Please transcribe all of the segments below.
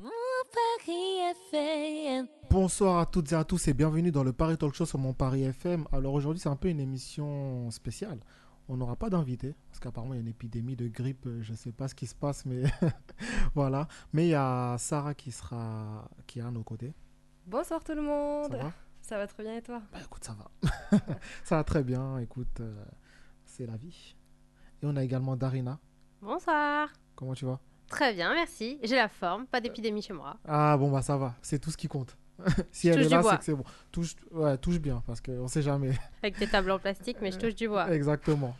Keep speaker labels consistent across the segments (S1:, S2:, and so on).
S1: Mon Paris FM.
S2: Bonsoir à toutes et à tous et bienvenue dans le Paris Talk Show sur mon Paris FM. Alors aujourd'hui c'est un peu une émission spéciale. On n'aura pas d'invité parce qu'apparemment il y a une épidémie de grippe, euh, je ne sais pas ce qui se passe mais voilà. Mais il y a Sarah qui sera qui est à nos côtés.
S3: Bonsoir tout le
S2: Ça
S3: monde
S2: va
S4: ben.
S3: Ça va très bien et toi
S2: Bah écoute ça va. ça va très bien, écoute euh, c'est la vie. Et on a également Darina.
S4: Bonsoir.
S2: Comment tu vas
S4: Très bien, merci. J'ai la forme, pas d'épidémie chez moi.
S2: Ah bon bah ça va, c'est tout ce qui compte. si
S4: Je
S2: elle
S4: touche
S2: est
S4: du
S2: là,
S4: bois.
S2: c'est que c'est bon. Touche, ouais, touche bien parce qu'on sait jamais.
S4: Avec des tables en plastique, mais je touche du bois.
S2: Exactement.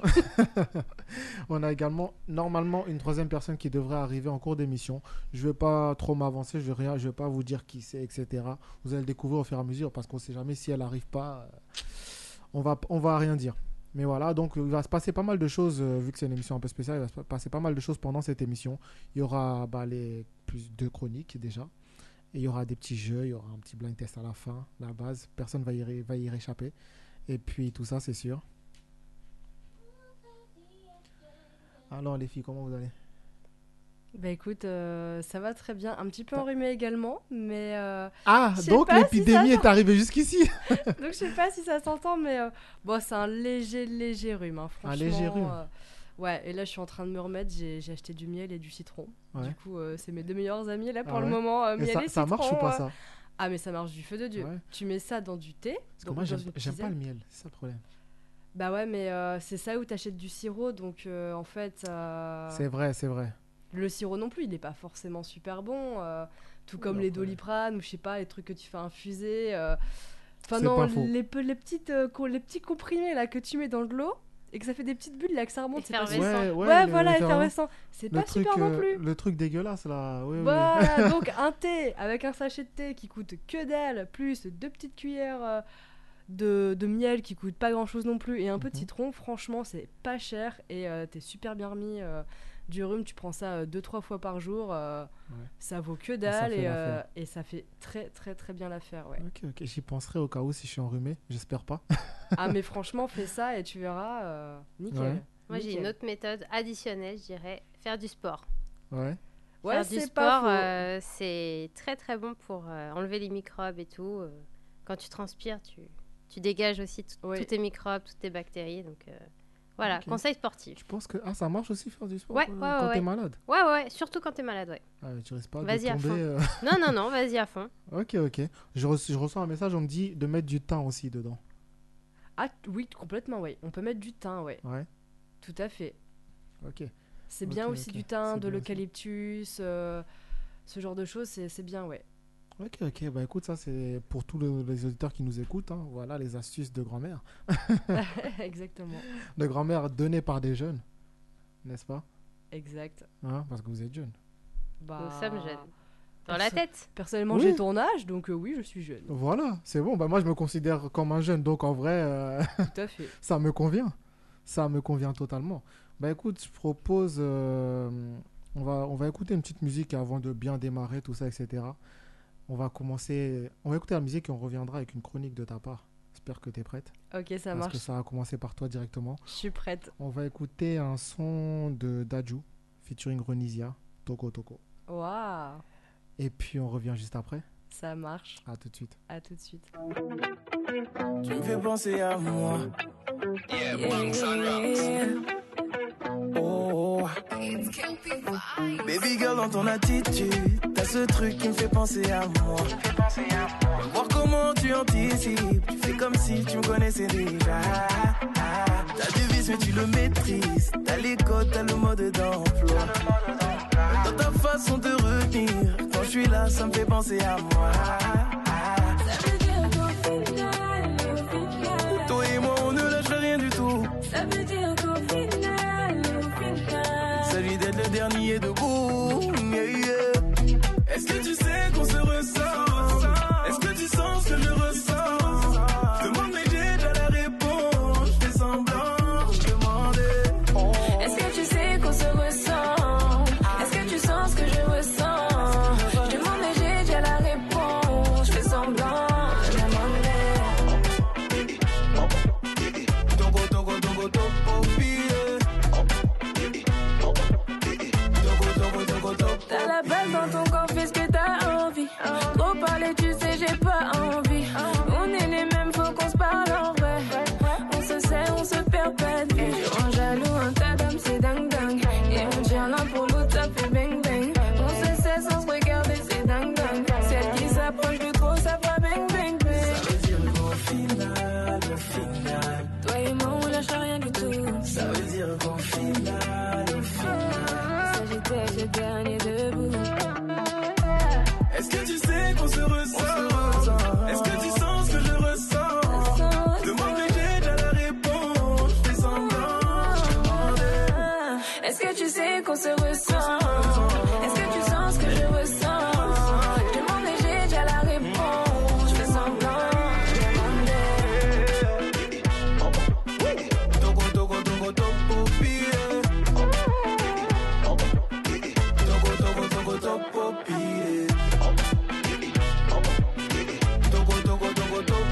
S2: On a également normalement une troisième personne qui devrait arriver en cours d'émission. Je vais pas trop m'avancer, je vais rien, je vais pas vous dire qui c'est, etc. Vous allez le découvrir au fur et à mesure parce qu'on sait jamais si elle n'arrive pas, euh, on va on va rien dire. Mais voilà, donc il va se passer pas mal de choses euh, vu que c'est une émission un peu spéciale. Il va se passer pas mal de choses pendant cette émission. Il y aura bah, les plus deux chroniques déjà. Et il y aura des petits jeux, il y aura un petit blind test à la fin, la base. Personne va y ré- va y réchapper. Et puis tout ça, c'est sûr. Alors les filles, comment vous allez
S3: Bah écoute, euh, ça va très bien. Un petit peu enrhumé également, mais euh,
S2: Ah,
S3: Je sais
S2: donc
S3: pas si
S2: l'épidémie
S3: ça
S2: est arrivée jusqu'ici.
S3: donc je sais pas si ça s'entend, mais euh, bon, c'est un léger léger rhume, hein, franchement.
S2: léger rhume.
S3: euh, ouais, et là je suis en train de me remettre. J'ai j'ai acheté du miel et du citron.
S2: Ouais.
S3: Du coup, euh, c'est mes deux meilleurs amis là pour
S2: Ah
S3: le
S2: ouais
S3: moment. euh,
S2: Et
S3: miel
S2: ça,
S3: et
S2: ça marche ou
S3: citron,
S2: pas
S3: euh.
S2: ça
S3: Ah mais ça marche du feu de dieu.
S2: Ouais.
S3: Tu mets ça dans du thé.
S2: Parce que
S3: donc
S2: moi
S3: dans
S2: j'aime
S3: une
S2: j'aime pas
S3: tisane.
S2: le miel, c'est ça le problème.
S3: Bah ouais, mais euh, c'est ça où t'achètes du sirop, donc euh, en fait. euh,
S2: C'est vrai, c'est vrai.
S3: Le sirop non plus, il n'est pas forcément super bon. euh, tout
S2: Oui,
S3: comme les
S2: après.
S3: doliprane ou je sais pas, les trucs que tu fais infuser. euh. Enfin,
S2: C'est
S3: non,
S2: pas faux.
S3: les, pe- les, petites, euh, co- les petits comprimés là que tu mets dans de l'eau et que ça fait des petites bulles là que ça remonte. c'est pas
S4: Effervescent.
S3: super-
S4: Ouais,
S3: Ouais,
S2: le-
S3: voilà,
S2: le-
S3: effervescent. C'est
S2: Le
S3: pas
S2: truc,
S3: super non
S2: euh,
S3: plus. Bah.
S2: le truc dégueulasse là. Oui, oui, oui.
S3: Voilà, donc un thé avec un sachet de thé qui coûte que dalle, plus deux petites cuillères euh, de, de miel qui coûte pas grand chose non plus, et un peu de
S2: Mhm.
S3: citron, franchement, c'est pas cher et euh, t'es super bien remis. euh, du rhume, tu prends ça euh, deux, trois fois par jour, euh,
S2: Ouais.
S3: ça vaut que
S2: ça
S3: dalle
S2: fait
S3: et,
S2: l'affaire.
S3: euh, et ça fait très, très, très bien l'affaire. Ouais.
S2: Ok, ok, j'y penserai au cas où si je suis enrhumé, j'espère pas.
S3: ah, mais franchement, fais ça et tu verras, euh, nickel.
S2: Ouais.
S4: Moi, j'ai une
S3: Nickel.
S4: autre méthode additionnelle, je dirais faire du sport.
S2: Ouais.
S3: Ouais,
S4: faire du
S3: c'est pas
S4: sport,
S3: faux.
S4: euh, c'est très très bon pour euh, enlever les microbes et tout. euh, quand tu transpires, tu, tu dégages aussi tout-
S3: Oui.
S4: tous tes microbes, toutes tes bactéries. Donc euh, voilà,
S2: Ok.
S4: conseil sportif.
S2: Je pense que ah ça marche aussi faire du sport
S4: Ouais,
S2: euh,
S4: ouais,
S2: quand
S4: ouais,
S2: t'es
S4: ouais.
S2: malade.
S4: Ouais, ouais, surtout quand t'es malade, ouais.
S2: Ah, mais tu risques pas de
S4: Vas-y, à
S2: tomber.
S4: fond.
S2: euh,
S4: Non, non, non, vas-y à fond.
S2: Ok, ok. Je, reçois- je reçois un message, on me dit de mettre du thym aussi dedans.
S3: Ah, t- oui, complètement, ouais. On peut mettre du thym, ouais.
S2: Ouais.
S3: Tout à fait.
S2: Ok.
S3: C'est
S2: Ok,
S3: bien aussi
S2: ok,
S3: du thym,
S2: c'est
S3: de
S2: bien aussi.
S3: l'eucalyptus, euh, ce genre de choses, c'est c'est bien, ouais.
S2: Ok, ok, bah écoute, ça c'est pour tous le- les auditeurs qui nous écoutent, hein. voilà les astuces de grand-mère.
S3: Exactement.
S2: De grand-mère données par des jeunes, n'est-ce pas
S3: Exact.
S2: Hein, Parce que vous êtes jeunes.
S3: Bah,
S4: Nous sommes jeunes. Dans la
S3: perso-
S4: tête.
S3: Personnellement,
S2: Oui.
S3: j'ai ton âge, donc euh, oui, je suis jeune.
S2: Voilà, c'est bon, bah moi je me considère comme un jeune, donc en vrai, euh,
S3: Tout à fait.
S2: ça me convient. Ça me convient totalement. Bah écoute, je propose, euh, on, va, on va écouter une petite musique avant de bien démarrer tout ça, etc. On va commencer, on va écouter la musique et on reviendra avec une chronique de ta part. J'espère que tu es prête.
S3: Ok, ça
S2: parce
S3: marche.
S2: que ça a commencé par toi directement.
S3: Je suis prête.
S2: On va écouter un son de Daju featuring Ronisia, Toko Toko.
S3: Waouh,
S2: Et puis on revient juste après.
S3: ça marche.
S2: À tout de suite.
S3: À tout de suite.
S5: Tu me fais penser à moi. Oh, oh. Baby girl, dans ton attitude, t'as ce truc qui me fait penser à moi. Voir comment tu anticipes, tu fais comme si tu me connaissais déjà. T'as du vice, mais tu le maîtrises. T'as les codes, t'as le mode d'emploi. Dans ta façon de retenir, quand je suis là, ça me fait penser à moi.
S6: Ça veut dire qu'au final, au final,
S5: mec, on se ressent. Est-ce que tu sens ce que je ressens Demande mais j'ai déjà la réponse. Je fais semblant, je te demandais.
S6: Est-ce que tu sais qu'on se ressent Est-ce que tu sens ce que je ressens Je demande mais j'ai déjà la réponse. Je fais semblant, je demandais.
S5: Togo, togo, togo, topo, pied. Togo, togo, togo, topo, pied. Togo, togo, togo, topo, pied. Togo, togo, togo, topo.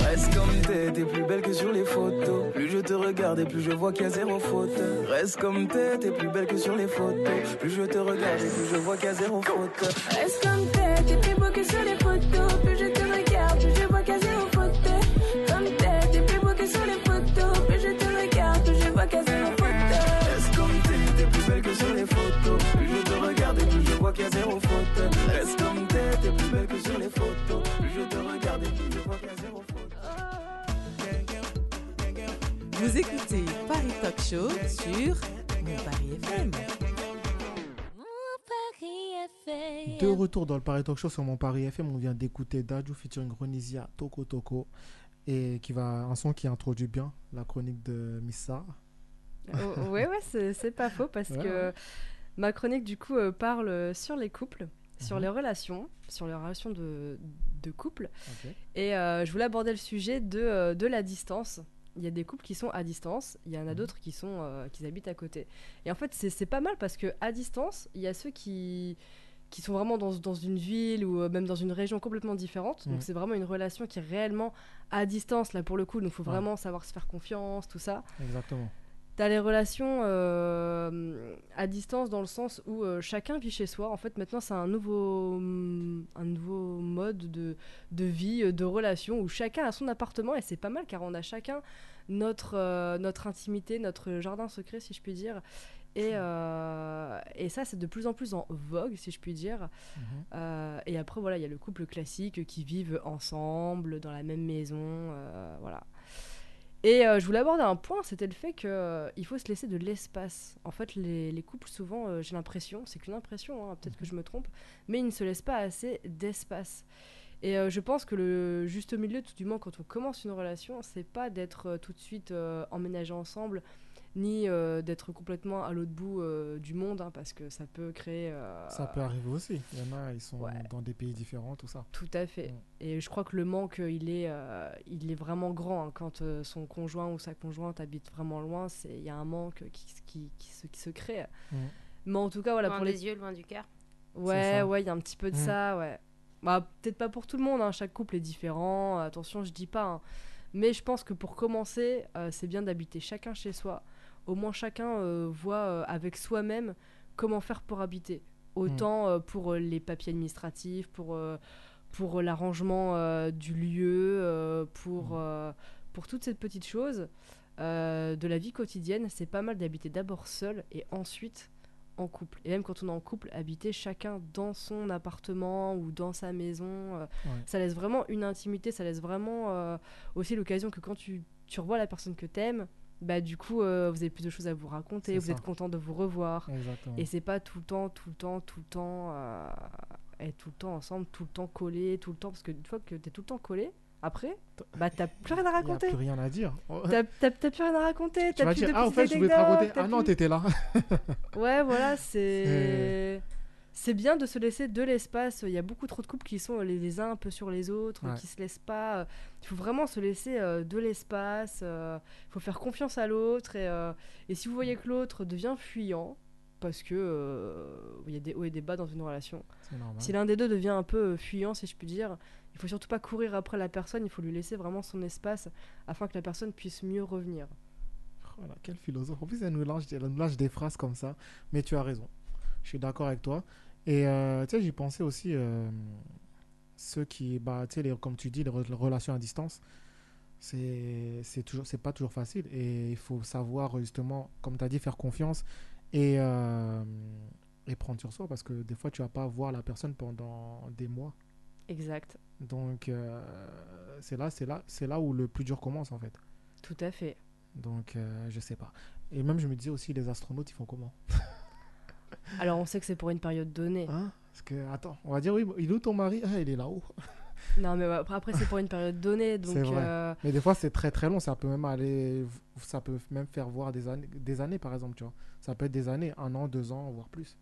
S5: Je Reste comme t'es, t'es plus belle que sur les photos. Plus je te regarde et plus je vois qu'il y a zéro faute. Reste comme t'es, t'es plus belle que sur les photos. Plus je te regarde et plus je vois qu'il y a zéro faute.
S6: Reste comme t'es, t'es plus beau que sur les photos. Plus je te regarde, plus je vois qu'à zéro faute. Comme t'es, t'es plus beau que sur les photos. Plus je te regarde, plus je vois qu'à zéro faute.
S5: Reste comme t'es, t'es plus belle que sur les photos. Plus je te regarde et plus je vois qu'il y a zéro faute. Reste comme t'es, t'es plus belle que sur les photos. Plus je te regarde et plus je vois qu'il y a zéro faute.
S7: Vous écoutez Paris Talk Show sur Mon Paris FM.
S2: De retour dans le Paris Talk Show sur mon Paris FM, on vient d'écouter Dajou featuring Ronisia Toko Toko et qui va un son qui introduit bien la chronique de Missa.
S3: Oh, ouais, ouais, c'est c'est pas faux parce
S2: Ouais,
S3: que ma chronique, du coup, euh, parle euh, sur les couples, sur
S2: Mhm.
S3: les relations, sur les relations de, de couple.
S2: Ok.
S3: Et euh, je voulais aborder le sujet de, euh, de la distance. Il y a des couples qui sont à distance, il y en a
S2: Mhm.
S3: d'autres qui, sont, euh, qui habitent à côté. Et en fait, c'est c'est pas mal parce que à distance, il y a ceux qui, qui sont vraiment dans, dans une ville ou euh, même dans une région complètement différente.
S2: Mhm.
S3: Donc, c'est vraiment une relation qui est réellement à distance, là, pour le coup. Donc, il faut
S2: Ouais.
S3: vraiment savoir se faire confiance, tout ça.
S2: Exactement.
S3: T'as les relations euh, à distance dans le sens où euh, chacun vit chez soi. En fait, maintenant, c'est un nouveau, hum, un nouveau mode de, de vie, euh, de relation où chacun a son appartement et c'est pas mal car on a chacun notre, euh, notre intimité, notre jardin secret, si je puis dire. Et, euh, et ça, c'est de plus en plus en vogue, si je puis dire.
S2: Mhm.
S3: Euh, et après, voilà, il y a le couple classique qui vivent ensemble, dans la même maison, euh, voilà. Et euh, je voulais aborder un point, c'était le fait qu'il faut se laisser de l'espace. En fait, les, les couples, souvent, euh, j'ai l'impression, c'est qu'une impression, hein, peut-être que je me trompe, mais ils ne se laissent pas assez d'espace. Et euh, je pense que le juste milieu, tout du moins quand on commence une relation, c'est pas d'être euh, tout de suite euh, emménagé ensemble, ni euh, d'être complètement à l'autre bout euh, du monde, hein, parce que ça peut créer... euh,
S2: Ça peut arriver aussi. Il y en a, ils sont
S3: ouais.
S2: dans des pays différents, tout ça.
S3: tout à fait.
S2: Mm.
S3: Et je crois que le manque, euh, il est, euh, il est vraiment grand. hein. Quand euh, son conjoint ou sa conjointe habite vraiment loin, c'est- il y a un manque qui, se- qui, qui se, qui se crée.
S2: Mm.
S3: Mais en tout cas, voilà,
S4: loin
S3: pour les...
S4: des yeux, loin du cœur.
S2: C'est
S3: Ouais,
S2: ça.
S3: ouais, il y a un petit peu de
S2: Mm.
S3: ça, ouais. Bah, peut-être pas pour tout le monde, hein, chaque couple est différent, attention, je dis pas. hein. Mais je pense que pour commencer, euh, c'est bien d'habiter chacun chez soi. Au moins chacun euh, voit euh, avec soi-même comment faire pour habiter. Autant
S2: Mm.
S3: euh, pour euh, les papiers administratifs, pour, euh, pour l'arrangement euh, du lieu, euh, pour,
S2: Mm.
S3: euh, pour toutes ces petites choses euh, de la vie quotidienne, c'est pas mal d'habiter d'abord seul et ensuite en couple. Et même quand on est en couple, habiter chacun dans son appartement ou dans sa maison, euh,
S2: Ouais.
S3: ça laisse vraiment une intimité, ça laisse vraiment euh, aussi l'occasion que quand tu, tu revois la personne que t'aimes, bah du coup euh, vous avez plus de choses à vous raconter,
S2: C'est
S3: vous
S2: ça.
S3: êtes content de vous revoir.
S2: Exactement.
S3: Et c'est pas tout le temps, tout le temps, tout le temps, euh, être tout le temps ensemble, tout le temps collé, tout le temps, parce que une fois que t'es tout le temps collé, après, bah t'as plus rien
S2: Il n'y
S3: à
S2: a
S3: raconter.
S2: plus rien à dire. Oh,
S3: T'as t'as- t'as plus rien à raconter.
S2: Tu
S3: t'as
S2: vas
S3: plus
S2: dire,
S3: de
S2: ah, en
S3: petites
S2: fait, je voulais te raconter.
S3: anecdotes,
S2: Ah
S3: t'as
S2: non,
S3: plus-
S2: t'étais là.
S3: Ouais, voilà,
S2: Euh.
S3: c'est. C'est bien de se laisser de l'espace. Il y a beaucoup trop de couples qui sont euh, les, les uns un peu sur les autres,
S2: Ouais.
S3: qui se laissent pas. euh, Il faut vraiment se laisser euh, de l'espace. euh, Il faut faire confiance à l'autre. Et, euh, et si vous voyez que l'autre devient fuyant, parce que euh, il y a des hauts et des bas dans une relation,
S2: C'est normal.
S3: si l'un des deux devient un peu euh, fuyant, si je puis dire, il faut surtout pas courir après la personne. Il faut lui laisser vraiment son espace afin que la personne puisse mieux revenir.
S2: Voilà, Oh quel philosophe. En plus, elle nous, lâche, elle nous lâche des phrases comme ça. Mais tu as raison. Je suis d'accord avec toi. Et euh, tu sais, j'y pensais aussi, euh, ceux qui, bah, tu sais, les- comme tu dis, les re- relations à distance, c'est c'est toujours- c'est pas toujours facile. Et il faut savoir, justement, comme tu as dit, faire confiance et, euh, et prendre sur soi. Parce que des fois, tu vas pas voir la personne pendant des mois.
S3: Exact,
S2: Donc, euh, c'est là, c'est là, c'est là où le plus dur commence, en fait.
S3: tout à fait.
S2: Donc, euh, je sais pas. Et même, je me disais aussi, les astronautes, ils font comment
S3: Alors on sait que c'est pour une période donnée.
S2: Hein Parce que, attends, on va dire, oui, il est où ton mari Ah, il est là-haut.
S3: Non mais ouais, après c'est pour une période donnée, donc
S2: C'est vrai.
S3: euh,
S2: Mais des fois, c'est très très long. Ça peut même aller. Ça peut même faire voir des années, des années par exemple, tu vois. Ça peut être des années, un an, deux ans, voire plus.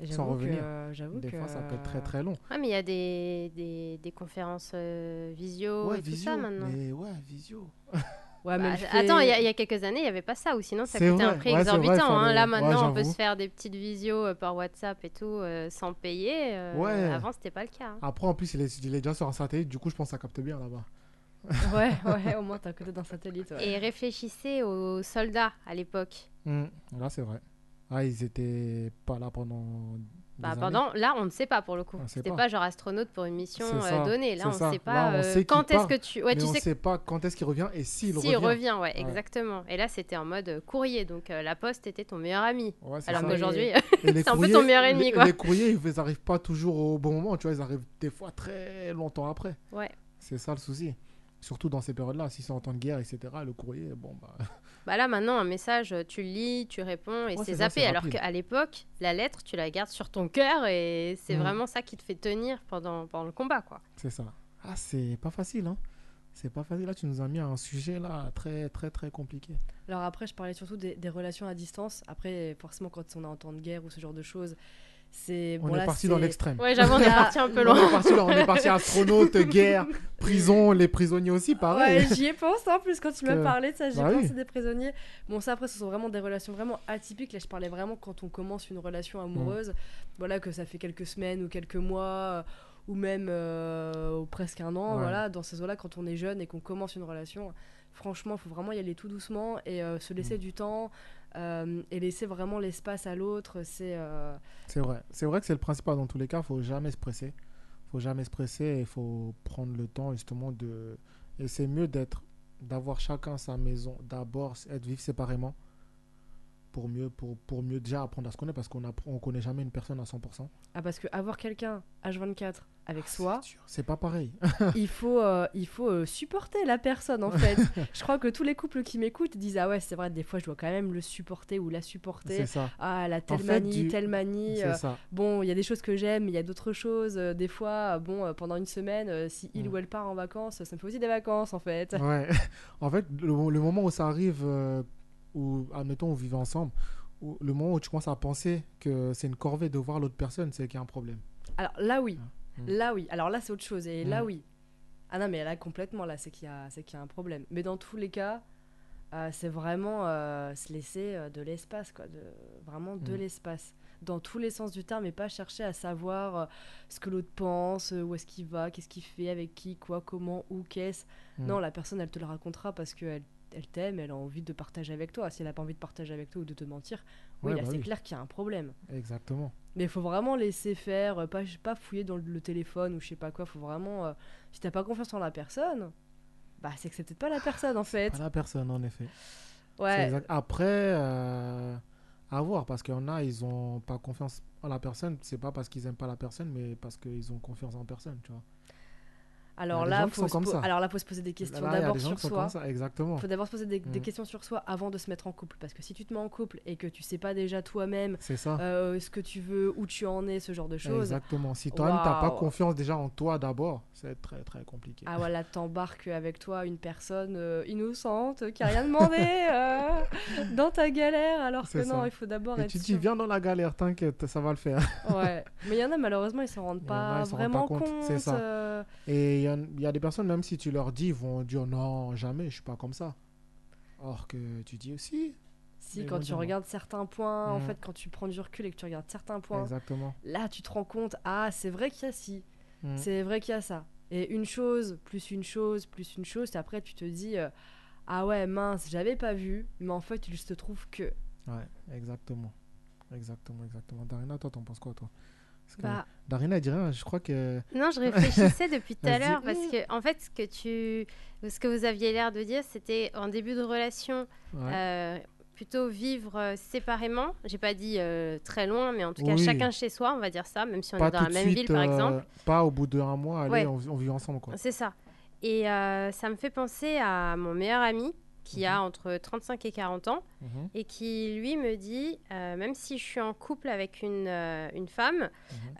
S2: Sans
S3: j'avoue
S2: revenir.
S3: que euh, j'avoue
S2: Des
S3: que
S2: fois, ça peut être
S4: euh,
S2: très très long.
S4: Ouais, mais il y a des, des, des conférences euh, visio et tout ça maintenant.
S2: Mais ouais, visio.
S3: Ouais, Ah, mais
S4: Bah,
S3: elle fait-
S4: Attends, il y, a- il y a quelques années, il n'y avait pas ça, ou sinon ça
S2: C'est
S4: coûtait un
S2: vrai.
S4: prix
S2: Ouais, c'est vrai,
S4: exorbitant. hein.
S2: fallait-
S4: Là,
S2: ouais,
S4: maintenant, on peut
S2: j'avoue.
S4: se faire des petites visios euh, par WhatsApp et tout euh, sans payer. euh,
S2: Ouais.
S4: Avant, c'était pas le cas. hein.
S2: Après, en plus, il est, il est déjà sur un satellite. Du coup, je pense que ça capte bien là-bas.
S3: Ouais, ouais, au moins t'es à côté d'un satellite. ouais.
S4: Et réfléchissez aux soldats à l'époque.
S2: Hum, Là, c'est vrai. Ah, ils étaient pas là pendant. des
S4: Bah,
S2: années.
S4: pendant, là, on ne sait pas pour le coup.
S2: On sait
S4: C'était
S2: pas.
S4: pas. genre astronaute pour une mission
S2: C'est
S4: euh,
S2: ça,
S4: donnée.
S2: c'est
S4: Là, on
S2: ça.
S4: ne sait
S2: Là,
S4: pas
S2: on
S4: euh,
S2: sait qu'il
S4: quand est-ce
S2: part,
S4: que tu. Ouais,
S2: Mais
S4: tu
S2: on
S4: sais
S2: sait pas quand est-ce qu'il revient et s'il
S4: S'il
S2: revient.
S4: revient, ouais,
S2: Ouais.
S4: exactement. Et là, c'était en mode courrier, donc euh, la poste était ton meilleur ami.
S2: Ouais, c'est
S4: Alors
S2: ça.
S4: qu'aujourd'hui,
S2: Et les
S4: c'est un peu
S2: courriers-
S4: ton meilleur ennemi,
S2: les-
S4: quoi.
S2: Les courriers, ils ils arrivent pas toujours au bon moment, tu vois. Ils arrivent des fois très longtemps après.
S4: ouais.
S2: C'est ça le souci. Surtout dans ces périodes-là, si c'est en temps de guerre, etc., le courrier, bon, bah.
S4: Bah là, maintenant, un message, tu le lis, tu réponds et
S2: Ouais,
S4: c'est
S2: c'est ça,
S4: zappé.
S2: c'est
S4: alors
S2: rapide.
S4: qu'à l'époque, la lettre, tu la gardes sur ton cœur et c'est
S2: Mhm.
S4: vraiment ça qui te fait tenir pendant, pendant le combat, quoi.
S2: C'est ça. Ah, c'est pas facile, hein. C'est pas facile. Là, tu nous as mis à un sujet, là, très, très, très compliqué.
S3: Alors après, je parlais surtout des, des relations à distance. Après, forcément, quand on est en temps de guerre ou ce genre de choses, c'est
S2: On
S3: bon,
S2: est
S3: là,
S2: parti
S3: c'est-
S2: dans l'extrême.
S4: Ouais, j'avoue, on est parti un peu
S2: On
S4: loin.
S2: est parti, là, on est parti astronaute, guerre, prison, les prisonniers aussi, pareil.
S3: Ouais, j'y ai pensé en plus quand tu m'as
S2: Que-
S3: parlé de ça, j'ai
S2: Bah oui.
S3: pensé des prisonniers. Bon, ça après, ce sont vraiment des relations vraiment atypiques. Là, je parlais vraiment quand on commence une
S2: Mm.
S3: relation amoureuse, voilà, que ça fait quelques semaines ou quelques mois euh, ou même euh, ou presque un an.
S2: Ouais.
S3: Voilà, dans ces eaux-là, quand on est jeune et qu'on commence une relation, franchement, faut vraiment y aller tout doucement et euh, se
S2: Mm.
S3: laisser du temps euh, et laisser vraiment l'espace à l'autre. C'est euh,
S2: C'est vrai. C'est vrai que c'est le principal dans tous les cas. Faut jamais se presser. Faut jamais se presser. Il faut prendre le temps justement de. Et c'est mieux d'être, d'avoir chacun sa maison d'abord, être vivre séparément pour mieux, pour, pour mieux déjà apprendre à se connaître parce qu'on appr- on connaît jamais une personne à 100%.
S3: ah parce que avoir quelqu'un H24 avec
S2: Ah,
S3: soi,
S2: C'est dur. C'est pas pareil.
S3: il faut, euh, il faut euh, supporter la personne en fait. je crois que tous les couples qui m'écoutent disent ah ouais c'est vrai des fois je dois quand même le supporter ou la supporter.
S2: C'est ça.
S3: Ah elle a telle
S2: fait,
S3: manie,
S2: du-
S3: telle manie. euh,
S2: C'est ça.
S3: bon il y a des choses que j'aime, mais il y a d'autres choses. euh, des fois euh, bon euh, pendant une semaine euh, si il
S2: Mm.
S3: ou elle part en vacances, ça me fait aussi des vacances en fait.
S2: Ouais. en fait, le, le moment où ça arrive, euh, où, admettons, on vivait ensemble, où- le moment où tu commences à penser que c'est une corvée de voir l'autre personne, c'est qu'il y a un problème.
S3: Alors là oui,
S2: Mm.
S3: là oui. Alors là c'est autre chose et
S2: Mm.
S3: là oui. Ah non mais là complètement là c'est qu'il y a c'est qu'il y a un problème. Mais dans tous les cas euh, c'est vraiment euh, se laisser euh, de l'espace quoi, de vraiment de
S2: Mm.
S3: l'espace dans tous les sens du terme et pas chercher à savoir euh, ce que l'autre pense, euh, où est-ce qu'il va, qu'est-ce qu'il fait, avec qui, quoi, comment, où, qu'est-ce.
S2: Mm.
S3: Non la personne elle te le racontera parce que elle elle t'aime, elle a envie de partager avec toi. Si elle n'a pas envie de partager avec toi ou de te mentir, oui,
S2: Ouais,
S3: là
S2: bah
S3: c'est
S2: oui.
S3: clair qu'il y a un problème.
S2: Exactement.
S3: Mais il faut vraiment laisser faire, euh, pas, pas fouiller dans le- le téléphone ou je sais pas quoi. Faut vraiment. euh, si t'as pas confiance en la personne, bah c'est que c'est peut-être pas la personne en fait.
S2: Ah, Pas la personne, en effet. C'est
S3: Ouais.
S2: exact. Après, euh, à voir, parce qu'il y en a, ils ont pas confiance en la personne. C'est pas parce qu'ils aiment pas la personne, mais parce qu'ils ont confiance en personne, tu vois. Il
S3: Alors
S2: y a des
S3: là,
S2: gens qui
S3: faut
S2: sont
S3: se
S2: comme
S3: po-
S2: ça.
S3: alors là, faut se poser des
S2: Là,
S3: questions
S2: là, il y a
S3: d'abord
S2: des gens
S3: sur
S2: qui sont
S3: soi.
S2: comme ça, exactement.
S3: Faut d'abord se poser des, des
S2: Mm.
S3: questions sur soi avant de se mettre en couple. Parce que si tu te mets en couple et que tu sais pas déjà toi-même
S2: C'est ça.
S3: euh, ce que tu veux, où tu en es, ce genre de choses,
S2: Exactement. Si toi-même, t'as pas
S3: Waouh.
S2: confiance déjà en toi d'abord, c'est très, très compliqué.
S3: Ah voilà, t'embarques avec toi une personne euh, innocente qui a rien demandé euh, dans ta galère, alors que
S2: C'est ça.
S3: non, il faut d'abord
S2: Et
S3: être
S2: tu te dis,
S3: sûr.
S2: viens dans la galère, t'inquiète, ça va le faire.
S3: Ouais. Mais il y en a malheureusement, ils s'en rendent
S2: Il y en a,
S3: pas
S2: ils s'en rendent pas
S3: vraiment
S2: compte,
S3: compte.
S2: c'est ça.
S3: euh,
S2: Et il y, en- il y a des personnes, même si tu leur dis, ils vont dire non, jamais, je suis pas comme ça. Or que tu dis aussi.
S3: Si
S2: Mais
S3: quand
S2: bon,
S3: tu
S2: dis-moi.
S3: regardes certains points, en
S2: Mhm.
S3: fait, quand tu prends du recul et que tu regardes certains points,
S2: Exactement.
S3: là tu te rends compte, ah c'est vrai qu'il y a ci,
S2: Mhm.
S3: c'est vrai qu'il y a ça. Et une chose, plus une chose, plus une chose, et après tu te dis, euh, ah ouais mince, j'avais pas vu, mais en fait il se trouve que...
S2: Ouais, exactement. Exactement, exactement. Darina, toi, t'en penses quoi, toi Parce que
S4: Bah,
S2: Darina, elle dit rien, je crois que.
S4: non, je réfléchissais depuis tout à
S2: Elle se dit,
S4: l'heure parce que, en fait, ce que, tu, ce que vous aviez l'air de dire, c'était en début de relation,
S2: Ouais.
S4: euh, plutôt vivre euh, séparément. J'ai pas dit euh, très loin, mais en tout cas,
S2: Oui.
S4: chacun chez soi, on va dire ça, même si on
S2: pas
S4: est dans
S2: tout
S4: la
S2: de
S4: même
S2: suite,
S4: ville, par
S2: euh,
S4: exemple.
S2: Pas au bout d'un mois, allez,
S4: Ouais.
S2: on, on vit ensemble, quoi.
S4: C'est ça. Et euh, ça me fait penser à mon meilleur ami qui a entre 35 et 40 ans
S2: Mhm.
S4: et qui, lui, me dit euh, même si je suis en couple avec une, euh, une femme,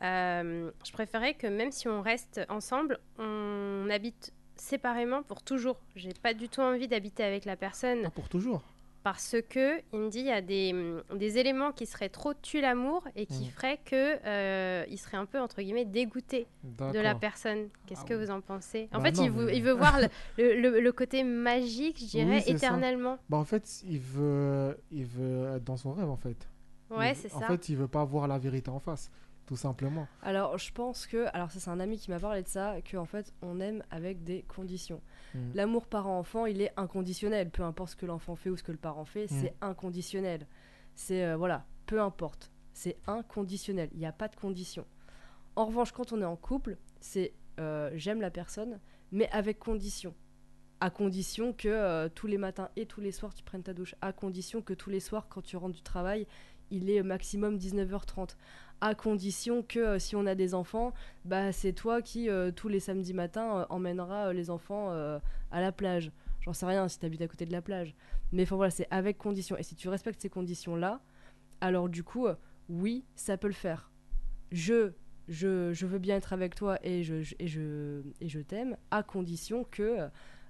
S4: euh, je préférais que même si on reste ensemble, on habite séparément pour toujours. J'ai pas du tout envie d'habiter avec la personne
S2: Ah, pour toujours.
S4: parce que il me dit il y a des, hum, des éléments qui seraient trop tue l'amour et qui
S2: Mhm.
S4: feraient que euh, il serait un peu entre guillemets dégoûté de la
S2: D'accord.
S4: personne. Qu'est-ce
S2: Ah
S4: que
S2: oui.
S4: vous en pensez En
S2: Bah
S4: fait,
S2: non,
S4: il, vou-
S2: mais-
S4: il veut voir le, le- le- le côté magique, je
S2: Oui,
S4: dirais,
S2: c'est ça.
S4: éternellement.
S2: Bah, en fait, il veut, il veut être dans son rêve, en fait.
S4: Ouais,
S2: Il-
S4: c'est
S2: En
S4: ça.
S2: fait, il veut pas voir la vérité en face, tout simplement.
S3: Alors, je pense que. Alors, ça, c'est un ami qui m'a parlé de ça, qu'en fait, on aime avec des conditions.
S2: Mm.
S3: L'amour parent-enfant, il est inconditionnel. Peu importe ce que l'enfant fait ou ce que le parent fait, c'est inconditionnel. C'est. euh, voilà, peu importe. C'est inconditionnel. Il n'y a pas de condition. En revanche, quand on est en couple, c'est euh, j'aime la personne, mais avec condition. À condition que euh, tous les matins et tous les soirs tu prennes ta douche. À condition que tous les soirs, quand tu rentres du travail, il est maximum 19h30 à condition que euh, si on a des enfants, bah c'est toi qui euh, tous les samedis matins euh, emmènera euh, les enfants euh, à la plage. J'en sais rien si t'habites à côté de la plage, mais enfin voilà, c'est avec condition. Et si tu respectes ces conditions là, alors du coup, euh, oui, ça peut le faire. Je je, je veux bien être avec toi et je, je- et je, et je t'aime, à condition que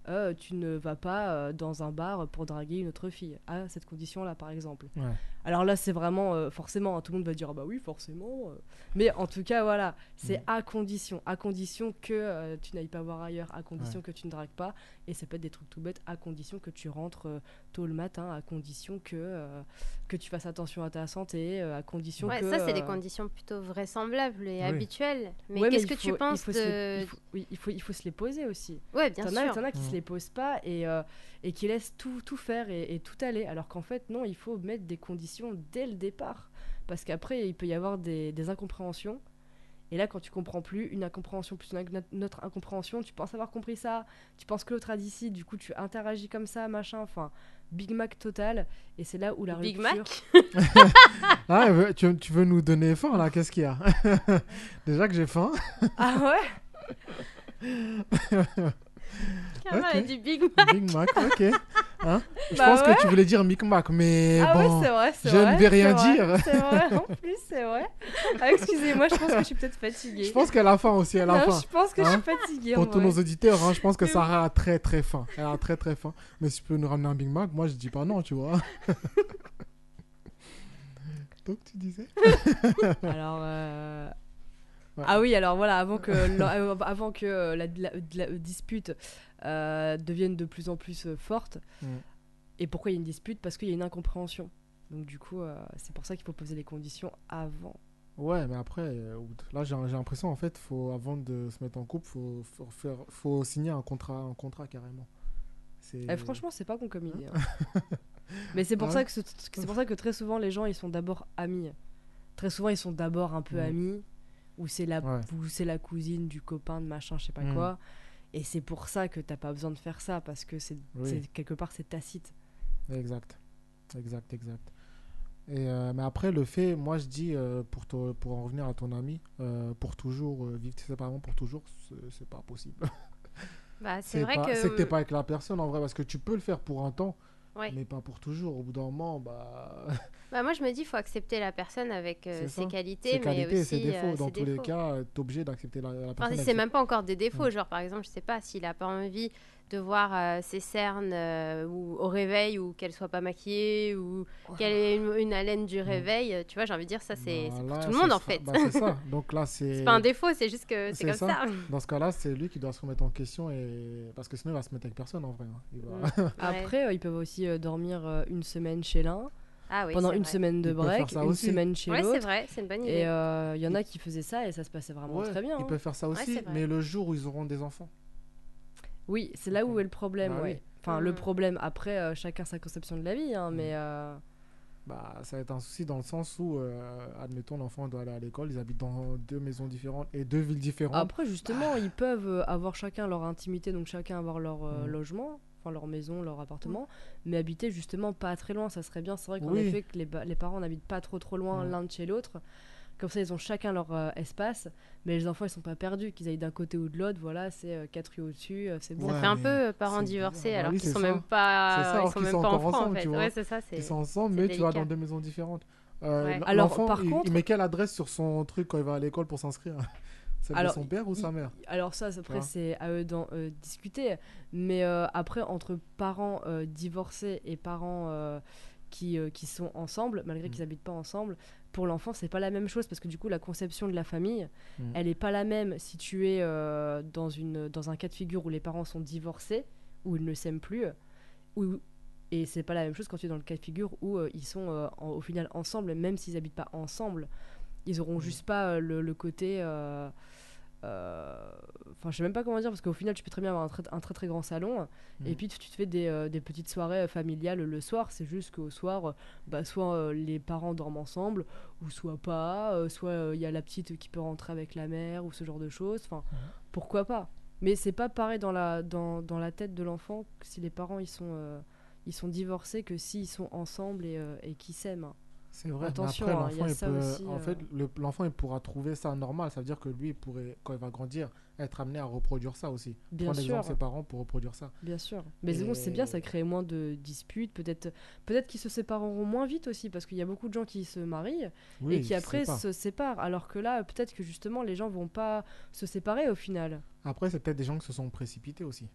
S3: euh, tu ne vas pas euh, dans un bar pour draguer une autre fille. À cette condition-là, par exemple.
S2: Ouais.
S3: Alors là, c'est vraiment euh, forcément, hein, tout le monde va dire ah bah oui, forcément. euh. Mais en tout cas, voilà, c'est à condition, à condition que euh, tu n'ailles pas voir ailleurs, à condition que tu ne dragues pas. Et ça peut être des trucs tout bêtes, à condition que tu rentres euh, tôt le matin, à condition que, euh, que tu fasses attention à ta santé, euh, à condition
S4: Ouais,
S3: que.
S4: ça, c'est des
S3: euh,
S4: conditions plutôt vraisemblables et
S2: Oui.
S4: habituelles. Mais
S3: Ouais,
S4: qu'est-ce
S3: il
S4: que tu
S3: faut- il
S4: penses
S3: faut se les-
S4: de.
S3: il faut- oui, il faut, il faut se les poser aussi.
S4: Ouais, bien
S3: T'en as,
S4: sûr.
S3: t'en as qui
S2: Mm.
S3: se les posent pas et, euh, et qui laissent tout, tout faire et, et tout aller. Alors qu'en fait, non, il faut mettre des conditions dès le départ. Parce qu'après, il peut y avoir des, des incompréhensions. Et là, quand tu comprends plus, une incompréhension plus une, inc- une autre incompréhension, tu penses avoir compris ça, tu penses que l'autre a dit ci, du coup, tu interagis comme ça, machin. Enfin, Big Mac total. Et c'est là où la
S4: Big
S3: rupture-
S4: Mac
S2: Ah, elle veut- tu, tu veux nous donner faim là Qu'est-ce qu'il y a Déjà que j'ai faim.
S3: Ah ouais
S4: Carole a
S2: Ok.
S4: dit Big Mac.
S2: Big Mac, ok. Hein Je
S3: Bah
S2: pense
S3: ouais.
S2: que tu voulais dire micmac, mais
S3: Ah
S2: bon.
S3: ouais, c'est vrai, c'est
S2: je ne
S3: vrai.
S2: vais rien
S3: c'est vrai,
S2: dire.
S3: C'est vrai, en plus, c'est vrai. Ah, excusez-moi, je pense que je suis peut-être fatiguée.
S2: je pense qu'elle a faim aussi, elle a
S3: Non,
S2: faim.
S3: je pense que je
S2: Hein
S3: suis fatiguée. en
S2: Pour tous
S3: vrai.
S2: nos auditeurs, hein, je pense que
S3: Mais
S2: Sarah a très très faim. Elle a très très faim. Mais si tu peux nous ramener un Big Mac, moi je dis pas non, tu vois. Donc tu disais
S3: Alors. euh,
S2: Ouais.
S3: Ah oui, alors voilà, avant que, l'en- avant que euh, la, la- la dispute euh, devienne de plus en plus euh, forte.
S2: Mm.
S3: Et pourquoi il y a une dispute Parce qu'il y a une incompréhension. Donc du coup, euh, c'est pour ça qu'il faut poser les conditions avant.
S2: Ouais, mais après, euh, au bout de- là j'ai j'ai l'impression en fait, faut, avant de se mettre en couple, faut, faut, faire, faut signer un contrat, un contrat carrément. C'est-
S3: Eh, franchement, c'est pas con comme idée. hein. Mais c'est pour,
S2: Ah
S3: ça
S2: ouais
S3: que ce- c'est pour ça que très souvent, les gens, ils sont d'abord amis. Très souvent, ils sont d'abord un peu
S2: Mm.
S3: amis, ou c'est la,
S2: Ouais.
S3: ou c'est la cousine du copain de machin, je sais pas
S2: Mm.
S3: quoi. Et c'est pour ça que t'as pas besoin de faire ça, parce que c'est
S2: Oui.
S3: c'est- quelque part, c'est tacite.
S2: Exact, exact, exact. Et, euh, mais après, le fait, moi je dis, euh, pour, te- pour en revenir à ton ami, euh, pour toujours, euh, vivre séparément pour toujours, c'est- c'est pas possible.
S4: Bah, c'est vrai
S2: pas-
S4: que.
S2: C'est que t'es pas avec la personne en vrai, parce que tu peux le faire pour un temps,
S4: Ouais.
S2: mais pas pour toujours. Au bout d'un moment, bah,
S4: Bah, moi, je me dis, il faut accepter la personne avec euh,
S2: C'est
S4: ses
S2: ça.
S4: qualités,
S2: ses
S4: mais
S2: qualités et
S4: aussi
S2: ses défauts,
S4: euh,
S2: dans
S4: ses
S2: tous les
S4: défauts.
S2: cas, euh, t'es obligé d'accepter la, la personne.
S4: Enfin, si
S2: avec
S4: c'est
S2: ses-
S4: même pas encore des défauts,
S2: Mm.
S4: genre par exemple, je sais pas, s'il a pas envie de voir euh, ses cernes euh, ou au réveil ou qu'elle soit pas maquillée ou qu'elle ait une, une haleine du réveil, euh, tu vois, j'ai envie de dire ça, c'est
S2: Bah
S4: c'est pour
S2: là,
S4: tout le
S2: ce
S4: monde en
S2: sera-
S4: fait.
S2: bah, c'est ça. Donc là, c'est.
S4: c'est pas un défaut, c'est juste que c'est
S2: c'est
S4: comme ça.
S2: Dans ce cas-là, c'est lui qui doit se remettre en question, et... parce que sinon, il va se mettre avec personne en vrai. hein. Il va-
S4: Mm. Ouais.
S3: Après, euh, ils peuvent aussi euh, dormir euh, une semaine chez l'un,
S4: Ah oui,
S3: pendant
S4: c'est
S3: une
S4: vrai.
S3: semaine de
S2: Ils peuvent faire
S3: break,
S2: ça
S3: une
S2: aussi.
S3: semaine chez
S4: Ouais, c'est
S3: l'autre.
S4: vrai, c'est une bonne
S3: Et
S4: idée.
S3: euh, il y en a qui faisaient ça et ça se passait vraiment
S2: Ouais,
S3: très bien.
S2: Ils
S3: hein.
S2: peuvent faire ça
S4: Ouais,
S2: aussi,
S4: c'est vrai.
S2: mais le jour où ils auront des enfants.
S3: Oui, c'est là où est le problème,
S2: Bah
S3: ouais.
S2: oui.
S3: Enfin, le
S4: Mm.
S3: problème, après, euh, chacun sa conception de la vie,
S2: Mm.
S3: hein, mais... euh,
S2: Bah, ça va être un souci dans le sens où, euh, admettons, l'enfant doit aller à l'école, ils habitent dans deux maisons différentes et deux villes différentes.
S3: Après, justement, ils peuvent euh, avoir chacun leur intimité, donc chacun avoir leur euh,
S2: Mm.
S3: logement, enfin leur maison, leur appartement, mais habiter justement pas très loin, ça serait bien. C'est vrai qu'en
S2: Oui.
S3: effet, que les, ba- les parents n'habitent pas trop trop loin
S2: Mm.
S3: l'un de chez l'autre. Comme ça, ils ont chacun leur euh, espace, mais les enfants, ils sont pas perdus. Qu'ils aillent d'un côté ou de l'autre, voilà, c'est euh, quatre rues au-dessus, euh, c'est bon.
S4: Ça
S2: Ouais,
S4: fait un
S2: mais
S4: peu euh,
S2: c'est
S4: parents
S2: bizarre.
S4: divorcés
S2: Bah
S4: alors
S2: oui,
S4: qu'ils
S2: c'est
S4: sont
S2: ça.
S4: même
S2: C'est ça,
S4: pas,
S2: alors
S4: ils sont
S2: qu'ils
S4: même
S2: sont
S4: pas enfants
S2: encore
S4: en
S2: ensemble,
S4: fait.
S2: tu vois.
S4: Ouais, c'est ça. C'est
S2: Ils sont ensemble,
S4: c'est
S2: mais tu vas
S4: délicat.
S2: dans deux maisons différentes. Euh,
S4: Ouais.
S2: l-
S3: Alors,
S2: l'enfant,
S3: par
S2: il- il,
S3: contre-
S2: met quelle adresse sur son truc quand il va à l'école pour s'inscrire Celle
S3: Alors,
S2: de son père ou
S3: il-
S2: sa mère
S3: Alors ça, ça, après,
S2: vois.
S3: c'est à eux d'en euh, discuter. Mais euh, après, entre parents euh, divorcés et parents euh, qui, euh, qui sont ensemble, malgré
S2: Mm.
S3: qu'ils habitent pas ensemble, pour l'enfant, c'est pas la même chose parce que du coup, la conception de la famille,
S2: Mm.
S3: elle est pas la même si tu es euh, dans, une, dans un cas de figure où les parents sont divorcés, où ils ne s'aiment plus, où, et c'est pas la même chose quand tu es dans le cas de figure où euh, ils sont euh, en- au final ensemble, même s'ils habitent pas ensemble. Ils
S2: Mm.
S3: auront juste pas euh, le, le côté. euh, euh, Enfin, je sais même pas comment dire, parce qu'au final, tu peux très bien avoir un très un très, très grand salon, et
S2: Mm.
S3: puis tu, tu te fais des, euh, des petites soirées euh, familiales le soir. C'est juste qu'au soir, euh, bah, soit euh, les parents dorment ensemble, ou soit pas, euh, soit il y a la petite qui peut rentrer avec la mère, ou ce genre de choses. Enfin,
S2: Mm.
S3: pourquoi pas Mais c'est pas pareil dans la, dans, dans la tête de l'enfant que si les parents ils sont, euh, ils sont divorcés que s'ils sont ensemble et, euh, et qu'ils s'aiment.
S2: C'est vrai, mais
S3: Attention, hein,
S2: après,
S3: il y
S2: l'enfant,
S3: a
S2: il
S3: ça
S2: peut-
S3: aussi,
S2: en
S3: euh.
S2: fait, le- l'enfant, il pourra trouver ça normal. Ça veut dire que lui, il pourrait, quand il va grandir, être amené à reproduire ça aussi.
S3: Bien
S2: Prendre l'exemple de
S3: sûr.
S2: ses parents pour reproduire ça.
S3: Bien sûr. Mais c'est bon, c'est bien, ça
S2: Et-
S3: crée moins de disputes. Peut-être peut qu'ils se sépareront moins vite aussi, parce qu'il y a beaucoup de gens qui se marient
S2: Oui,
S3: et qui
S2: je
S3: après
S2: sais pas.
S3: se séparent. Alors que là, peut-être que justement, les gens vont pas se séparer au final.
S2: Après, c'est peut-être des gens qui se sont précipités aussi.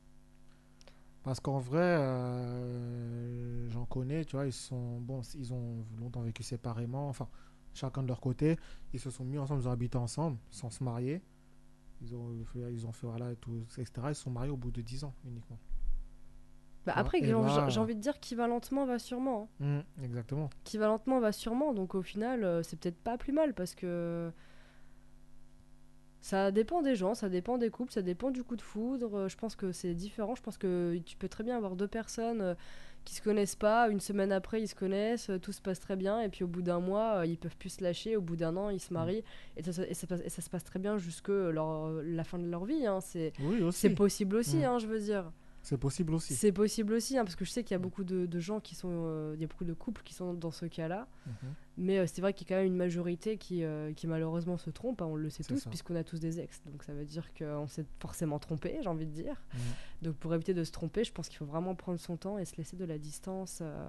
S2: Parce qu'en vrai, euh, j'en connais, tu vois, ils sont bon, c- ils ont longtemps vécu séparément, enfin, chacun de leur côté, ils se sont mis ensemble, ils ont habité ensemble, sans se marier. Ils ont euh, fait, ils ont fait voilà et tout, etc. Ils se sont mariés au bout de 10 ans uniquement.
S3: Bah,
S2: Ah,
S3: après,
S2: et
S3: j'ai
S2: là-
S3: j'ai envie de dire qui va lentement va sûrement. hein.
S4: Mmh,
S2: Mm, exactement.
S3: Qui va lentement va sûrement. Donc au final, euh, c'est peut-être pas plus mal, parce que. Ça dépend des gens, ça dépend des couples, ça dépend du coup de foudre. euh, Je pense que c'est différent. Je pense que tu peux très bien avoir deux personnes euh, qui se connaissent pas. Une semaine après, ils se connaissent, euh, tout se passe très bien. Et puis au bout d'un mois, euh, ils peuvent plus se lâcher. Au bout d'un an, ils se marient. Et ça, se- et ça passe- et ça se passe très bien jusque euh, leur, la fin de leur vie. hein. C'est
S2: Oui,
S3: c'est
S2: aussi.
S3: possible aussi,
S2: Mm.
S3: hein, je veux dire.
S2: C'est possible aussi.
S3: C'est possible aussi, hein, parce que je sais qu'il y a beaucoup de, de gens qui sont. euh, il y a beaucoup de couples qui sont dans ce cas-là.
S2: Mhm.
S3: Mais euh, c'est vrai qu'il y a quand même une majorité qui, euh, qui malheureusement se trompe, hein, on le sait
S2: C'est
S3: tous,
S2: ça.
S3: puisqu'on a tous des ex. Donc ça veut dire qu'on s'est forcément trompé, j'ai envie de dire.
S2: Mhm.
S3: Donc pour éviter de se tromper, je pense qu'il faut vraiment prendre son temps et se laisser de la distance. euh,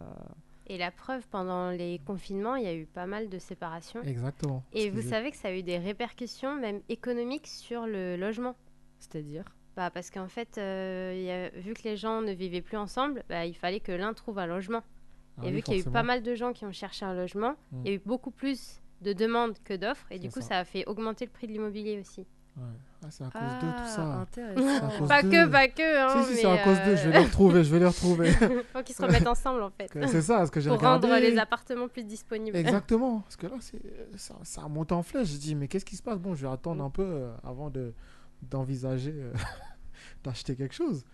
S4: Et la preuve, pendant les confinements, il y a eu pas mal de séparations.
S2: Exactement.
S4: Et
S2: Ce
S4: vous
S2: que je-
S4: savez que ça a eu des répercussions, même économiques, sur le logement.
S3: C'est-à-dire.
S4: Bah, parce qu'en fait, euh, il y a- vu que les gens ne vivaient plus ensemble, bah, il fallait que l'un trouve un logement.
S2: Ah
S4: et
S2: oui,
S4: vu qu'il y a eu pas
S2: forcément.
S4: mal de gens qui ont cherché un logement,
S2: Mm.
S4: il y a eu beaucoup plus de demandes que d'offres. Et du
S2: C'est
S4: coup,
S2: ça.
S4: ça a fait augmenter le prix de l'immobilier aussi.
S2: Ouais. Ah, c'est à cause
S3: Ah,
S2: de tout ça.
S3: intéressant.
S2: À cause
S4: Pas
S2: d'eux.
S4: que, pas que. Hein,
S2: si, si,
S4: mais,
S2: c'est à cause d'eux, je vais les retrouver, je vais les retrouver.
S4: euh, faut qu'ils se remettent ensemble en fait.
S2: C'est ça, ce que j'ai
S4: Pour
S2: regardé.
S4: rendre les appartements plus disponibles.
S2: Exactement, parce que là, c'est, ça, ça a monté en flèche. Je dis, mais qu'est-ce qui se passe Bon, je vais attendre un peu euh, avant de, d'envisager euh, d'acheter quelque chose.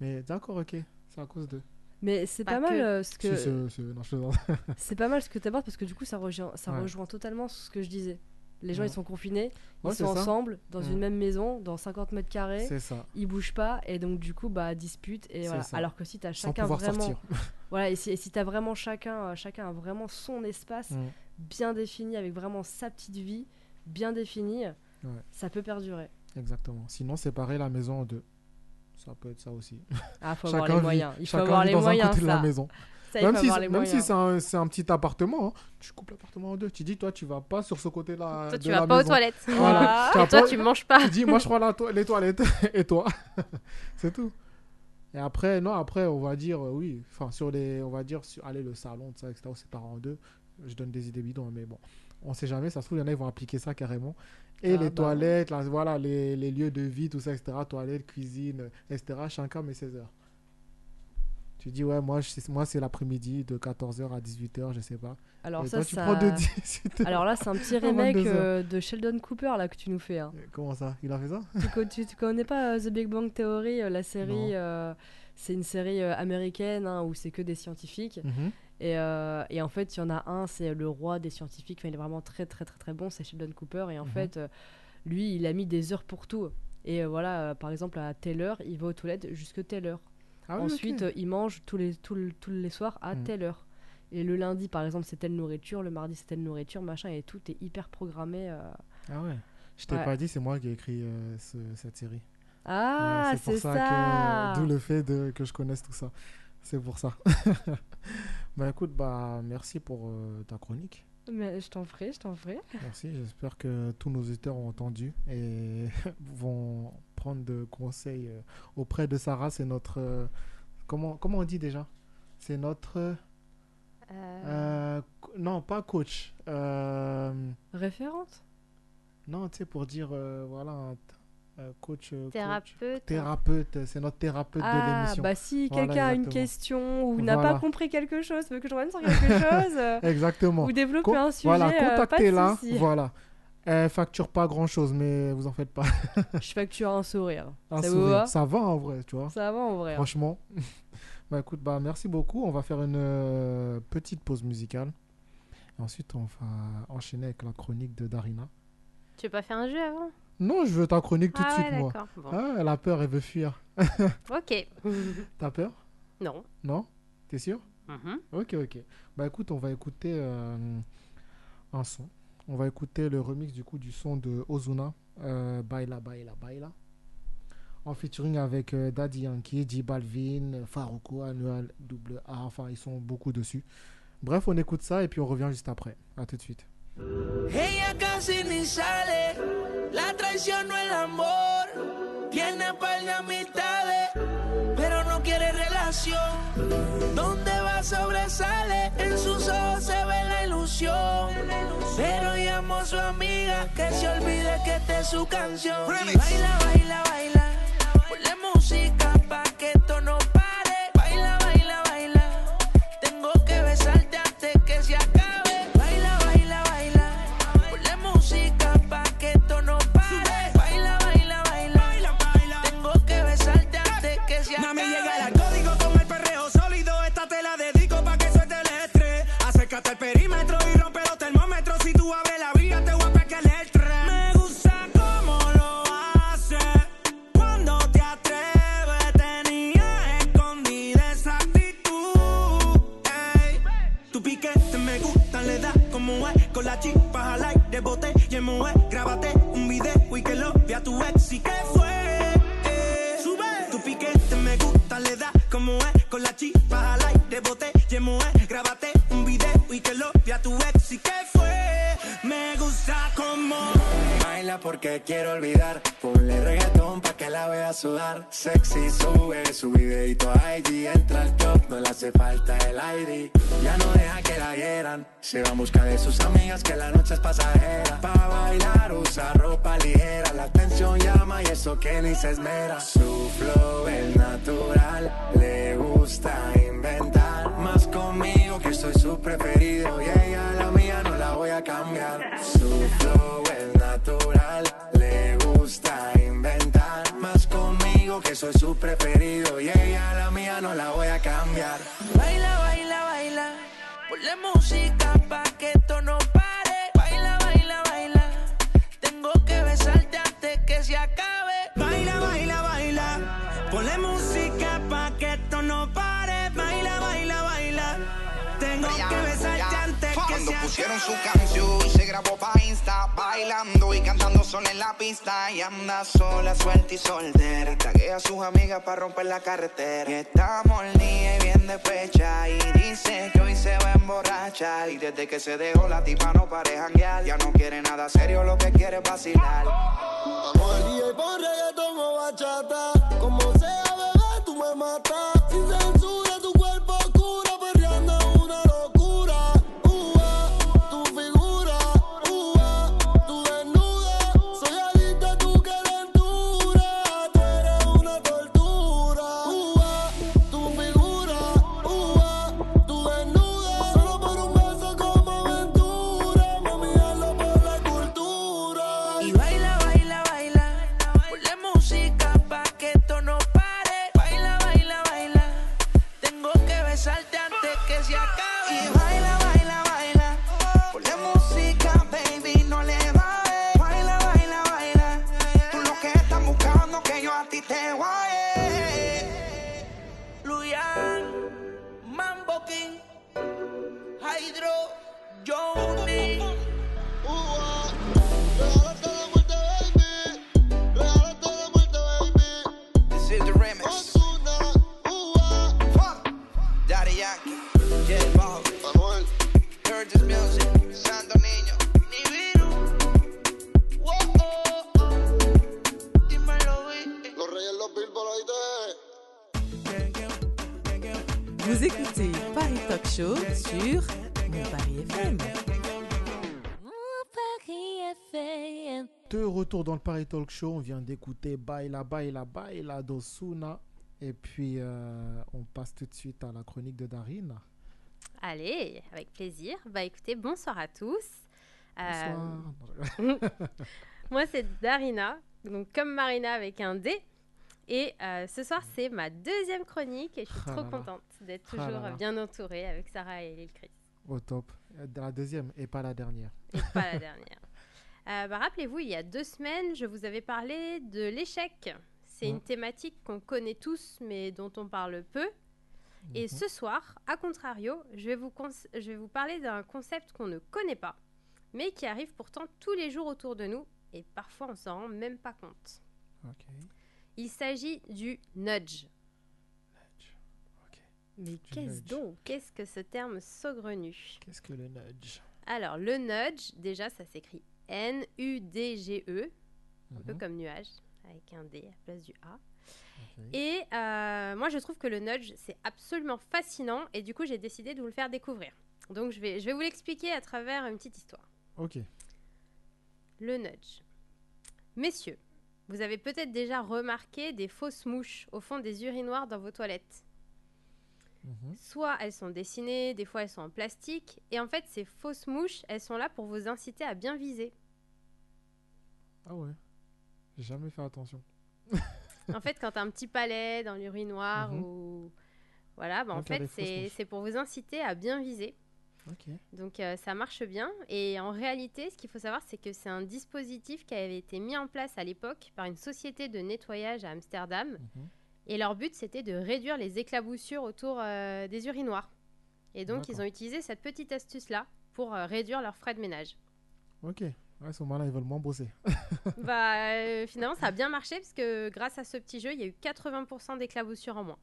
S2: Mais d'accord, ok, c'est à cause de.
S3: Mais c'est
S4: Pas
S3: pas, mal
S4: que.
S3: euh, ce que.
S2: Si, c'est- c'est- non, je plaisante.
S3: C'est pas mal ce que tu abordes parce que du coup ça rejoint, ça
S2: Ouais.
S3: rejoint totalement ce que je disais. Les gens
S2: Ouais.
S3: ils sont confinés, ils
S2: Ouais, c'est
S3: sont
S2: ça.
S3: ensemble dans
S2: Mm.
S3: une même maison, dans 50 mètres carrés,
S2: C'est ça.
S3: ils bougent pas et donc du coup bah dispute et
S2: C'est
S3: voilà.
S2: ça.
S3: Alors que si t'as
S2: Sans
S3: chacun
S2: pouvoir
S3: vraiment,
S2: sortir.
S3: voilà et si, et si t'as vraiment chacun, euh, chacun a vraiment son espace
S2: Mm.
S3: bien défini avec vraiment sa petite vie bien définie, ça peut perdurer.
S2: Exactement. Sinon, séparer la maison en deux. Ça peut être ça aussi.
S3: Ah faut
S2: Chacun
S3: avoir les
S2: vit-
S3: moyens, il faut
S2: Chacun
S3: avoir
S2: vit
S3: les
S2: dans un
S3: moyens
S2: côté de la
S3: ça.
S2: maison.
S3: Ça, il
S2: Même
S3: faut
S2: si,
S3: avoir les
S2: même si
S3: moyens.
S2: c'est un, c'est un petit appartement, hein, tu coupes l'appartement en deux. Tu dis, toi, tu vas pas sur ce côté-là.
S4: Toi,
S2: de
S4: tu
S2: la
S4: vas pas aux
S2: maison.
S4: toilettes.
S3: Ah.
S2: Voilà. Tu vas
S4: Et toi,
S2: pas-
S4: tu manges pas.
S2: tu dis moi je prends la to- les toilettes et toi c'est tout et après non après on va dire euh, oui enfin sur les on va dire sur aller le salon tout ça etc on sépare en deux je donne des idées bidons hein, mais bon on sait jamais ça se trouve il y en a ils vont appliquer ça carrément et
S3: Ah,
S2: les
S3: bah.
S2: toilettes là, voilà les, les lieux de vie tout ça etc toilettes cuisine etc chacun met ses heures tu dis ouais moi je- c'est- moi c'est l'après-midi de 14h à 18h je sais pas
S3: Alors
S2: et
S3: ça,
S2: toi tu
S3: ça-
S2: prends de 18h
S3: Alors là c'est un petit
S2: À
S3: remake
S2: 22 heures.
S3: euh, de Sheldon Cooper là que tu nous fais. hein.
S2: comment ça il a fait ça
S3: Tu, co- tu- tu connais pas euh, The Big Bang Theory, euh, la
S2: Non.
S3: série euh, C'est une série euh, américaine hein, où c'est que des scientifiques. Et, euh, et en fait, il y en a un, c'est le roi des scientifiques. Enfin, il est vraiment très, très, très, très bon. C'est Sheldon Cooper. Et en
S2: Mhm.
S3: fait, euh, lui, il a mis des heures pour tout. Et euh, voilà, euh, par exemple, à telle heure, il va aux toilettes jusque telle heure.
S2: Ah oui, ok.
S3: Ensuite, euh, il mange tous les, tous le- tous les soirs à
S2: Mhm.
S3: telle heure. Et le lundi, par exemple, c'est telle nourriture, le mardi, c'est telle nourriture, machin, et tout est hyper programmé. euh.
S2: Ah ouais. Je t'ai
S3: Ouais.
S2: pas dit, c'est moi qui ai écrit euh, ce- cette série.
S3: Ah,
S2: Ouais,
S3: c'est ça,
S2: que- D'où le fait de, que je connaisse tout ça. C'est pour ça. bah écoute, bah merci pour euh, ta chronique.
S3: Mais je t'en ferai, je t'en ferai.
S2: Merci. J'espère que tous nos auditeurs ont entendu et vont prendre de conseils euh, auprès de Sarah. C'est notre euh, comment comment on dit déjà C'est notre euh,
S4: Euh,
S2: co- non pas coach. Euh,
S3: Référente
S2: non, tu sais pour dire euh, voilà un t- euh, coach, euh, coach-
S4: Thérapeute.
S2: thérapeute. C'est notre thérapeute de
S3: Ah,
S2: l'émission.
S3: bah si
S2: Voilà,
S3: quelqu'un a une
S2: exactement.
S3: question ou n'a
S2: Voilà.
S3: pas compris quelque chose, veut que je revienne sur quelque chose, euh,
S2: Exactement.
S3: ou développer
S2: Con-
S3: un sujet,
S2: voilà,
S3: euh,
S2: contactez-la.
S3: pas de souci.
S2: voilà. Elle facture pas grand chose, mais vous en faites pas.
S3: Je facture un sourire.
S2: Un
S3: ça vous
S2: sourire.
S3: va
S2: Ça va en vrai, tu vois.
S3: Ça va en vrai. hein.
S2: Franchement. bah écoute, bah merci beaucoup. On va faire une euh, petite pause musicale. Et ensuite, on va enchaîner avec la chronique de Darina.
S4: Tu veux pas faire un jeu avant
S2: Non, je veux ta chronique tout
S4: Ah
S2: de
S4: ouais,
S2: suite, moi.
S4: d'accord. Bon.
S2: Ah, elle a peur, elle veut fuir.
S4: Ok.
S2: T'as peur
S4: non.
S2: Non T'es sûr
S4: Mhm.
S2: Ok, ok. Bah écoute, on va écouter euh, un son. On va écouter le remix du coup du son de Ozuna, euh, Baila Baila Baila, en featuring avec euh, Daddy Yankee, J Balvin, Faruko, Annual, Double A, enfin ils sont beaucoup dessus. Bref, on écoute ça et puis on revient juste après. À tout de suite.
S5: Ella casi ni sale, la traición no el amor. Tiene par de amistades, pero no quiere relación. Donde va sobresale, en sus ojos se ve la ilusión. Pero llamo a su amiga que se olvide que esta es su canción. Y baila, baila, baila, ponle música pa' que esto no pare. Baila, baila, baila, tengo que besarte antes que se acabe. Baila, baila, baila. Ponle música pa' que esto no pare. Baila, baila, baila. Tengo que besarte antes que se acabe.
S8: Dame llegar al código con el perreo sólido. Esta te la dedico pa' que suelte el estrés. Acércate al perímetro y rompe los termómetros. Si tú abres la brilla, te voy a pescar el tren. Me gusta cómo lo haces. Cuando te atreves, tenía escondida esa actitud. Ey. Tu piquete me gusta, le da como es Con la chispa al aire, boté y en moe Grábate un video y que lo vea tu ex y que fue eh. Sube Tu piquete me gusta, le da como es Con la chispa al aire, boté y en moe Grábate un video y que lo vea tu ex y que fue Me gusta como
S9: Baila porque quiero olvidar. Ponle reggaetón pa' que la vea sudar. Sexy sube su videito a IG. Entra al top, no le hace falta el ID. Ya no deja que la hieran. Se va en busca de sus amigas que la noche es pasajera. Pa' bailar usa ropa ligera. La atención llama y eso que ni se esmera. Su flow es natural. Le gusta inventar. Más conmigo que soy su preferido. Y ella la mía no la voy a cambiar. Su flow es natural, le gusta inventar. Más conmigo que soy su preferido. Y ella la mía no la voy a cambiar.
S5: Baila, baila, baila. Ponle música pa' que esto no pare. Baila, baila, baila. Tengo que besarte antes que se acabe.
S8: Baila, baila, baila. Ponle música pa' que esto no pare. Baila, baila, baila. Tengo que besarte antes que
S10: Cuando
S8: se
S10: pusieron su
S8: acabe.
S10: canción, se grabó pa' Insta, bailando y cantando sola en la pista. Y anda sola, suelta y soltera. Taguea a sus amigas para romper la carretera. Y está molnida y bien de fecha. Y dice que hoy se va a emborrachar. Y desde que se dejó, la tipa no pare janguear. Ya no quiere nada serio, lo que quiere es vacilar.
S8: Vamos al DJ pon reggaetón o bachata. Como sea, bebé, tú me matas. Sin censura, tu cuerpo oscura, perreando una locura. Uva, tu figura, uva, tu desnuda. Soy adicto a tu calentura. Tú eres una tortura. Uva, tu figura, uva, tu desnuda. Solo por un beso como aventura. Mami, hazlo por la cultura.
S5: Y baila, baila.
S7: Show sur Mon Paris FM.
S2: De retour dans le Paris Talk Show, on vient d'écouter Baila Baila Baila d'Osuna. Et puis, euh, on passe tout de suite à la chronique de Darine.
S4: Allez, avec plaisir. Bah écoutez, bonsoir à tous. Euh, moi, c'est Darina, donc comme Marina avec un D. Et euh, ce soir, c'est ma deuxième chronique et je suis
S2: Ah
S4: trop
S2: là là.
S4: contente d'être
S2: Ah
S4: toujours
S2: là là.
S4: bien entourée avec Sarah et Lil Chris.
S2: Au top. euh, La deuxième et pas la dernière.
S4: et pas la dernière. Euh, bah, Rappelez-vous, il y a deux semaines, je vous avais parlé de l'échec. C'est
S2: Mhm.
S4: une thématique qu'on connaît tous, mais dont on parle peu. Et ce soir, à contrario, je vais vous, cons- je vais vous parler d'un concept qu'on ne connaît pas, mais qui arrive pourtant tous les jours autour de nous, et parfois on s'en rend même pas compte. Il s'agit du nudge. Mais qu'est-ce
S2: nudge.
S4: donc Qu'est-ce que ce terme saugrenu
S2: Qu'est-ce que le nudge
S4: alors, le nudge, déjà, ça s'écrit N-U-D-G-E, E, un peu
S2: Mhm.
S4: comme nuage, avec un D à la place du A. Et euh, moi, je trouve que le nudge, c'est absolument fascinant, et du coup, j'ai décidé de vous le faire découvrir. Donc, je vais, je vais vous l'expliquer à travers une petite histoire.
S2: Ok.
S4: Le nudge. Messieurs, vous avez peut-être déjà remarqué des fausses mouches au fond des urinoirs dans vos toilettes.
S2: Mhm.
S4: Soit elles sont dessinées, des fois elles sont en plastique, et en fait ces fausses mouches, elles sont là pour vous inciter à bien viser.
S2: Ah ouais. J'ai jamais fait attention.
S4: En fait, quand t'as un petit palet dans l'urinoir
S2: Mhm.
S4: ou voilà, bah, en
S2: Donc, il y a
S4: fait
S2: des fausses
S4: c'est-
S2: mouches.
S4: c'est pour vous inciter à bien viser.
S2: Ok.
S4: Donc euh, ça marche bien. Et en réalité, ce qu'il faut savoir, c'est que c'est un dispositif qui avait été mis en place à l'époque par une société de nettoyage à Amsterdam.
S2: Mhm.
S4: Et leur but, c'était de réduire les éclaboussures autour euh, des urinoirs. Et donc, ils
S2: D'accord.
S4: ont utilisé cette petite astuce-là pour euh, réduire leurs frais de ménage.
S2: Ok. Ouais, ils sont malins, ils veulent moins bosser.
S4: bah, euh, finalement, ça a bien marché parce que grâce à ce petit jeu, il y a eu 80% d'éclaboussures en moins.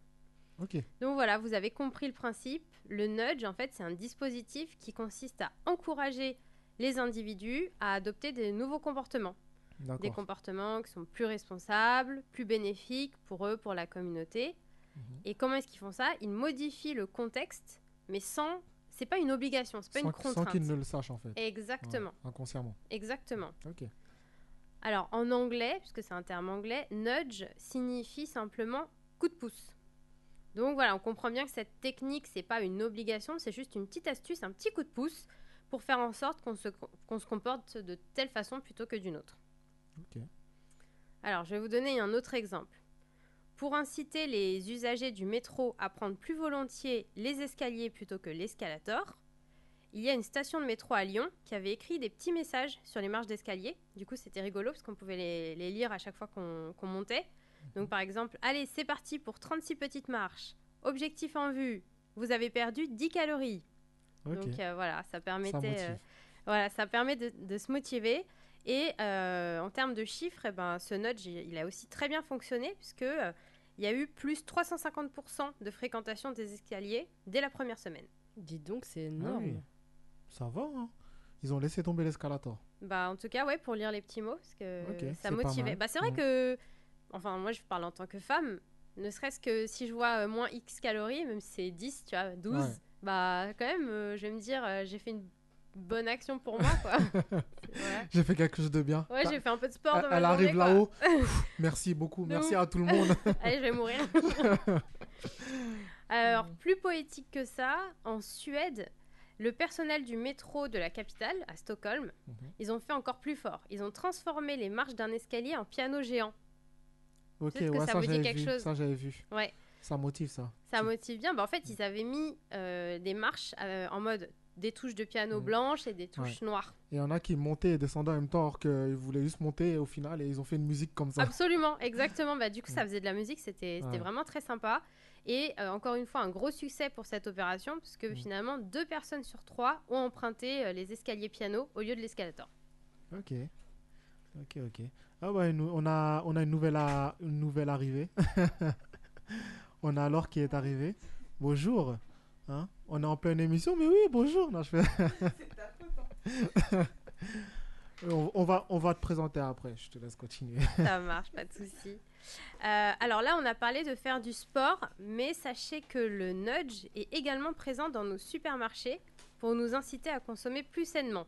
S2: Ok.
S4: Donc voilà, vous avez compris le principe. Le nudge, en fait, c'est un dispositif qui consiste à encourager les individus à adopter des nouveaux comportements. Des
S2: D'accord.
S4: comportements qui sont plus responsables, plus bénéfiques pour eux, pour la communauté.
S2: Mhm.
S4: Et comment est-ce qu'ils font ça Ils modifient le contexte, mais sans. C'est pas une obligation, c'est pas une
S2: Sans, sans
S4: contrainte.
S2: qu'ils ne le sachent en fait.
S4: Exactement.
S2: Ouais, inconsciemment.
S4: Exactement.
S2: Ok.
S4: Alors, en anglais, puisque c'est un terme anglais, nudge signifie simplement coup de pouce. Donc voilà, on comprend bien que cette technique, c'est pas une obligation, c'est juste une petite astuce, un petit coup de pouce pour faire en sorte qu'on se, qu'on se comporte de telle façon plutôt que d'une autre.
S2: Ok.
S4: Alors, je vais vous donner un autre exemple. Pour inciter les usagers du métro à prendre plus volontiers les escaliers plutôt que l'escalator, il y a une station de métro à Lyon qui avait écrit des petits messages sur les marches d'escalier. Du coup, c'était rigolo parce qu'on pouvait les, les lire à chaque fois qu'on qu'on montait.
S1: Mhm.
S4: Donc, par exemple, allez, c'est parti pour 36 petites marches. Objectif en vue, vous avez perdu 10 calories.
S1: Ok.
S4: Donc, euh, voilà, ça permettait.
S1: motive.
S4: euh, voilà, ça permet de, de se motiver. Et euh, en termes de chiffres, eh ben, ce nudge, il, il a aussi très bien fonctionné puisque euh, il y a eu plus 350% de fréquentation des escaliers dès la première semaine.
S3: Dites donc, c'est
S2: Ah
S3: énorme.
S2: oui. Ça va, hein. Ils ont laissé tomber l'escalator.
S4: Bah, en tout cas, ouais, pour lire les petits mots, parce que
S2: Ok, c'est
S4: ça
S2: pas
S4: motivait.
S2: mal.
S4: Bah, c'est vrai
S2: Mm.
S4: que, enfin, moi, je parle en tant que femme, ne serait-ce que si je vois euh, moins X calories, même si c'est 10, tu vois, 12,
S2: Ouais.
S4: bah, quand même, euh, je vais me dire, euh, j'ai fait une bonne action pour moi, quoi. Voilà.
S2: J'ai fait quelque chose de bien.
S4: Ouais,
S2: Bah,
S4: j'ai fait un peu de sport.
S2: elle-
S4: de ma
S2: Elle arrive
S4: journée,
S2: là-haut.
S4: quoi.
S2: Pff, Merci beaucoup.
S4: De
S2: Merci
S4: ouf.
S2: à tout le monde.
S4: Allez, je vais mourir. Alors, plus poétique que ça, en Suède, le personnel du métro de la capitale, à Stockholm, ils ont fait encore plus fort. Ils ont transformé les marches d'un escalier en piano géant.
S2: Ok,
S4: Peut-être que
S2: ouais,
S4: ça
S2: ça
S4: vous dit
S2: j'avais
S4: quelque
S2: vu.
S4: chose.
S2: Ça j'avais vu.
S4: Ouais,
S2: Ça motive ça.
S4: ça motive bien. Bah, en fait, ils avaient mis euh, des marches euh, en mode des touches de piano blanches et des touches
S2: Ouais.
S4: noires.
S2: Il y en a qui montaient et descendaient en même temps, alors qu'ils voulaient juste monter et au final, et ils ont fait une musique comme
S3: Ah.
S2: ça.
S4: Absolument, exactement. Bah, du coup, ça faisait de la musique, c'était c'était
S2: Ouais.
S4: vraiment très sympa. Et euh, encore une fois, un gros succès pour cette opération, puisque
S2: Mm.
S4: finalement, deux personnes sur trois ont emprunté euh, les escaliers piano au lieu de l'escalator.
S2: Ok. Ok, ok. Ah bah, nous- on a, on a une, nouvelle à- une nouvelle arrivée. on a Laure qui est arrivée. Bonjour. Hein on est en pleine émission, mais oui, bonjour. Non, je fais... On, on va, on va te présenter après, je te laisse continuer.
S4: Ça marche, pas de souci. Euh, alors là, on a parlé de faire du sport, mais sachez que le nudge est également présent dans nos supermarchés pour nous inciter à consommer plus sainement.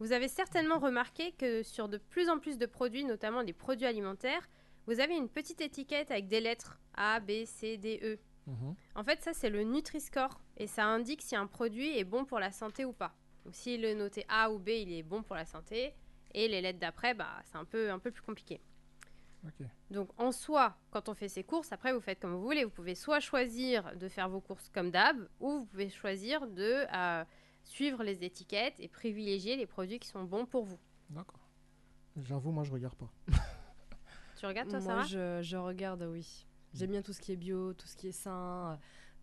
S4: Vous avez certainement remarqué que sur de plus en plus de produits, notamment les produits alimentaires, vous avez une petite étiquette avec des lettres A, B, C, D, E.
S6: Mhm.
S4: En fait, ça c'est le Nutri-Score et ça indique si un produit est bon pour la santé ou pas. Donc si le noté A ou B, il est bon pour la santé et les lettres d'après, bah c'est un peu un peu plus compliqué. Donc en soi, quand on fait ses courses, après vous faites comme vous voulez. Vous pouvez soit choisir de faire vos courses comme d'hab, ou vous pouvez choisir de euh, suivre les étiquettes et privilégier les produits qui sont bons pour vous.
S2: D'accord. J'avoue, moi, je regarde pas.
S4: Tu regardes toi,
S3: Moi,
S4: Sarah
S3: je, je regarde, oui. J'aime bien tout ce qui est bio, tout ce qui est sain. euh,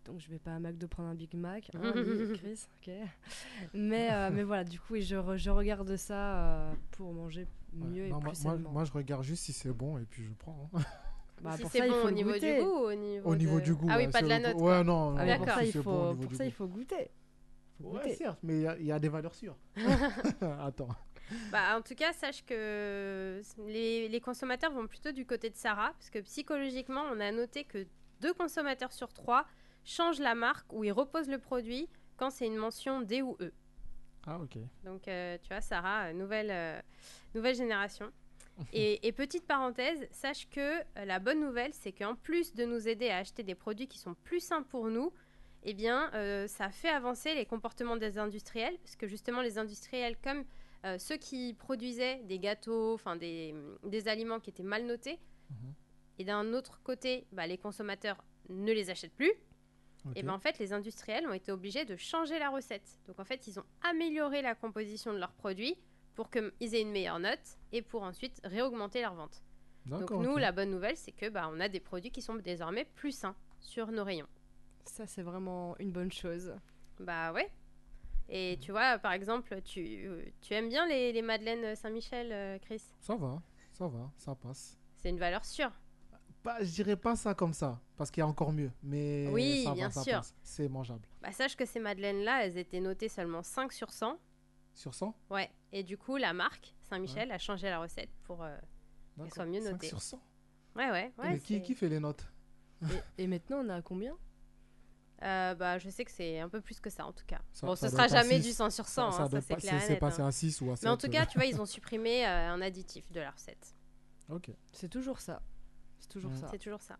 S3: Donc, je vais pas à McDo prendre un Big Mac. hein, lui, Chris, ok. Mais, euh, mais voilà, du coup, oui, je, re- je regarde ça euh, pour manger mieux
S2: Ouais.
S3: et
S2: Non, moi,
S3: plus
S2: moi-
S3: sainement.
S2: moi, je regarde juste si c'est bon et puis je prends. hein.
S3: Bah,
S4: Si
S3: pour
S4: c'est
S3: ça, il
S4: bon
S3: faut
S4: au
S3: le
S4: niveau du
S3: goûter.
S4: goût ou au niveau
S2: Au niveau
S4: de-
S2: du goût.
S4: Ah oui,
S2: ouais,
S4: pas de la
S2: c'est au-
S4: note, quoi.
S2: Ouais, non.
S3: Ah, mais
S2: non,
S3: pour
S2: si
S3: ça, il
S2: c'est
S3: faut,
S2: bon au niveau
S3: pour
S2: du
S3: ça, il
S2: goût.
S3: faut goûter. Faut
S2: Ouais,
S3: goûter.
S2: certes, mais il y a- il y, a des valeurs sûres. Attends.
S4: Bah, en tout cas, sache que les, les consommateurs vont plutôt du côté de Sarah, parce que psychologiquement, on a noté que deux consommateurs sur trois changent la marque ou ils reposent le produit quand c'est une mention D ou E.
S2: Ah, ok.
S4: Donc, euh, tu vois, Sarah, euh, nouvelle, euh, nouvelle génération. Et, et petite parenthèse, sache que euh, la bonne nouvelle, c'est qu'en plus de nous aider à acheter des produits qui sont plus sains pour nous, eh bien, euh, ça fait avancer les comportements des industriels, parce que justement, les industriels, comme euh, ceux qui produisaient des gâteaux, enfin des, des aliments qui étaient mal notés, et d'un autre côté, bah, les consommateurs ne les achètent plus, et
S6: Ok.
S4: ben en fait, les industriels ont été obligés de changer la recette. Donc en fait, ils ont amélioré la composition de leurs produits pour qu'ils aient une meilleure note et pour ensuite réaugmenter leurs ventes. Donc
S3: D'accord,
S4: nous,
S3: ok.
S4: la bonne nouvelle, c'est que bah, on a des produits qui sont désormais plus sains sur nos rayons.
S3: Ça, c'est vraiment une bonne chose.
S4: Bah ouais. Et tu vois, par exemple, tu, euh, tu aimes bien les, les Madeleines Saint-Michel, euh, Chris
S2: Ça va, ça va, ça passe.
S4: C'est une valeur sûre.
S2: Bah, je dirais pas ça comme ça, parce qu'il y a encore mieux. Mais
S4: Oui,
S2: ça va,
S4: bien
S2: ça
S4: sûr.
S2: passe. C'est mangeable.
S4: Bah, sache que ces Madeleines-là, elles étaient notées seulement 5 sur 100.
S2: Sur 100
S4: Ouais. Et du coup, la marque Saint-Michel a changé la recette pour euh, qu'elle soit mieux
S2: Cinq
S4: notée.
S2: sur 100.
S4: Ouais, ouais. ouais
S2: mais qui,
S4: c'est-
S2: qui fait les notes
S3: Et, et maintenant, on est à combien
S4: Euh, bah, je sais que c'est un peu plus que ça en tout cas.
S2: Ça-
S4: bon,
S2: ça
S4: ce sera
S2: doit être à
S4: jamais
S2: six.
S4: du 100 sur 100,
S2: Ça-
S4: hein,
S2: ça
S4: ça,
S2: doit
S4: c'est
S2: pas-
S4: clair.
S2: c'est-
S4: et
S2: c'est
S4: net,
S2: passé
S4: hein.
S2: à six ou à
S4: Mais en
S2: sept,
S4: tout cas,
S2: euh.
S4: tu vois, ils ont supprimé euh, un additif de la recette.
S2: Ok.
S3: C'est toujours ça. C'est toujours ça.
S4: C'est toujours ça.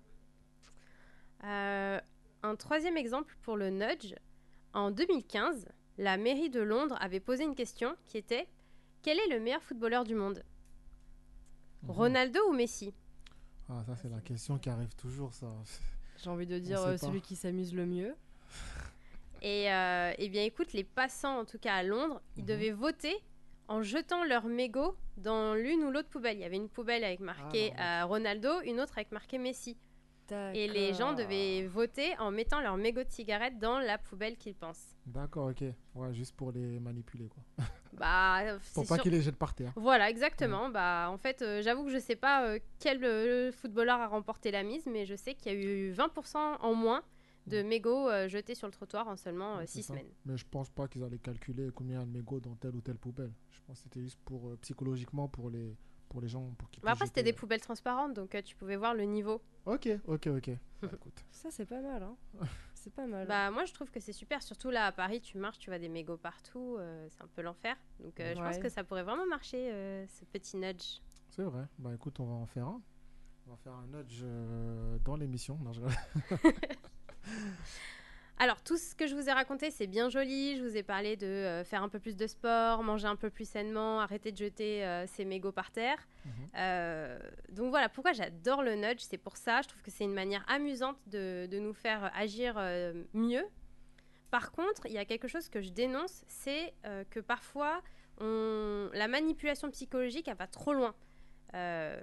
S4: Euh, un troisième exemple pour le nudge. En 2015, la mairie de Londres avait posé une question qui était Quel est le meilleur footballeur du monde Ronaldo ou Messi
S2: Mhm. Ah, ça, c'est la question qui arrive toujours, ça.
S3: J'ai envie de
S2: On
S3: dire
S2: sait
S3: euh,
S2: pas.
S3: celui qui s'amuse le mieux.
S4: Et euh, eh bien, écoute, les passants, en tout cas à Londres,
S2: Mhm.
S4: ils devaient voter en jetant leur mégot dans l'une ou l'autre poubelle. Il y avait une poubelle avec
S2: Ah,
S4: marqué euh, Ronaldo, une autre avec marqué Messi. Et les gens devaient voter en mettant leur mégot de cigarette dans la poubelle qu'ils pensent.
S2: D'accord, ok. Ouais, juste pour les manipuler, quoi.
S4: Bah,
S2: Pour
S4: c'est
S2: pas
S4: sûr-
S2: qu'ils les jettent par terre.
S4: Voilà, exactement. Bah, en fait, euh, j'avoue que je sais pas euh, quel euh, footballeur a remporté la mise, mais je sais qu'il y a eu 20% en moins
S2: Mm.
S4: de mégots euh, jetés sur le trottoir en seulement
S2: Ouais,
S4: 6
S2: c'est ça.
S4: semaines.
S2: Mais je pense pas qu'ils allaient calculer combien il y a de mégots dans telle ou telle poubelle. Je pense que c'était juste pour euh, psychologiquement pour les pour les gens pour qu'ils.
S4: Bah, après,
S2: puissent
S4: c'était des poubelles transparentes, donc euh, tu pouvais voir le niveau.
S2: jeter. Ok, ok, ok. Bah,
S3: Ça, c'est pas mal. Hein. c'est pas mal.
S4: Bah, moi, je trouve que c'est super. Surtout là, à Paris, tu marches, tu vois des mégots partout. euh, c'est un peu l'enfer. Donc, euh, je pense
S2: Ouais.
S4: que ça pourrait vraiment marcher, euh, ce petit nudge.
S2: C'est vrai. Bah écoute, on va en faire un. On va faire un nudge euh, dans l'émission. Non, je...
S4: Alors, tout ce que je vous ai raconté, c'est bien joli. Je vous ai parlé de euh, faire un peu plus de sport, manger un peu plus sainement, arrêter de jeter euh, ses mégots par terre. Euh, donc voilà, pourquoi j'adore le nudge, c'est pour ça. Je trouve que c'est une manière amusante de, de nous faire agir euh, mieux. Par contre, il y a quelque chose que je dénonce, c'est euh, que parfois, on- la manipulation psychologique, elle va trop loin. Euh,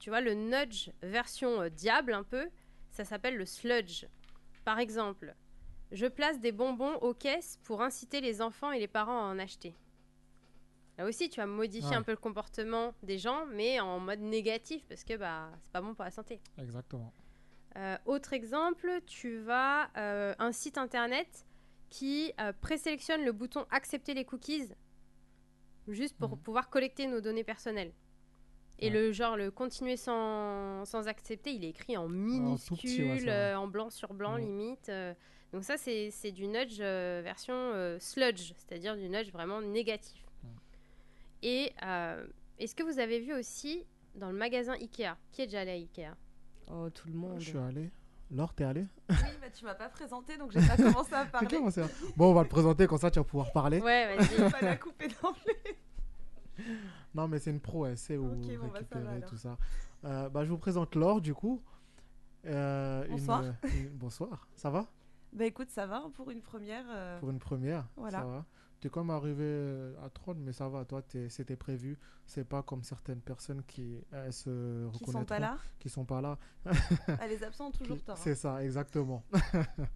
S4: tu vois, le nudge version euh, diable un peu, ça s'appelle le sludge. Par exemple, je place des bonbons aux caisses pour inciter les enfants et les parents à en acheter. Là aussi, tu vas modifier
S2: Ouais.
S4: un peu le comportement des gens, mais en mode négatif, parce que bah, c'est pas bon pour la santé.
S2: Exactement.
S4: Euh, autre exemple, tu vas euh, un site internet qui euh, présélectionne le bouton accepter les cookies juste
S2: Mhm.
S4: pour pouvoir collecter nos données personnelles. Et le genre, le continuer sans, sans accepter, il est écrit en
S2: tout petit, ouais, c'est
S4: minuscule,
S2: vrai.
S4: euh, en blanc sur blanc, limite. euh. donc ça, c'est c'est du nudge euh, version euh, sludge, c'est-à-dire du nudge vraiment négatif. Et euh, est-ce que vous avez vu aussi dans le magasin Ikea Qui est déjà allé à Ikea
S3: Oh, tout le monde.
S2: Je suis allé. Laure, t'es allé
S4: Oui, mais tu m'as pas présenté, donc
S3: j'ai pas
S4: commencé à
S2: Ok, on sait. Bon, on va le présenter, comme ça tu vas pouvoir parler.
S4: Ouais, vas-y. Pas la couper
S2: non, mais c'est une pro, elle sait où
S11: Ok, bon, bah, ça
S2: récupérer
S11: va, alors.
S2: tout ça. Euh, bah, je vous présente Laure, du coup. Euh, une-
S11: Bonsoir.
S2: une- bonsoir, ça va
S11: Bah écoute, ça va pour une première. euh,
S2: Pour une première,
S11: Voilà.
S2: ça va. T'es comme arrivé euh, à trône, mais ça va, toi, t'es- c'était prévu. C'est pas comme certaines personnes qui euh, se
S11: Qui sont
S2: reconnaîtront,
S11: pas là
S2: Qui sont pas là.
S11: Ah, les absents ont toujours
S2: Qui-
S11: tort, hein.
S2: C'est ça, exactement.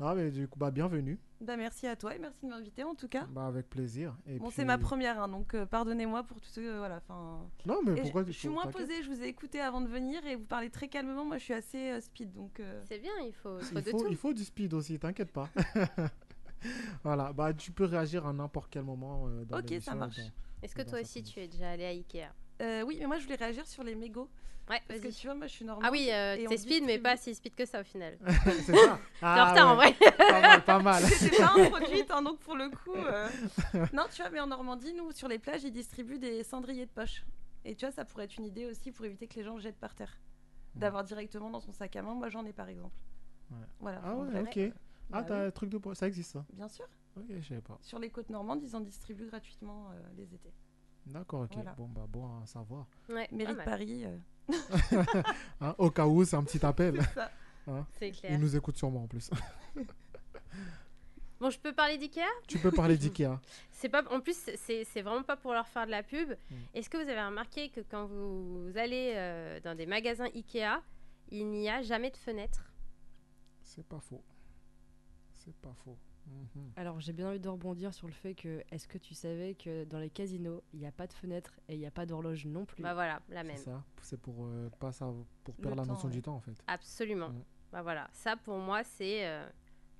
S2: non, mais du coup, bah, bienvenue.
S11: Bah merci à toi et merci de m'inviter en tout cas.
S2: Bah, avec plaisir. Et
S11: bon,
S2: puis-
S11: c'est ma première, hein, donc euh, pardonnez-moi pour tout ce. voilà, enfin.
S2: Non, mais
S11: Et
S2: pourquoi
S11: je,
S2: tu-
S11: je suis
S2: faut-
S11: moins
S2: t'inquiète.
S11: posée, je vous ai écouté avant de venir et vous parlez très calmement. Moi, je suis assez euh, speed, donc.
S4: C'est bien, il faut,
S2: Il faut, il faut du speed aussi, t'inquiète pas. voilà, bah tu peux réagir à n'importe quel moment. euh, dans
S11: Ok,
S2: l'émission
S11: ça
S2: et
S11: marche.
S2: dans-
S4: Est-ce que toi aussi tu es déjà allé à Ikea
S11: oui, mais moi, je voulais réagir sur les mégots.
S4: Ouais,
S11: Parce que tu vois, moi, je suis normale.
S4: Ah oui, euh,
S11: et on
S4: t'es speed, mais pas si speed que ça au final.
S2: C'est ça.
S4: T'es
S2: Ah
S4: en retard en
S2: ouais.
S4: vrai.
S2: Pas mal, pas mal.
S11: J'étais pas introduite, hein, donc pour le coup. euh, Non, tu vois, mais en Normandie, nous, sur les plages, ils distribuent des cendriers de poche. Et tu vois, ça pourrait être une idée aussi pour éviter que les gens le jettent par terre. D'avoir directement dans son sac à main. Moi, j'en ai par exemple.
S2: Ouais.
S11: Voilà.
S2: Ah
S11: en
S2: ouais,
S11: bref.
S2: ok. Ah,
S11: Bah
S2: t'as
S11: oui.
S2: un truc de poids, ça existe ça
S11: Bien sûr.
S2: Ok, je savais pas.
S11: Sur les côtes normandes, ils en distribuent gratuitement euh, les étés.
S2: D'accord, ok.
S11: Voilà.
S2: Bon, bah bon à savoir.
S4: Ouais,
S11: Mairie
S4: pas
S11: de
S4: mal.
S11: Paris. euh,
S2: Hein, au cas où, c'est un petit appel.
S11: C'est ça.
S2: Hein
S4: C'est clair.
S2: Ils nous écoutent sûrement en plus.
S4: Bon, je peux parler d'Ikea
S2: tu peux parler d'IKEA.
S4: C'est pas, en plus, c'est c'est vraiment pas pour leur faire de la pub.
S2: Mm.
S4: Est-ce que vous avez remarqué que quand vous allez euh, dans des magasins Ikea, il n'y a jamais de fenêtre
S2: C'est pas faux. C'est pas faux. Mhm.
S3: Alors j'ai bien envie de rebondir sur le fait que est-ce que tu savais que dans les casinos il n'y a pas de fenêtre et il n'y a pas d'horloge non plus.
S4: Bah voilà, la
S2: C'est
S4: même.
S2: ça. C'est pour euh, pas ça, pour
S4: Le
S2: perdre la
S4: temps,
S2: notion
S4: ouais.
S2: du temps en fait.
S4: Absolument.
S2: Mm.
S4: Bah voilà, ça pour moi c'est euh,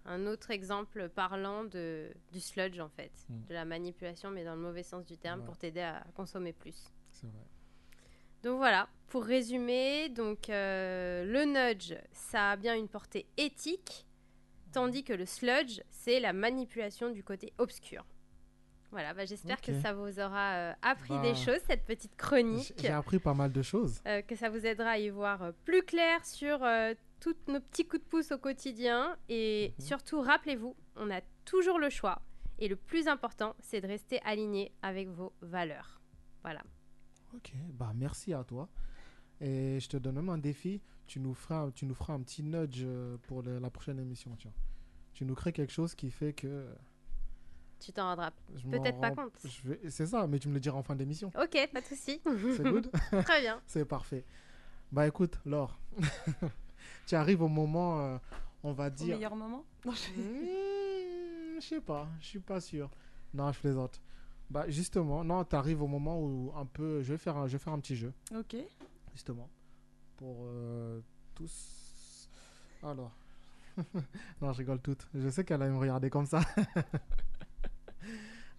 S4: un autre exemple parlant de, du sludge en fait,
S2: Mm.
S4: de la manipulation mais dans le mauvais sens du terme
S3: Ouais.
S4: pour t'aider à consommer plus.
S2: C'est vrai.
S4: Donc voilà, pour résumer, donc euh, le nudge, ça a bien une portée éthique, tandis que le sludge, c'est la manipulation du côté obscur. Voilà, bah, j'espère
S2: Ok.
S4: que ça vous aura euh, appris
S2: Bah,
S4: des choses, cette petite chronique,
S2: J'ai appris pas mal de choses.
S4: euh, que ça vous aidera à y voir euh, plus clair sur euh, tous nos petits coups de pouce au quotidien. Et
S2: Mhm.
S4: surtout, rappelez-vous, on a toujours le choix. Et le plus important, c'est de rester aligné avec vos valeurs. Voilà.
S2: Ok, bah merci à toi. Et je te donne même un défi. Tu nous feras, tu nous feras un petit nudge euh, pour le- la prochaine émission. Tiens. Tu nous crées quelque chose qui fait que
S4: Tu t'en rendras
S2: je m'en
S4: peut-être pas
S2: rends-
S4: compte.
S2: je vais- C'est ça, mais tu me le diras en fin d'émission.
S4: Ok, pas de souci.
S2: C'est good
S4: Très bien.
S2: C'est parfait. Bah écoute, Laure, tu arrives au moment, euh, on va
S11: Au
S2: dire.
S11: meilleur moment. Non, je-
S2: Hmm, je sais pas, je suis pas sûr. Non, je plaisante. Bah justement, non, tu arrives au moment où un peu, je vais faire un, je vais faire un petit jeu.
S11: Ok.
S2: justement, pour euh, tous. Alors. non, je rigole toutes. Je sais qu'elle allait me regarder comme ça.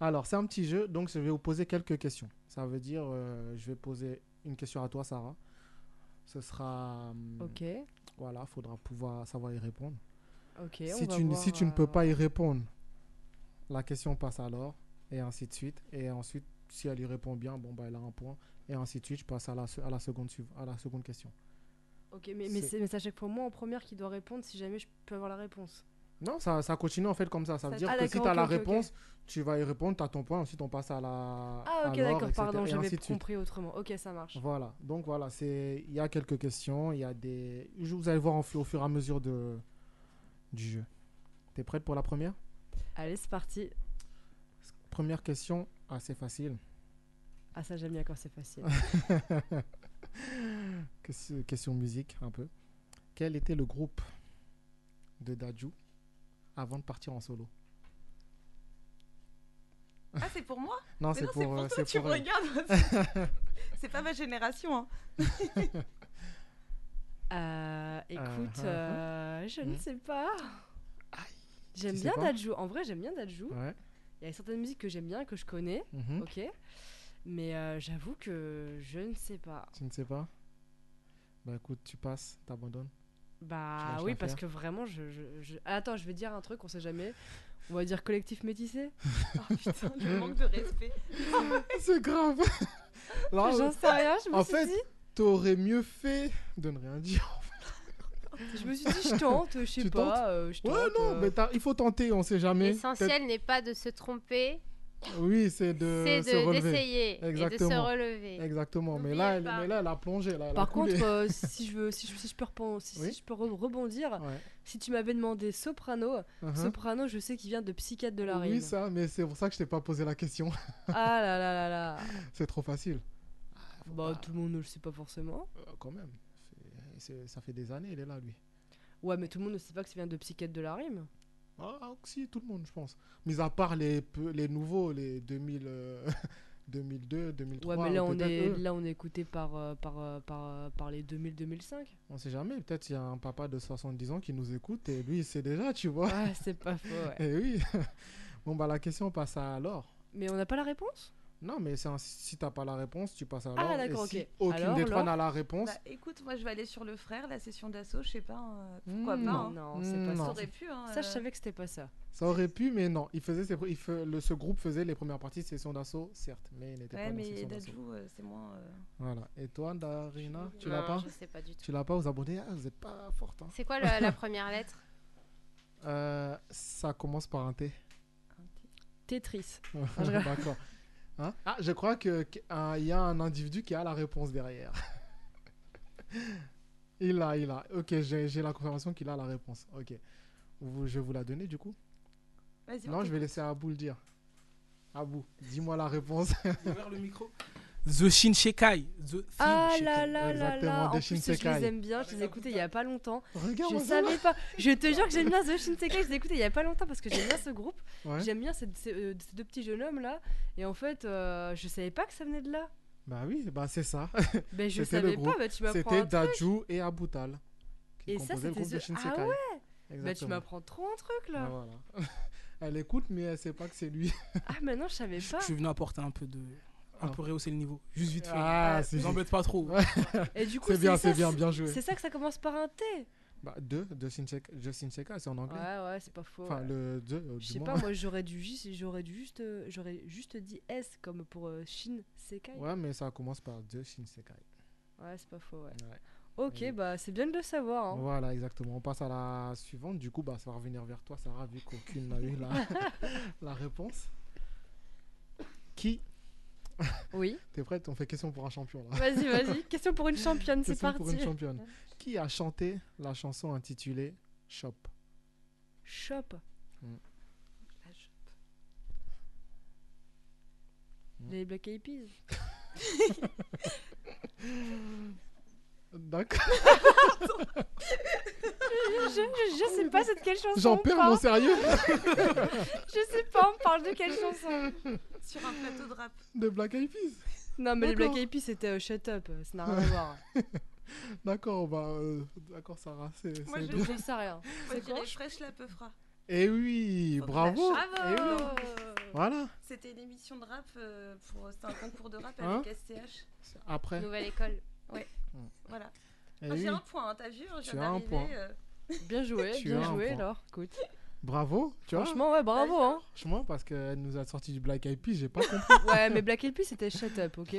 S2: Alors, c'est un petit jeu, donc je vais vous poser quelques questions. Ça veut dire, euh, je vais poser une question à toi, Sarah. Ce sera. hum,
S3: Ok.
S2: Voilà, faudra pouvoir savoir y répondre.
S3: Ok. on
S2: Si
S3: va
S2: tu, ne-
S3: voir,
S2: si tu ne
S3: euh,
S2: peux pas y répondre, la question passe alors, et ainsi de suite. Et ensuite, si elle y répond bien, bon, bah, elle a un point. Et ainsi de suite, je passe à la, se- à la, seconde, suiv- à la seconde question.
S3: Ok, mais, mais
S2: C'est-
S3: c'est mais c'est à chaque fois moi en première qui dois répondre si jamais je peux avoir la réponse.
S2: Non, ça, ça continue en fait comme ça. Ça veut
S3: Ça-
S2: dire
S3: Ah,
S2: que si
S3: d'accord,
S2: tu as
S3: ok,
S2: la
S3: ok, ok.
S2: réponse, tu vas y répondre, tu as ton point, ensuite on passe à la.
S3: Ah
S2: à
S3: ok
S2: l'or,
S3: d'accord,
S2: etc.,
S3: pardon,
S2: et
S3: j'avais
S2: ainsi de suite.
S3: compris autrement. Ok, ça marche.
S2: Voilà, donc voilà, c'est il y a quelques questions, il y a des. je- Vous allez voir en fu- au fur et à mesure de... du jeu. T'es prête pour la première
S3: Allez, c'est parti.
S2: Première question, assez facile.
S3: Ah ça j'aime bien quand c'est facile.
S2: Question- Question musique, un peu. Quel était le groupe de Daju avant de partir en solo
S11: Ah, c'est pour moi
S2: Non,
S11: Mais
S2: c'est pour, euh,
S11: toi,
S2: c'est
S11: tu
S2: pour
S11: me
S2: elle.
S11: regardes. c'est pas ma génération. hein.
S3: Euh, écoute,
S2: ah, ah.
S3: euh, je ne
S2: Hmm.
S3: sais pas. J'aime
S2: sais
S3: bien
S2: pas
S3: Dadju. En vrai, j'aime bien Dadju.
S2: Ouais.
S3: Il y a certaines musiques que j'aime bien, que je connais,
S2: Mhm.
S3: ok. Mais euh, j'avoue que je ne sais pas.
S2: Tu ne sais pas Bah écoute, tu passes, t'abandonnes. Tu
S3: Bah
S2: lâches
S3: oui,
S2: l'affaire.
S3: parce que vraiment, je, je- je- Ah, Attends, je vais dire un truc, on sait jamais. On va dire collectif métissé. oh putain,
S11: le manque de respect.
S2: C'est grave. Là,
S3: J'en sais rien, je me
S2: Bah, En
S3: suis
S2: fait,
S3: dit-
S2: t'aurais mieux fait de ne rien dire.
S3: Je me suis dit, je tente, je sais
S2: Tu tentes
S3: pas. euh, je tente,
S2: ouais, non,
S3: euh.
S2: mais t'as- il faut tenter, on sait jamais.
S4: L'essentiel n'est pas de se tromper.
S2: Peut-être- Oui, c'est de
S4: c'est
S2: se
S4: de-
S2: relever.
S4: d'essayer et de se
S2: Exactement.
S4: relever.
S2: Exactement, mais là, elle, mais là, elle a plongé. Là, elle a
S3: Par
S2: coulé.
S3: contre, euh, si, je veux, si, je, si je peux, repon- si, si
S2: Oui.
S3: je peux re- rebondir, si tu m'avais demandé Soprano,
S2: Uh-huh.
S3: Soprano, je sais qu'il vient de Psychiatre de la Rime.
S2: Oui, ça, mais c'est pour ça que je t'ai pas posé la question.
S3: Ah là là là là.
S2: c'est trop facile.
S3: Bah, tout le monde ne le sait pas forcément.
S2: Euh, quand même. Et c'est- Ça fait des années, il est là, lui.
S3: Ouais, mais tout le monde ne sait pas que ça vient de Psychiatre de la Rime.
S2: Ah, si, tout le monde, je pense. Mis à part les, peu- les nouveaux, les 2000, euh, 2002, 2003.
S3: Ouais, mais là,
S2: ou
S3: on
S2: peut-être
S3: est,
S2: eux.
S3: là, on est écouté par, euh, par, euh, par, euh, par les 2000-2005.
S2: On sait jamais, peut-être il y a un papa de 70 ans qui nous écoute et lui, il sait déjà, tu vois.
S3: Ouais, c'est pas faux, ouais.
S2: Et oui. Bon, bah, la question passe à alors.
S3: Mais on n'a pas la réponse
S2: Non, mais c'est un- si t'as pas la réponse, tu passes à
S3: Ah,
S2: alors. et
S3: d'accord,
S2: si
S3: ok.
S2: Aucune
S3: Alors,
S2: des trois
S3: Laure
S2: n'a la réponse.
S11: Bah, écoute, moi je vais aller sur le frère, la session d'assaut, je sais pas, hein, pourquoi
S2: Mm,
S11: pas.
S2: non.
S11: hein.
S3: Non, c'est pas
S2: Non.
S3: ça.
S11: T'aurais pu, hein,
S3: ça, je
S11: euh.
S3: savais que c'était pas ça.
S2: Ça aurait pu, mais non. Il faisait ses pr- il fe- le, ce groupe faisait les premières parties de session d'assaut, certes, mais il n'était
S11: Ouais,
S2: pas dans
S11: mais
S2: session d'assaut.
S11: Dadju, euh, c'est moins. euh,
S2: Voilà. Et toi, Darina, Ah, tu
S4: Non,
S2: l'as pas
S4: Bah, je sais pas du tout.
S2: Tu l'as pas aux abonnés Ah, vous êtes pas forte.
S4: C'est quoi la, la première lettre
S2: Euh, ça commence par un T.
S3: Tetris. Ah, je rigole.
S2: D'accord. Hein ah, je crois que- qu'il y a un individu qui a la réponse derrière. il a, il a. Ok, j'ai j'ai la confirmation qu'il a la réponse. Ok. Vous- je vais vous la donner du coup
S11: Vas-y,
S2: Non, je vais laisser Abou le dire. Abou, dis-moi la réponse.
S12: le micro. The Shinshekai. The
S3: Ah
S12: Shin
S3: là
S12: Shekai.
S3: là là là, en
S12: des
S3: plus je
S12: Shinsekai.
S3: les aime bien,
S11: Ah, bah,
S3: je les ai écoutés il y a pas longtemps.
S2: Regarde,
S3: je
S2: on sait
S3: savais
S2: pas.
S3: pas. Je te jure que j'aime bien The Shinsekai, je les ai écoutés il y a pas longtemps parce que j'aime bien ce groupe.
S2: Ouais.
S3: J'aime bien ces, ces, euh, ces deux petits jeunes hommes là et en fait euh, je savais pas que ça venait de là.
S2: Bah oui, bah c'est ça.
S3: Ben, je
S2: C'était le
S3: savais pas,
S2: groupe.
S3: bah, tu m'apprends un
S2: C'était
S3: truc.
S2: Daju et Aboutal. qui
S3: Et ça
S2: composaient le
S3: c'était
S2: groupe de
S3: The
S2: Shinsekai.
S3: Ah ouais. Bah tu hein.
S2: Exactement.
S3: m'apprends trop un truc là.
S2: Bah voilà. elle écoute, mais elle sait pas que c'est lui.
S3: Ah maintenant je savais pas.
S12: Je suis venu apporter un peu de. Un peu rehausser le niveau. Juste vite fait.
S2: Ah, c'est
S12: Vous
S2: vite.
S12: embête pas trop.
S3: Et du coup
S2: C'est bien,
S3: ça,
S2: c'est bien, bien joué.
S3: C'est ça que ça commence par un T.
S2: Bah, deux de Shinsekai, de Shinsekai, c'est en
S3: Ouais
S2: anglais.
S3: ouais c'est pas faux.
S2: Enfin,
S3: ouais.
S2: le deux, euh,
S3: Je
S2: du
S3: sais
S2: moins.
S3: pas moi j'aurais dû juste j'aurais dû juste euh, j'aurais juste dit S comme pour euh, Shinsekai.
S2: Ouais, mais ça commence par deux Shinsekai.
S3: Ouais, c'est pas faux, ouais.
S2: Ouais.
S3: Ok,
S2: Oui.
S3: bah c'est bien de le savoir. hein.
S2: Voilà, exactement. On passe à la suivante. Du coup, bah, ça va revenir vers toi, Sarah, vu qu'aucune n'a eu la, la réponse. Qui
S3: Oui.
S2: T'es prête On fait question pour un champion là.
S3: Vas-y, vas-y. Question pour une championne, c'est
S2: Question
S3: parti.
S2: pour une championne. Qui a chanté la chanson intitulée Shop
S3: Shop.
S2: Mm.
S3: La shop.
S2: Mm.
S3: Les Black Eyed Peas.
S2: D'accord.
S3: je, je- je sais pas c'est de quelle chanson.
S2: J'en
S3: on
S2: perds
S3: parle.
S2: mon sérieux.
S3: je sais pas, on parle de quelle chanson.
S11: Sur un plateau de rap.
S2: De Black Eyed Peas.
S3: Non, mais les
S2: D'accord.
S3: Black Eyed Peas c'était euh, Shut Up, ça n'a rien à voir.
S2: D'accord, bah, euh, d'accord, Sarah. C'est,
S11: Moi,
S2: c'est
S11: je
S2: bien.
S11: sais
S3: ça rien.
S11: Moi, je dirais fraîche la peu fera.
S2: Eh oui, bravo. Eh oui.
S11: Bravo
S2: Voilà.
S11: C'était une émission de rap, euh, pour... c'était un concours de rap
S2: Hein
S11: avec SCH.
S2: Après.
S4: Nouvelle école.
S11: Ouais, voilà.
S2: Eh
S11: Ah,
S2: oui.
S11: J'ai un point, hein, t'as vu hein, je
S2: Tu
S11: viens
S2: as un
S11: d'arriver,
S2: point.
S11: euh.
S3: Bien joué,
S2: Tu as
S3: bien
S2: un
S3: joué,
S2: point.
S3: alors. Écoute.
S2: Bravo, tu vois.
S3: Franchement, ouais, bravo. Hein.
S2: Franchement, parce qu'elle nous a sorti du Black Eyed Peas, j'ai pas compris.
S3: Ouais, mais Black Eyed Peas c'était Shut Up, ok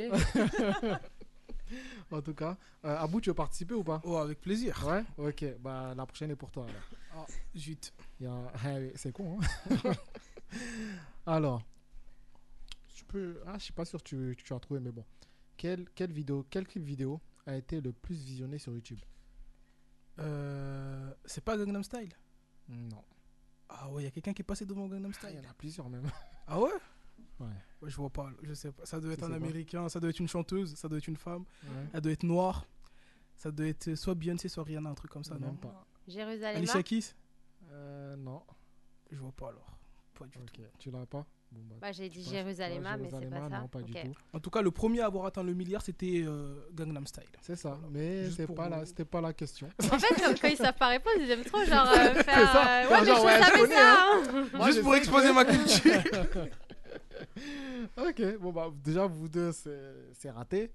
S2: en tout cas, euh, Abou, tu veux participer ou pas
S12: Oh, avec plaisir.
S2: Ouais, ok. Bah, la prochaine est pour toi. alors.
S12: Ah, zut.
S2: Il y a- Ah oui, c'est con. hein. alors, je peux. Ah, je suis pas sûr que tu, que tu as trouvé, mais bon. Quelle, quelle vidéo, quel clip vidéo a été le plus visionné sur YouTube
S12: Euh, c'est pas Gangnam Style
S2: Non.
S12: Ah ouais, il y a quelqu'un qui est passé devant Gangnam
S5: Ah,
S12: Style. Il
S2: y en a plusieurs même.
S12: Ah ouais
S2: Ouais.
S12: Je vois pas, je sais pas. Ça doit
S2: Tu
S12: être un
S2: sais pas
S12: américain, ça doit être une chanteuse, ça doit être une femme,
S2: Ouais.
S12: elle doit être noire, ça doit être euh, soit Beyoncé, soit Rihanna, un truc comme ça, non
S2: Même pas.
S4: Jérusalem.
S12: Alicia Keys
S2: Euh, non.
S12: Je vois pas alors. Pas du
S2: tout. Tu l'as pas Bon, bah,
S4: Bah, j'ai dit
S2: tu passes.
S4: Jérusalem,
S2: Ouais,
S4: mais c'est pas
S2: Jérusalem,
S4: ça.
S2: Non, pas du
S4: Ok.
S2: tout.
S12: En tout cas, le premier à avoir atteint le milliard, c'était euh, Gangnam Style.
S2: C'est ça, mais
S12: Juste
S2: c'est
S12: pour
S2: pas
S12: vous.
S2: la- c'était pas la question.
S4: En fait, quand- quand ils savent pas répondre, ils aiment trop genre euh,
S2: C'est
S4: faire.
S2: ça.
S4: euh,
S2: Faire
S4: ouais, mais
S2: genre,
S4: je
S2: ouais, je
S4: savais
S2: connais,
S4: ça.
S2: hein.
S4: hein.
S2: Moi, je sais que-
S3: culture.
S2: ok, bon bah déjà vous deux c'est c'est raté,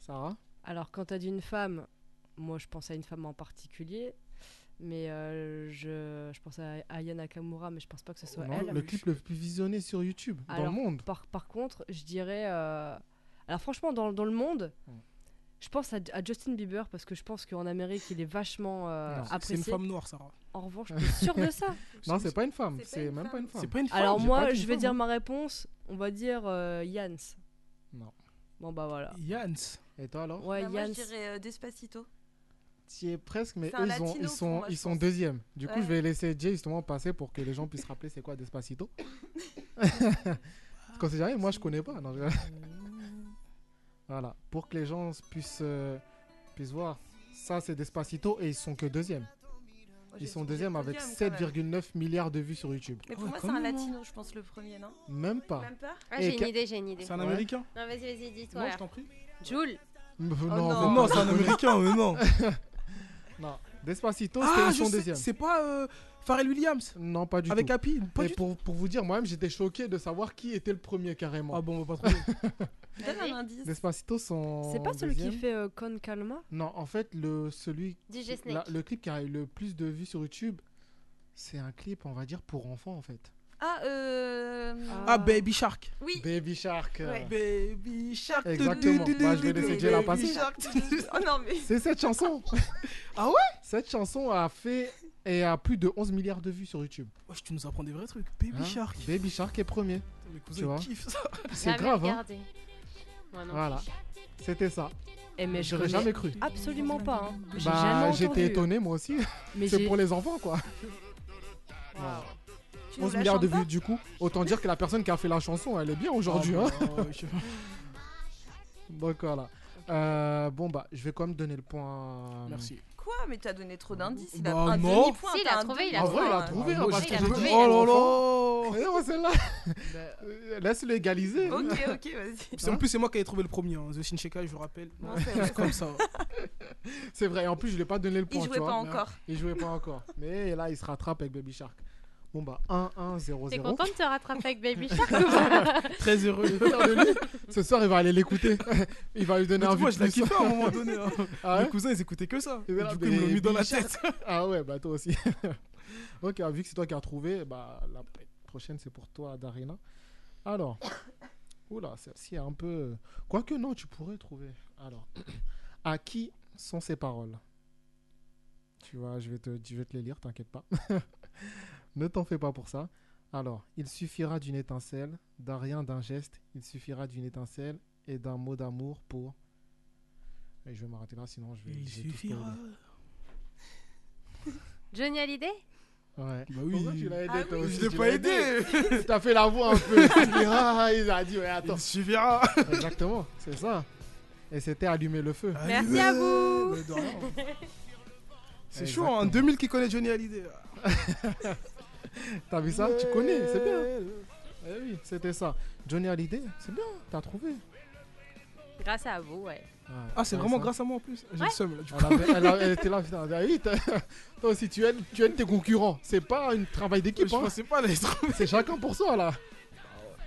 S2: Sarah.
S3: Alors, quand t'as dit une femme, moi je pense à une femme en particulier, mais euh, je, je pense à Aya Nakamura, mais je pense pas que ce soit
S2: Non,
S3: elle.
S2: le clip le plus visionné sur YouTube dans
S3: Alors,
S2: le monde.
S3: Par, par contre, je dirais. euh, Alors, franchement, dans, dans le monde. Je pense à, à Justin Bieber parce que je pense qu'en Amérique il est vachement
S12: Non,
S3: euh,
S12: c'est- c'est une
S3: apprécié.
S12: femme noire, Sarah.
S3: En revanche, je suis sûre de ça.
S2: Non, c'est pas une femme, c'est même pas une femme.
S12: C'est pas une femme,
S3: Alors
S12: j'ai
S3: moi,
S12: pas dit
S3: je
S12: une
S3: vais
S12: femme,
S3: dire
S12: hein.
S3: ma réponse. On va dire euh, Yans.
S2: Non.
S3: Bon bah voilà.
S12: Yans.
S2: Et toi alors
S3: Ouais,
S11: Bah, moi, je
S3: Yans.
S11: dirais euh, Despacito.
S2: Tu es presque, mais
S11: C'est
S2: eux,
S11: un
S2: ils, ont-
S11: latino
S2: ils
S11: pour
S2: sont,
S11: moi,
S2: ils
S11: je
S2: sont
S11: pense.
S2: deuxième. Du coup,
S11: Ouais.
S2: je vais laisser Jay justement passer pour que les gens puissent rappeler c'est quoi Despacito. Quand c'est jamais, moi je connais pas. non, je- voilà, pour que les gens puissent, euh, puissent voir. Ça, c'est Despacito et ils sont que deuxième. Ils sont deuxième avec
S11: podium, quand
S2: 7,9 milliards de vues sur YouTube.
S11: Mais pour moi, c'est un latino, je pense, le premier, non
S2: Même pas.
S11: Même hein. pas
S4: Ah,
S2: Et
S4: j'ai
S2: ca-
S4: une idée, j'ai une idée.
S2: C'est un Américain
S4: Non, vas-y, vas-y, dis-toi.
S2: Non, je
S4: alors.
S2: t'en prie.
S4: Jules.
S2: Mais
S4: Oh
S2: non,
S4: non.
S2: mais
S12: Non, c'est un Américain, mais non.
S2: non, Despacito,
S12: Ah,
S2: c'était- ils
S12: je
S2: sont
S12: sais,
S2: deuxième.
S12: c'est pas euh, Pharrell Williams
S2: Non, pas du
S12: Avec
S2: tout.
S12: Happy Pas
S2: Et
S12: du
S2: pour, pour vous dire, moi-même, j'étais choqué de savoir qui était le premier carrément. Ah
S12: bon, on va pas
S11: Donne un indice.
S2: Despacito sont.
S3: C'est pas celui qui
S2: deuxième.
S3: fait euh, Con Calma
S2: Non, en fait, le, celui,
S3: DJ Snake.
S2: la- le clip qui a eu le plus de vues sur YouTube, c'est un clip, on va dire, pour enfants en fait.
S11: Ah, euh.
S12: Ah,
S5: ben,
S12: Baby Shark.
S11: Oui.
S2: Baby Shark. euh,
S12: Baby Shark.
S2: Exactement.
S12: Du, du, du,
S2: Bah,
S12: du,
S2: je vais
S12: du,
S2: laisser
S12: du,
S2: Jay la
S12: Baby
S2: passer.
S12: Shark.
S11: Oh non, mais.
S2: C'est cette chanson.
S12: ah ouais
S2: Cette chanson a fait et a plus de 11 milliards de vues sur YouTube.
S12: Wesh, tu nous apprends des vrais trucs. Baby
S2: Hein
S12: Shark.
S2: Baby Shark est premier.
S12: Mes
S2: Tu vois
S12: cousins kiffent ça.
S2: C'est grave, hein. Ah.
S4: Moi non.
S2: Voilà. C'était ça.
S3: Eh, mais je
S2: J'aurais
S3: connais
S2: jamais cru.
S3: Absolument pas. hein. J'ai jamais
S2: Bah,
S3: entendu.
S2: j'étais étonné moi aussi.
S3: Mais
S2: C'est
S3: j'ai-
S2: pour les enfants quoi. Voilà. 11 milliards de vues du coup. Autant dire que la personne qui a fait la chanson, elle est bien aujourd'hui.
S12: Ah,
S2: hein. Donc voilà. Euh, bon bah, je vais quand même donner le point.
S12: Merci.
S11: Quoi Mais t'as donné trop d'indices. Il
S2: Bah,
S11: a un
S2: non.
S11: demi-point.
S4: Si, il
S11: t'as
S4: a
S11: un
S4: trouvé, il a
S2: En vrai, il a
S11: demi-point.
S2: trouvé. hein,
S12: Ah, moi,
S2: parce
S12: je
S2: que
S12: l'ai
S2: j'ai
S12: trouvé,
S2: dit,
S12: il a
S2: oh là là. Non, celle-là. Laisse-le égaliser.
S12: Bah,
S11: Ok, ok, vas-y.
S12: C'est- En plus, c'est moi qui ai trouvé le premier, hein. The Shinsekai, je vous rappelle. Juste comme ça.
S2: C'est vrai, en plus je lui ai pas donné le point. tu
S11: jouait
S2: vois. hein,
S11: pas encore.
S2: Il jouait pas encore. Mais là, il se rattrape avec Baby Shark. Bon bah 1-1-0-0.
S4: T'es content de te rattraper avec Baby Shark ou pas
S12: Très heureux.
S2: Ce soir, il va aller l'écouter. Il va lui donner
S12: Mais
S2: un
S12: tu vois,
S2: vue
S12: je l'ai
S2: de plus.
S12: kiffé à un moment donné. hein.
S2: Ah ouais
S12: Mes cousins, ils écoutaient que ça.
S2: Et
S12: Et
S2: voilà,
S12: du coup, ils me l'ont mis dans la
S2: Baby Shark.
S12: tête.
S2: Ah ouais, bah toi aussi. ok, vu que c'est toi qui as trouvé, bah la prochaine c'est pour toi, Darina. Alors, oula, celle-ci est un peu. euh, Quoique non, tu pourrais trouver. Alors, à qui sont ces paroles Tu vois, je vais te, je vais te les lire, t'inquiète pas. ne t'en fais pas pour ça. Alors, il suffira d'une étincelle, d'un rien, d'un geste, il suffira d'une étincelle et d'un mot d'amour pour. Et je vais m'arrêter là, sinon je vais.
S12: Il
S2: je vais tout
S12: suffira.
S2: spoiler.
S4: Johnny Hallyday
S2: Ouais. Bah
S12: oui.
S2: Pourquoi tu l'as aidé
S12: Ah
S2: toi
S12: oui.
S2: aussi
S12: Je l'ai
S2: Tu
S12: pas
S2: l'as
S12: aidé.
S2: T'as fait la voix un peu. Il dit, ah, il a dit, ouais, attends.
S12: Il suffira.
S2: Exactement, c'est ça. Et c'était allumer le feu.
S12: Ah,
S4: Merci à vous.
S12: Mais de rien. C'est chaud,
S2: Exactement.
S12: hein. 2000 qui connaît Johnny Hallyday.
S2: T'as vu ça Tu connais, c'est bien. Eh oui, c'était ça. Johnny Hallyday, c'est bien, t'as trouvé.
S4: Grâce à vous, ouais.
S12: Ah, c'est
S2: Ouais,
S12: vraiment
S2: ça.
S12: grâce à moi en plus. J'ai
S4: Ouais.
S12: le seum là. Du coup.
S2: Elle, avait- elle a- elle était là, putain. elle a dit, Ah oui, t'as- toi aussi, tu aides, tu aides tes concurrents. C'est pas un travail d'équipe. hein.
S12: Je pensais pas les trouver.
S2: C'est chacun pour soi là.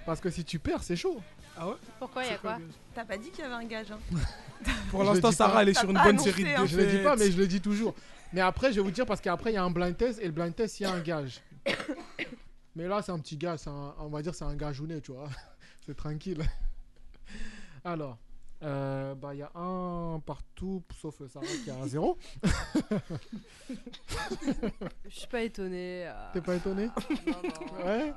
S2: Parce que si tu perds, c'est chaud.
S12: Ah ouais
S4: Pourquoi
S11: C'est
S4: y a quoi
S11: T'as pas dit qu'il y avait un gage, hein
S12: Pour
S2: Je
S12: l'instant,
S2: le dis pas.
S12: Sarah, elle est sur une
S11: Ah,
S12: bonne
S11: non,
S12: série
S11: c'est
S12: de
S11: un
S2: Je le dis
S12: défaites.
S2: pas, mais je le dis toujours. Mais après, je vais vous dire parce qu'après, il y a un blind test et le blind test, il y a un gage. Mais là, c'est un petit gage, c'est un- on va dire c'est un gajounet, tu vois. C'est tranquille. Alors, euh, bah, il y a un partout, sauf Sarah qui a un zéro.
S3: Je suis pas étonnée. euh,
S2: T'es pas étonné
S3: non, non.
S2: Ouais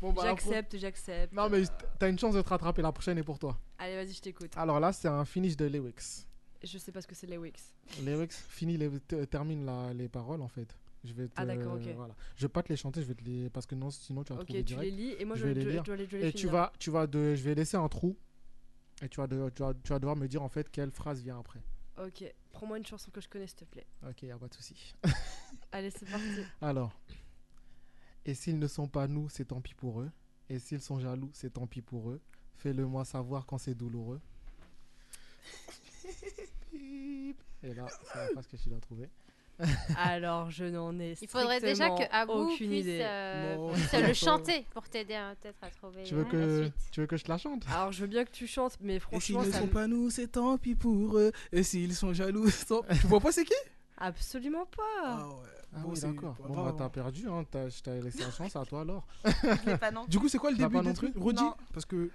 S2: Bon, bah, la pro-
S3: J'accepte, j'accepte.
S2: Non, mais t'as une chance de te rattraper, la prochaine est pour toi.
S3: Allez, vas-y, je t'écoute.
S2: Alors là, c'est un finish de Lewix.
S3: Je sais pas ce que c'est les Wix.
S2: Lyrics, fini, les, te- termine la- les paroles en fait. Je vais te,
S3: Ah, d'accord, ok.
S2: voilà. Je vais pas te les chanter, je vais te les parce que non, sinon tu vas
S3: Ok,
S2: trouver
S3: tu les
S2: direct.
S3: lis et moi, je-
S2: vais
S3: je- je
S2: lire.
S3: dois les- je dois les
S2: Et tu
S3: finir.
S2: vas, tu vas de, je vais laisser un trou et tu vas, de- tu vas, tu vas devoir me dire en fait quelle phrase vient après.
S3: Ok, prends-moi une chanson que je connais, s'il te plaît.
S2: Ok, y a pas de souci.
S3: Allez, c'est parti.
S2: Alors, et s'ils ne sont pas nous, c'est tant pis pour eux. Et s'ils sont jaloux, c'est tant pis pour eux. Fais-le moi savoir quand c'est douloureux. Et là, c'est la phrase que tu dois trouver.
S3: Alors, je n'en ai
S4: Il faudrait déjà que
S3: strictement
S4: Abou
S3: aucune
S4: puisse,
S3: idée.
S4: euh,
S3: Non.
S4: puisse le chanter pour t'aider à- peut-être à trouver. euh,
S2: Tu veux,
S4: la
S2: que,
S4: suite.
S2: tu veux que je te la chante
S12: Ah
S3: Alors, je veux bien que tu chantes, mais
S12: Et s'ils
S3: franchement,
S12: ne
S3: ça
S12: sont
S3: me-
S12: pas nous, c'est tant pis pour eux. Et s'ils sont jaloux, c'est tant- tu vois pas c'est qui
S3: absolument pas.
S2: Ah
S12: Bon,
S2: oui,
S12: c'est-
S2: d'accord.
S12: bah,
S2: Bon,
S12: bah,
S2: bah,
S12: bah.
S2: t'as perdu, hein. T'as- je t'ai laissé la chance, à toi alors.
S11: pas non
S12: Du coup, c'est quoi le
S2: Tu l'as
S12: début
S2: pas
S12: des
S2: non
S12: trucs
S2: plus
S12: Redis
S2: Non.
S12: Parce que.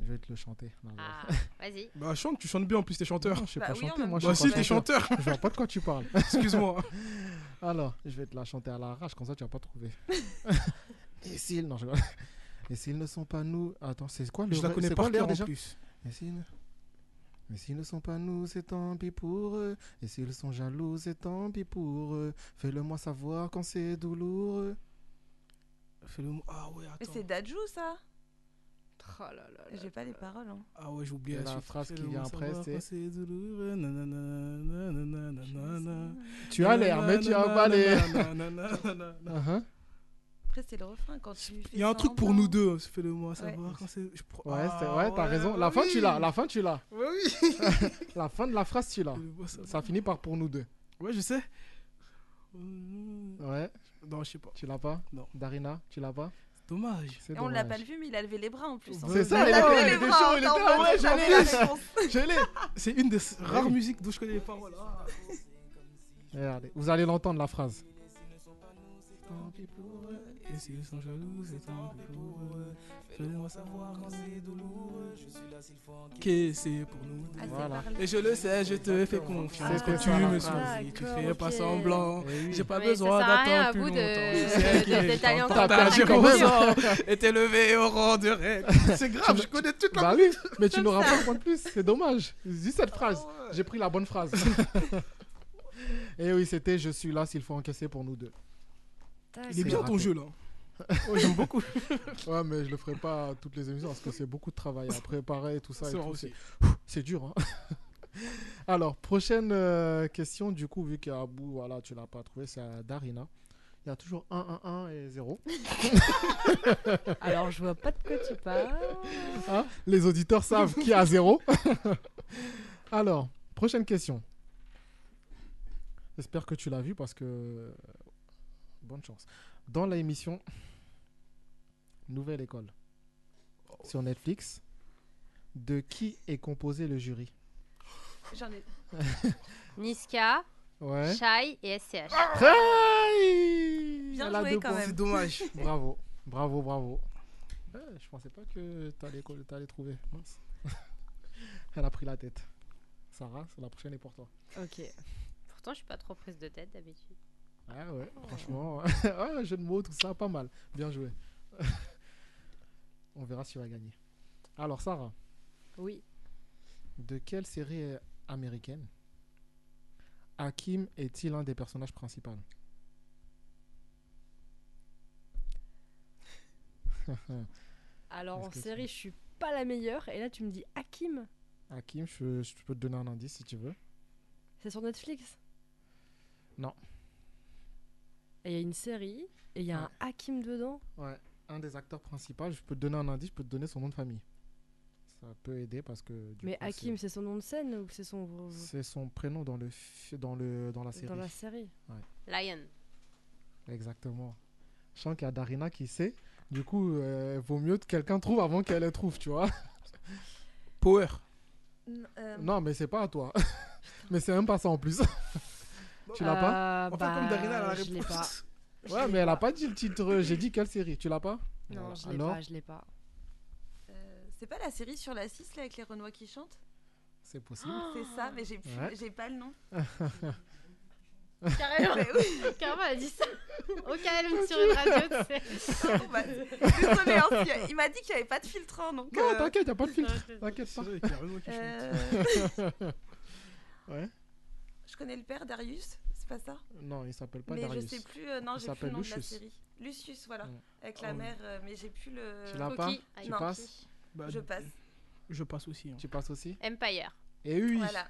S2: Je vais te le chanter. Non, je-
S4: Ah, vas-y.
S12: Bah, chante, tu chantes bien en plus, t'es chanteur.
S2: Non, je sais pas chanter, moi. je
S12: Bah,
S2: sais
S12: si,
S2: pas
S12: t'es chanteur.
S2: Je vois pas de quoi tu parles.
S12: Excuse-moi.
S2: Alors, je vais te la chanter à l'arrache, comme ça tu vas pas trouver. Et s'ils. Non, je Et s'ils ne sont pas nous. Attends, c'est quoi le.
S12: Je la
S2: re-
S12: connais
S2: c'est
S12: par
S2: quoi l'air
S12: cœur en
S2: déjà
S12: plus.
S2: Et s'ils. Mais s'ils ne sont pas nous, c'est tant pis pour eux. Et s'ils sont jaloux, c'est tant pis pour eux. Fais-le moi savoir quand c'est douloureux.
S12: Fais-le moi. Ah ouais,
S11: Mais
S12: attends.
S11: c'est Dajou ça
S3: Oh là là.
S11: J'ai pas les paroles. Hein.
S12: Ah ouais, j'ai oublié
S2: Et
S12: la,
S2: la
S12: suite.
S2: phrase qui
S12: Fais-le
S2: vient
S12: moi
S2: après,
S12: savoir
S2: c'est-
S12: quand C'est douloureux. nanana, nanana, nanana.
S2: Tu as l'air, mais tu as pas les.
S12: Nanana, nanana, nanana.
S2: Uh-huh.
S11: Après, c'est le refrain quand tu.
S12: Il y a un truc pour nous deux, fais-le moi savoir quand c'est. je prends-
S2: Ouais, c'est-
S12: Ah
S2: ouais, t'as
S12: ouais,
S2: raison.
S12: bah
S2: La fin,
S12: oui.
S2: tu l'as. La fin, tu l'as.
S12: Ouais, oui.
S2: la fin de la phrase, tu l'as. Ça finit par pour nous deux.
S12: Ouais, je sais.
S2: Ouais.
S12: Non, je sais pas.
S2: Tu l'as pas
S12: Non.
S2: Darina, tu l'as pas
S12: Dommage.
S2: C'est
S11: Et on l'a
S2: dommage.
S11: pas vu, mais il a levé les bras en plus. hein.
S2: C'est ça,
S11: il
S2: ouais,
S11: a levé
S2: il
S11: les
S2: était
S11: bras.
S2: chaud, il
S11: hein,
S2: était
S11: t'as
S2: en
S11: envie
S2: mode,
S11: de
S2: je
S11: jamais
S2: m'en
S11: la
S2: fiche.
S11: réponse.
S12: Je l'ai. C'est une des rares musiques dont je connais les paroles. Ah.
S2: Regardez, vous allez l'entendre la phrase.
S11: Ah,
S12: Tant pis pour eux, et s'ils sont jaloux, c'est tant pis pour eux. Fais-le-moi savoir quand c'est douloureux. Je suis là s'il faut enquêter. c'est pour nous.
S11: Ah, c'est
S12: Voilà.
S11: par là.
S12: Et je le sais, je te fais confiance.
S2: C'était
S12: Que tu
S2: ça, la
S12: me
S2: phrase.
S12: souris, tu
S2: D'accord,
S12: fais pas
S2: ok.
S12: semblant.
S2: Eh oui.
S12: J'ai pas
S4: Oui, ça
S12: besoin
S4: sert à rien à
S12: d'attendre plus
S4: vous de-
S12: longtemps.
S4: de-
S12: C'est qui
S4: de
S12: est
S4: détailler
S12: en
S4: encore ta
S12: partager mon
S4: chronique.
S12: sort et t'élever au rang de reine. C'est grave, je connais toute la
S2: Bah oui, mais tu n'auras pas un point de plus, c'est dommage. Dis cette
S11: Ah
S2: phrase, j'ai pris la bonne phrase. Et oui, c'était Je suis là s'il faut encaisser pour nous deux.
S12: Il est bien ton jeu là. Oh, J'aime beaucoup.
S2: Ouais, mais je le ferai pas à toutes les émissions parce que c'est beaucoup de travail à préparer et tout ça. et
S12: C'est vrai
S2: tout,
S12: aussi.
S2: c'est- C'est dur. hein. Alors, prochaine euh, question, du coup, vu qu'à bout, voilà, tu l'as pas trouvé, c'est à Darina. Il y a toujours 1, 1, 1 et 0.
S3: Alors, je vois pas de quoi tu parles.
S2: Hein Les auditeurs savent qui a 0. Alors, prochaine question. J'espère que tu l'as vu parce que. Bonne chance. Dans la émission Nouvelle École sur Netflix, de qui est composé le jury
S11: J'en ai.
S4: Niska,
S2: Ouais.
S4: Shai et SCH.
S2: Aïe
S11: Bien
S2: Elle a
S11: joué
S2: deux
S11: quand
S2: points.
S11: même. C'est
S12: dommage.
S2: Bravo, bravo, bravo. Ouais, je pensais pas que t'allais co- t'allais trouver. Mince. Elle a pris la tête. Sarah, la prochaine est pour toi.
S3: Ok.
S4: Pourtant, je suis pas trop prise de tête d'habitude.
S2: Ah ouais, franchement. ouais, jeu de mots, tout ça, pas mal. Bien joué. On verra si tu vas gagner. Alors, Sarah,
S3: Oui.
S2: de quelle série américaine Hakim est-il un des personnages principaux
S3: Alors, en
S2: Est-ce que
S3: série, je suis pas la meilleure. Et là, tu me dis Hakim.
S2: Hakim, je, peux- je peux te donner un indice si tu veux.
S3: C'est sur Netflix.
S2: Non.
S3: Et il y a une série. Et il y a un Hakim dedans.
S2: Ouais, un des acteurs principaux, je peux te donner un indice, je peux te donner son nom de famille. Ça peut aider parce que. du
S3: mais
S2: coup,
S3: Hakim, c'est son nom de scène ou c'est son.
S2: c'est- C'est son prénom dans, le, fi- dans, le, dans la série.
S3: Dans la série.
S4: Lion.
S2: Exactement. Je sens qu'il y a Darina qui sait. Du coup, euh, vaut mieux que quelqu'un trouve avant qu'elle le trouve, tu vois.
S12: Power.
S3: euh,
S2: Non, mais c'est pas à toi. mais c'est même pas ça en plus. tu l'as pas
S3: Euh, bah, je l'ai pas. Je
S2: Ouais,
S3: l'ai
S2: mais elle a pas dit le titre. J'ai dit quelle série. Tu l'as pas
S3: Non,
S2: Voilà.
S3: je l'ai
S2: Alors,
S3: pas, je l'ai pas.
S11: Euh, C'est pas la série sur la 6 là avec les Renois qui chantent
S2: c'est possible.
S3: Ah,
S11: C'est ça, mais j'ai plus-
S2: Ouais.
S11: j'ai pas le nom.
S4: Carrément,
S11: Mais oui.
S4: Carrément, elle a dit ça. Au calme, sur une radio, tu sais.
S11: Bon, bah, désolé, hein, s'il y a- il m'a dit qu'il n'y avait pas de filtre. hein, donc,
S2: Non,
S11: euh,
S2: t'inquiète, y a pas de filtre. T'inquiète pas.
S12: C'est vrai qu'il y a raison qu'il
S11: Euh.
S2: ouais.
S11: Je connais le père d'Arius, c'est pas ça
S2: Non, il s'appelle pas
S11: Mais
S2: Darius.
S11: je sais plus, euh, non,
S2: Il
S11: j'ai plus
S2: s'appelle
S11: le nom de la
S2: Lucius.
S11: série. Lucius, voilà,
S2: Mm.
S11: avec
S12: Ah
S11: la
S12: oui.
S11: mère, euh, Ah, mais j'ai plus le.
S2: Tu l'as pas
S4: Cookie,
S2: Tu
S4: non.
S2: passes
S12: Bah,
S11: Je passe.
S12: Je passe aussi. hein.
S2: Tu passes aussi
S4: Empire.
S2: Et oui
S11: Voilà.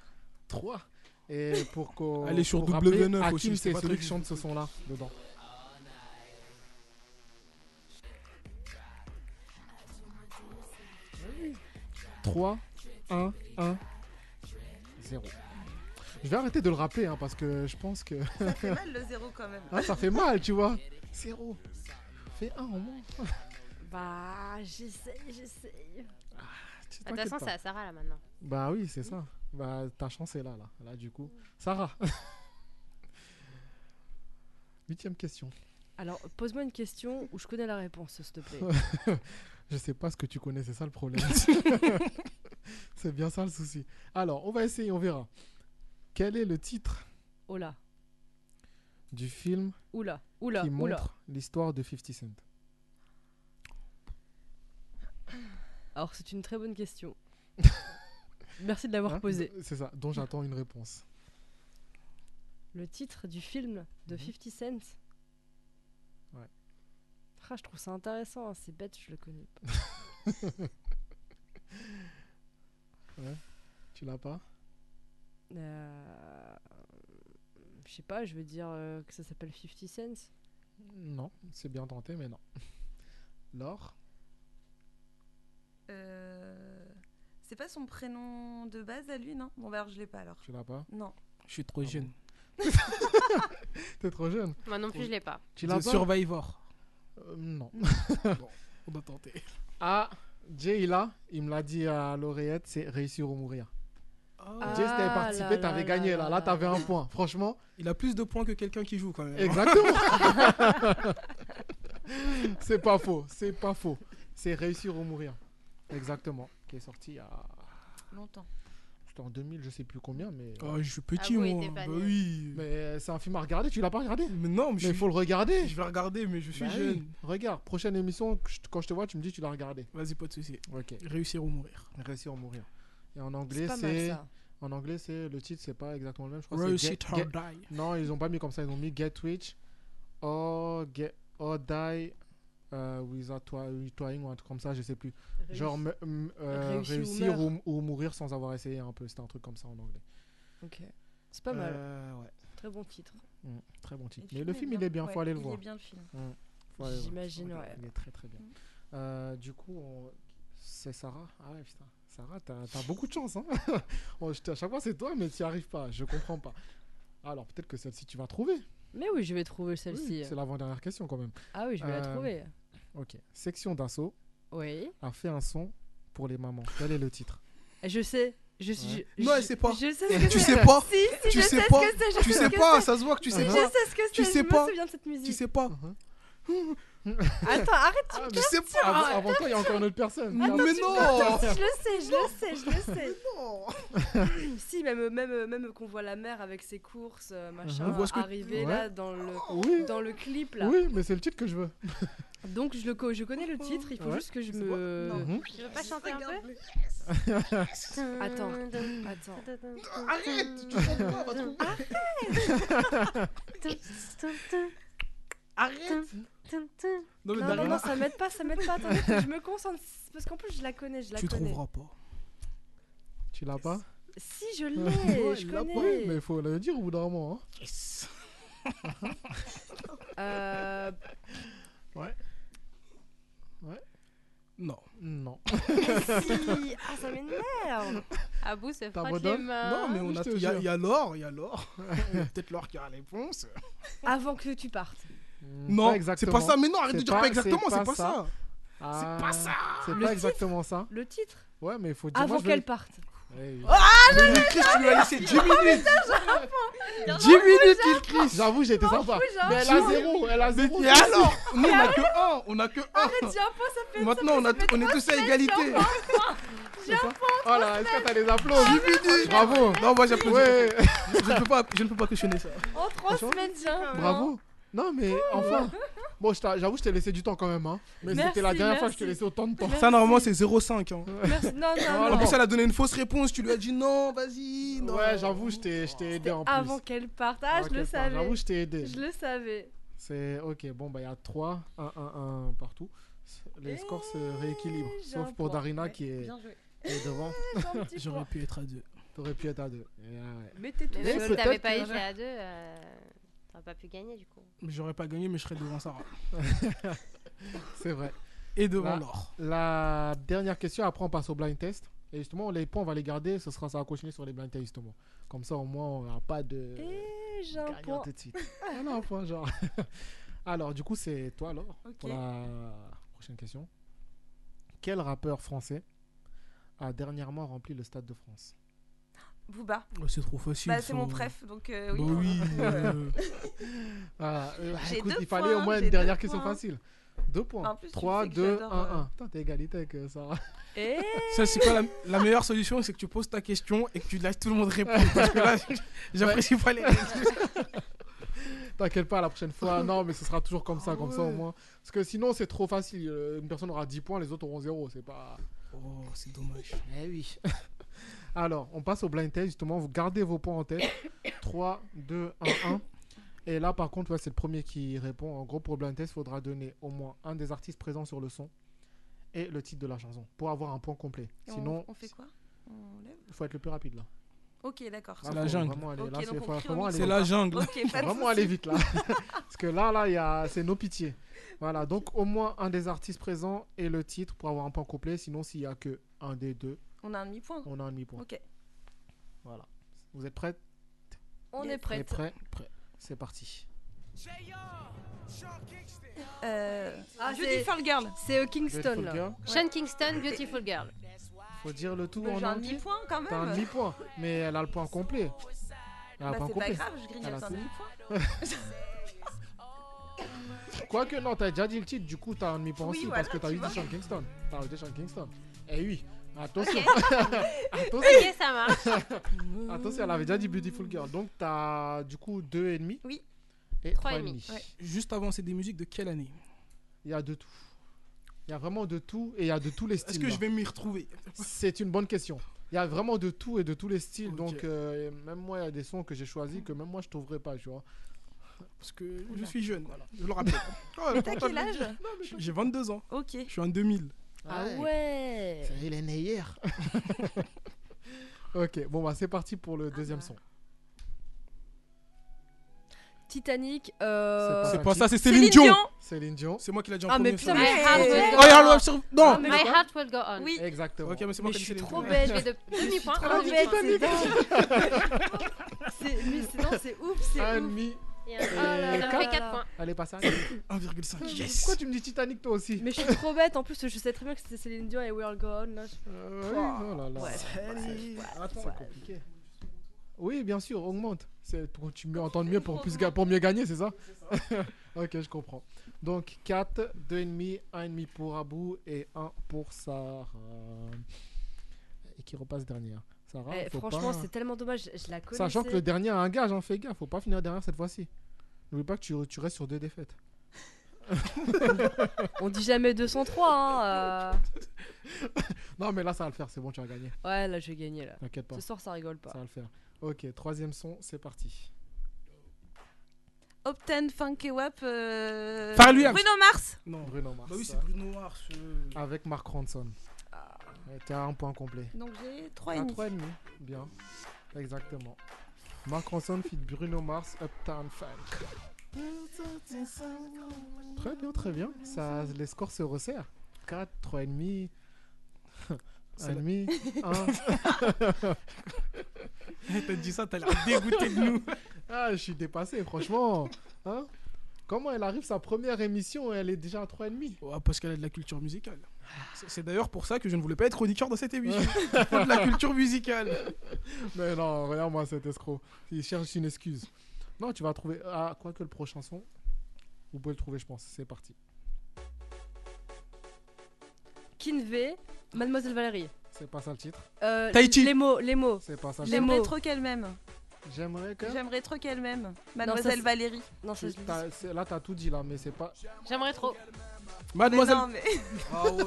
S2: 3 Et pour qu'on.
S12: Elle est sur
S2: pour
S12: W9
S2: rappeler,
S12: aussi,
S2: Hakim,
S12: c'est
S2: c'est
S12: pas
S2: celui
S12: très
S2: qui chante ce son-là dedans. 3, 1, 1, 0. Je vais arrêter de le rappeler hein, parce que je pense que.
S11: Ça fait mal le zéro quand même.
S2: Ah, ça fait mal, tu vois. Zéro. Fais un au moins.
S4: Bah, j'essaye, j'essaye. De toute
S2: t'inquiète
S4: façon,
S2: pas.
S4: c'est à Sarah là maintenant.
S2: Bah oui, c'est ça. Bah ta chance est là, là. Là, du coup. Sarah. Huitième question.
S3: Alors, pose-moi une question où je connais la réponse, s'il te plaît.
S2: je sais pas ce que tu connais, c'est ça le problème. c'est bien ça le souci. Alors, on va essayer, on verra. Quel est le titre
S3: Oh là,
S2: du film
S3: oula, oula,
S2: qui
S3: oula.
S2: montre l'histoire de 50 Cent
S3: Alors, c'est une très bonne question. Merci de l'avoir
S2: Hein
S3: posée.
S2: C'est ça, dont j'attends une réponse.
S3: Le titre du film de 50 Cent
S2: Mhm. Ouais.
S3: Ah, je trouve ça intéressant, hein, c'est bête, je le connais pas.
S2: Ouais. Tu l'as pas
S3: Euh, Je sais pas, je veux dire euh, que ça s'appelle 50 Cent.
S2: Non, c'est bien tenté, mais non. Laure
S11: Euh, C'est pas son prénom de base à lui, non Bon, bah alors je l'ai pas alors.
S2: Tu l'as pas
S11: Non.
S12: Je suis trop jeune.
S2: T'es trop jeune
S11: Moi non plus, je l'ai pas.
S2: Tu l'as
S12: The
S2: pas
S12: Survivor.
S2: Euh, Non.
S12: bon, on va tenter.
S2: Ah, Jay, il a, il me l'a dit à l'oreillette, c'est réussir ou mourir. Jay, si
S12: Ah
S2: t'avais
S12: là
S2: participé,
S12: là
S2: t'avais gagné
S12: là
S2: là. Là,
S12: là.
S2: t'avais un point. Franchement,
S12: Il a plus de points que quelqu'un qui joue quand même.
S2: exactement. c'est pas faux, c'est pas faux. C'est réussir ou mourir. Exactement. Qui est sorti il y a.
S11: Longtemps.
S2: C'était en 2000, je sais plus combien, mais.
S12: Oh, je suis petit, Ah, vous, il moi. était pas Bah né. oui.
S2: Mais c'est un film à regarder, tu l'as pas regardé
S12: Mais non, mais
S2: il faut le regarder.
S12: Je vais regarder, mais je suis
S2: Bah oui.
S12: jeune.
S2: Regarde, prochaine émission, que je- quand je te vois, tu me dis tu l'as regardé.
S12: Vas-y, pas de soucis.
S2: Ok.
S12: Réussir ou mourir.
S2: Réussir ou mourir. Et en anglais,
S12: pas mal,
S2: c'est.
S12: ça.
S2: En anglais, c'est le titre, c'est pas exactement le même. Je crois que
S12: Rose
S2: c'est
S12: it or die.
S2: Non, ils ont pas mis comme ça. Ils ont mis Get Rich or, get, or Die euh, Without try- Trying ou un truc comme ça, je sais plus.
S12: Réussi-
S2: Genre me- m- euh,
S12: Réussi ou
S2: réussir ou,
S12: meurt.
S2: ou mourir sans avoir essayé un peu. C'était un truc comme ça en anglais.
S3: Ok. C'est pas mal.
S2: Euh, ouais.
S3: Très bon titre.
S2: Mm, très bon titre.
S3: le
S2: Mais le
S3: film
S2: film,
S3: est
S2: il
S3: bien.
S2: est bien,
S3: Ouais,
S2: faut aller le
S3: il
S2: voir.
S3: est bien, le film.
S2: Mm, faut aller le voir.
S3: J'imagine,
S2: Regarde,
S3: ouais. Mm.
S2: Il est très très bien. Euh, du coup, on- c'est Sarah. Ah ouais, putain. Sarah, t'as t'as beaucoup de chance. Hein Oh, je t- à chaque fois, c'est toi, mais tu arrives pas. Je comprends pas. Alors, peut-être que celle-ci, tu vas trouver.
S3: Mais oui, je vais trouver
S2: Oui,
S3: celle-ci. euh.
S2: c'est l'avant-dernière question quand même.
S3: Ah oui, je vais la trouver.
S2: Ok. Section d'assaut
S3: Oui.
S2: a fait un son pour les mamans. Quel est le titre
S3: Je sais. Je suis.
S2: Ouais.
S3: je-
S12: Non,
S3: je-
S12: elle sait pas.
S3: Je sais ce que
S12: Eh, Tu
S3: c'est.
S12: sais pas.
S3: Si, si,
S12: Tu
S3: je
S12: sais
S3: ce
S12: pas.
S3: que c'est, je
S12: Tu
S3: sais
S12: sais
S3: ce que
S12: pas,
S3: c'est.
S12: ça se voit que tu sais
S3: Je
S12: pas.
S3: sais ce que
S12: Tu
S3: c'est,
S12: sais
S3: je
S12: pas.
S3: me souviens de cette musique.
S12: Tu sais pas.
S3: Attends, arrête, tu me
S2: Je sais
S3: pas.
S2: Avant, avant toi, il y a encore une autre personne.
S3: Attends,
S2: mais
S3: tu
S2: non
S3: me casses, Je le sais, je le sais, je le sais. si, même, même, même qu'on voit la mère avec ses courses, euh, machin,
S2: Uh-huh. On voit ce que-
S3: arriver
S2: Ouais. Ah
S3: là dans le, dans le clip là.
S2: Oui, mais c'est le titre que je veux.
S3: Donc je, le, co- je connais le titre, il faut
S2: Ouais.
S3: juste que je me.
S2: Non. Mhm.
S4: Tu veux pas chanter un peu
S3: Attends, attends.
S4: Arrête
S3: tu chantes pas, on va trouver.
S4: Arrête
S12: Non, mais
S3: non,
S12: Daria-
S3: non, non, ça m'aide pas, ça m'aide pas. Attendez, faut que je me concentre. Parce qu'en plus, je la connais, je la
S12: Tu
S3: connais.
S12: trouveras pas.
S2: Tu l'as pas
S3: Si, je l'ai,
S2: Ouais,
S3: je
S2: il l'a pas.
S3: connais.
S2: Oui, mais il faut le dire au bout d'un moment. hein.
S3: Euh,
S2: Ouais. Ouais.
S12: Non.
S2: Non.
S3: si. Ah, ça m'énerve.
S4: Ah bout se frotte les
S12: T'abandonnes
S4: mains.
S12: Non, mais on
S2: Je
S12: a.
S2: te
S12: Il y, a-
S2: jure.
S12: il y a l'or, il y a l'or. Il y a peut-être l'or qui a la réponse.
S3: Avant que tu partes.
S12: Non,
S2: Pas
S12: c'est
S2: exactement.
S12: pas ça, mais non, arrête de
S2: C'est
S12: dire pas exactement, c'est pas ça.
S2: Ah,
S12: C'est pas ça.
S2: C'est
S12: Le
S2: pas
S12: titre.
S2: exactement ça.
S3: Le titre
S2: Ouais, mais il faut dire.
S3: Avant qu'elle parte.
S2: Ah
S12: Mais le Christ, tu lui as laissé 10 minutes.
S3: Oh,
S2: 10 minutes, il crie. J'avoue, j'étais sympa.
S3: fous, j'avoue.
S2: Mais elle a zéro, elle a zéro.
S12: Mais alors Nous, on a que un, on a que
S2: Ah.
S12: un.
S3: Arrête, j'ai un point, ça fait.
S12: Maintenant, on, a tout- on est tous à égalité.
S2: Oh là, est-ce que t'as les applaudissements
S3: Ah,
S12: 10 minutes.
S2: Bravo.
S12: Non, moi j'applaudis. Je, ne peux pas, je ne peux pas questionner ça.
S3: En trois semaines, j'ai un point.
S2: Bravo. Non, mais enfin. Bon, je t'a- j'avoue, je t'ai laissé du temps quand même. Hein. Mais
S3: Merci,
S2: c'était la dernière fois que je
S3: merci.
S2: t'ai laissé autant de temps.
S12: Ça, normalement, c'est 0,5. hein.
S3: Merci. Non, non,
S12: En
S3: non.
S12: plus, elle a donné une fausse réponse. Tu lui as dit non, vas-y. Non.
S2: Ouais, j'avoue, je t'ai je t'ai aidé en plus.
S3: Avant qu'elle parte. Ah,
S2: Avant
S3: je le
S2: qu'elle parte.
S3: savais.
S2: J'avoue, je t'ai aidé.
S3: Je le savais.
S2: C'est ok, bon, bah il y a 3, 1, 1, 1 partout. Les scores se rééquilibrent.
S3: j'ai
S2: Sauf
S3: un
S2: pour
S3: point.
S2: Darina
S3: Ouais,
S2: qui est,
S3: bien joué.
S2: qui est devant.
S3: J'ai un petit J'aurais point.
S12: pu être à 2.
S2: T'aurais pu être à 2.
S3: Mais t'es tout
S4: Mais même
S12: seul.
S4: si t'avais
S12: Peut-être
S4: pas
S12: que-
S4: été à deux, euh, t'aurais pas pu gagner du coup.
S12: Mais J'aurais pas gagné, mais je serais devant Sarah.
S2: C'est vrai.
S12: Et devant
S2: La-
S12: l'or.
S2: La dernière question, après on passe au blind test. Et justement, les points, on va les garder. Ce sera, ça va continuer sur les blind tests, justement. Comme ça, au moins, on n'aura pas de.
S11: Eh,
S3: Et Eh, j'ai un
S2: gagnant
S3: point.
S2: tout de suite. on a un point, genre. alors, du coup, c'est toi, alors, pour
S3: Ok.
S2: la prochaine question. Quel rappeur français a dernièrement rempli le Stade de France
S11: Booba.
S12: Oh, c'est trop facile,
S11: Bah, c'est
S12: ça.
S11: mon préf, donc euh, oui.
S12: Bah oui, euh.
S2: Voilà, euh, bah,
S11: J'ai
S2: écoute,
S11: deux
S2: il fallait au
S11: points,
S2: moins
S11: j'ai
S2: une dernière
S11: deux
S2: question
S11: points.
S2: facile. Deux
S11: En
S2: points.
S11: plus, tu
S2: 3,
S11: sais que
S2: 2, 1,
S11: j'adore, euh.
S2: 1. Putain, t'es égalité avec euh, Sarah.
S3: Et...
S12: Ça, c'est quoi la, la meilleure solution C'est que tu poses ta question et que tu laisses tout le monde répondre. Parce que là, j'apprécie pas les
S2: T'inquiète pas, la prochaine fois, non, mais ce sera toujours comme ça,
S12: Ah
S2: comme ça au
S12: ouais.
S2: moins. Parce que sinon, c'est trop facile. Euh, Une personne aura 10 points, les autres auront 0. C'est pas.
S12: Oh, c'est dommage.
S2: Eh oui. Alors, on passe au blind test, justement. Vous gardez vos points en tête. 3, 2, 1, 1. Et là, par contre, ouais, c'est le premier qui répond. En gros, pour le blind test, il faudra donner au moins un des artistes présents sur le son et le titre de la chanson pour avoir un point complet.
S11: Et on-
S2: Sinon,
S11: on, fait quoi On lève
S2: il faut être le plus rapide là.
S11: Ok, d'accord.
S2: Là, faut vraiment aller-
S11: Ok,
S2: là,
S11: donc
S2: c'est-
S11: on
S2: faut
S11: crie au
S2: vraiment aller-
S11: micro.
S2: Faut
S11: Ok,
S2: Ah,
S11: pas de
S2: vraiment
S11: souci.
S2: aller vite là. Parce que là, là, il y a... c'est nos pitiés. Voilà, donc au moins un des artistes présents et le titre pour avoir un point complet. Sinon, s'il n'y a que un des deux,
S11: On a un demi-point.
S2: on a un demi-point.
S11: Ok.
S2: Voilà. Vous êtes prêts
S11: On est
S2: Prêt, prêt,
S11: prête.
S2: prêt. C'est parti.
S11: Euh,
S4: Ah,
S11: Beautiful Girl.
S3: C'est au
S2: Kingston, Beautiful là. Girl.
S4: Sean Kingston, Beautiful Girl.
S2: Faut dire le tout
S4: Mais
S2: en
S4: j'ai un
S2: entier.
S4: demi-point, quand même.
S2: T'as un demi-point, mais elle a le point complet. Elle a
S11: Bah,
S2: le point
S11: c'est pas
S2: complet.
S11: grave, je grignote
S2: Elle a
S11: un
S2: tout.
S11: demi-point.
S2: Quoique, non, t'as déjà dit le titre, du coup, t'as un demi-point
S11: Oui,
S2: aussi,
S11: voilà,
S2: parce que t'as
S11: tu
S2: eu
S11: vois.
S2: dit Sean Kingston. T'as rajouté Sean Kingston. Eh oui, attention. attention.
S4: Ok, ça marche.
S2: attention, elle avait déjà dit Beautiful Girl. Donc, t'as du coup 2,5
S4: Oui.
S2: Et
S12: Trois
S2: 3,5.
S12: et demi. Ouais. Juste avant, c'est des musiques de quelle année
S2: Il y a de tout. Il y a vraiment de tout et il y a de tous les styles.
S12: que
S2: là.
S12: je vais m'y retrouver
S2: C'est une bonne question. Il y a vraiment de tout et de tous les styles. Donc, euh, même moi, il y a des sons que j'ai choisis que même moi, je trouverais pas, tu vois.
S12: Parce que je suis jeune, voilà. Je le rappelle. Oh,
S2: Mais
S12: le
S2: t'as quel
S12: portable me dit-
S2: âge
S12: Non, mais je- J'ai 22 ans.
S11: Ok.
S12: Je suis en 2000.
S2: Ah ouais.
S3: ouais
S2: Il est né hier. ok, bon, bah, c'est parti pour le deuxième son.
S3: Titanic. euh,
S12: C'est pas ça, c'est Céline Dion.
S2: Céline Dion.
S12: C'est moi qui l'ai dit en
S3: Ah, mais
S12: premier.
S3: putain,
S12: ça.
S2: Eh,
S3: mais- Ah, ouais.
S12: Oh, il y a un loi sur- Non
S4: My heart will go on.
S11: Oui. Oh,
S2: Exactement.
S12: Ok, mais c'est moi qui ai dit
S3: je suis
S12: Céline
S3: trop
S12: Dion.
S3: belle.
S4: Ah, Je vais de
S3: Je suis
S4: demi-point
S3: trop
S4: en
S3: bête,
S4: demi-point.
S3: c'est dingue. C'est- mais c'est- non, c'est ouf, c'est
S2: Un
S3: ouf.
S2: demi.
S4: Et
S2: Et
S4: un- Ah là là, ça me fait
S2: quatre.
S4: quatre points.
S2: Allez, passe à Euh,
S12: 1,5. Yes.
S2: Pourquoi tu me dis Titanic toi aussi
S3: Mais je suis trop bête en plus, je sais très bien que c'était Céline Dion et We're Gone. Là, je...
S2: oui, oh là là.
S3: Ouais,
S2: Céline.
S3: ouais,
S2: Attends,
S3: ouais.
S2: c'est compliqué. Oui, bien sûr, augmente. C'est pour tu mieux entendre mieux pour, plus, ga- pour mieux gagner, c'est ça Ok, je comprends. Donc 4, 2,5, 1,5 pour Abou et 1 pour Sarah. Et qui repasse dernière. Sarah,
S3: Eh,
S2: Ah, faut pas-
S3: franchement, c'est tellement dommage, je la connais.
S2: Sachant que le dernier a un gage, hein, fais gaffe, faut pas finir derrière cette fois-ci. N'oublie pas que tu, tu restes sur deux défaites.
S3: On dit jamais 203, hein.
S2: Non, mais là, ça va le faire, c'est bon, tu as gagné.
S3: euh. Ouais, là, je vais gagner, là.
S2: T'inquiète pas.
S3: Ce soir, ça rigole pas.
S2: Ça va le faire. Ok, troisième son, c'est parti.
S11: Obtain Funky Wap. euh,
S2: Pharrell Williams.
S11: Bruno Mars.
S12: Non.
S2: Bruno Mars.
S12: Bah oui, c'est Bruno Mars. euh.
S2: Avec Mark Ronson. Ouais, T'as un point complet.
S11: Donc j'ai
S2: Un
S11: 3,5.
S2: trois et demi. Bien. Exactement. Mark Ronson fit Bruno Mars Uptown Funk. Très bien, très bien. Ça, les scores se resserrent. 4, 3,5.
S12: C'est
S2: Un
S12: la-
S2: demi, un.
S12: T'as dit ça, t'as l'air dégoûté de nous.
S2: Ah, je suis dépassé, franchement. Hein Comment elle arrive sa première émission et elle est déjà à 3,5
S12: Ouais, Oh, parce qu'elle a de la culture musicale. C'est- C'est d'ailleurs pour ça que je ne voulais pas être chroniqueur dans cette émission. Il faut de la culture musicale.
S2: Mais non, regarde-moi cet escroc. Il cherche une excuse. Non, tu vas trouver. Ah, quoi que le prochain son, vous pouvez le trouver, je pense. C'est parti.
S3: Kinvey, Mademoiselle Valérie.
S2: C'est pas ça le titre.
S3: Euh,
S2: Tahiti.
S3: Les mots, les mots.
S2: C'est pas ça.
S3: Les
S11: J'aimerais
S3: mots.
S12: Oh.
S11: trop qu'elle-même.
S2: J'aimerais que.
S11: J'aimerais trop qu'elle-même.
S3: ça,
S11: Mademoiselle
S3: c'est-
S11: Valérie.
S3: Non,
S2: Tu- t'as- c'est- Là, t'as tout dit là, mais c'est pas.
S4: J'aimerais trop.
S12: Mademoiselle.
S11: non, mais-
S12: Ah ouais.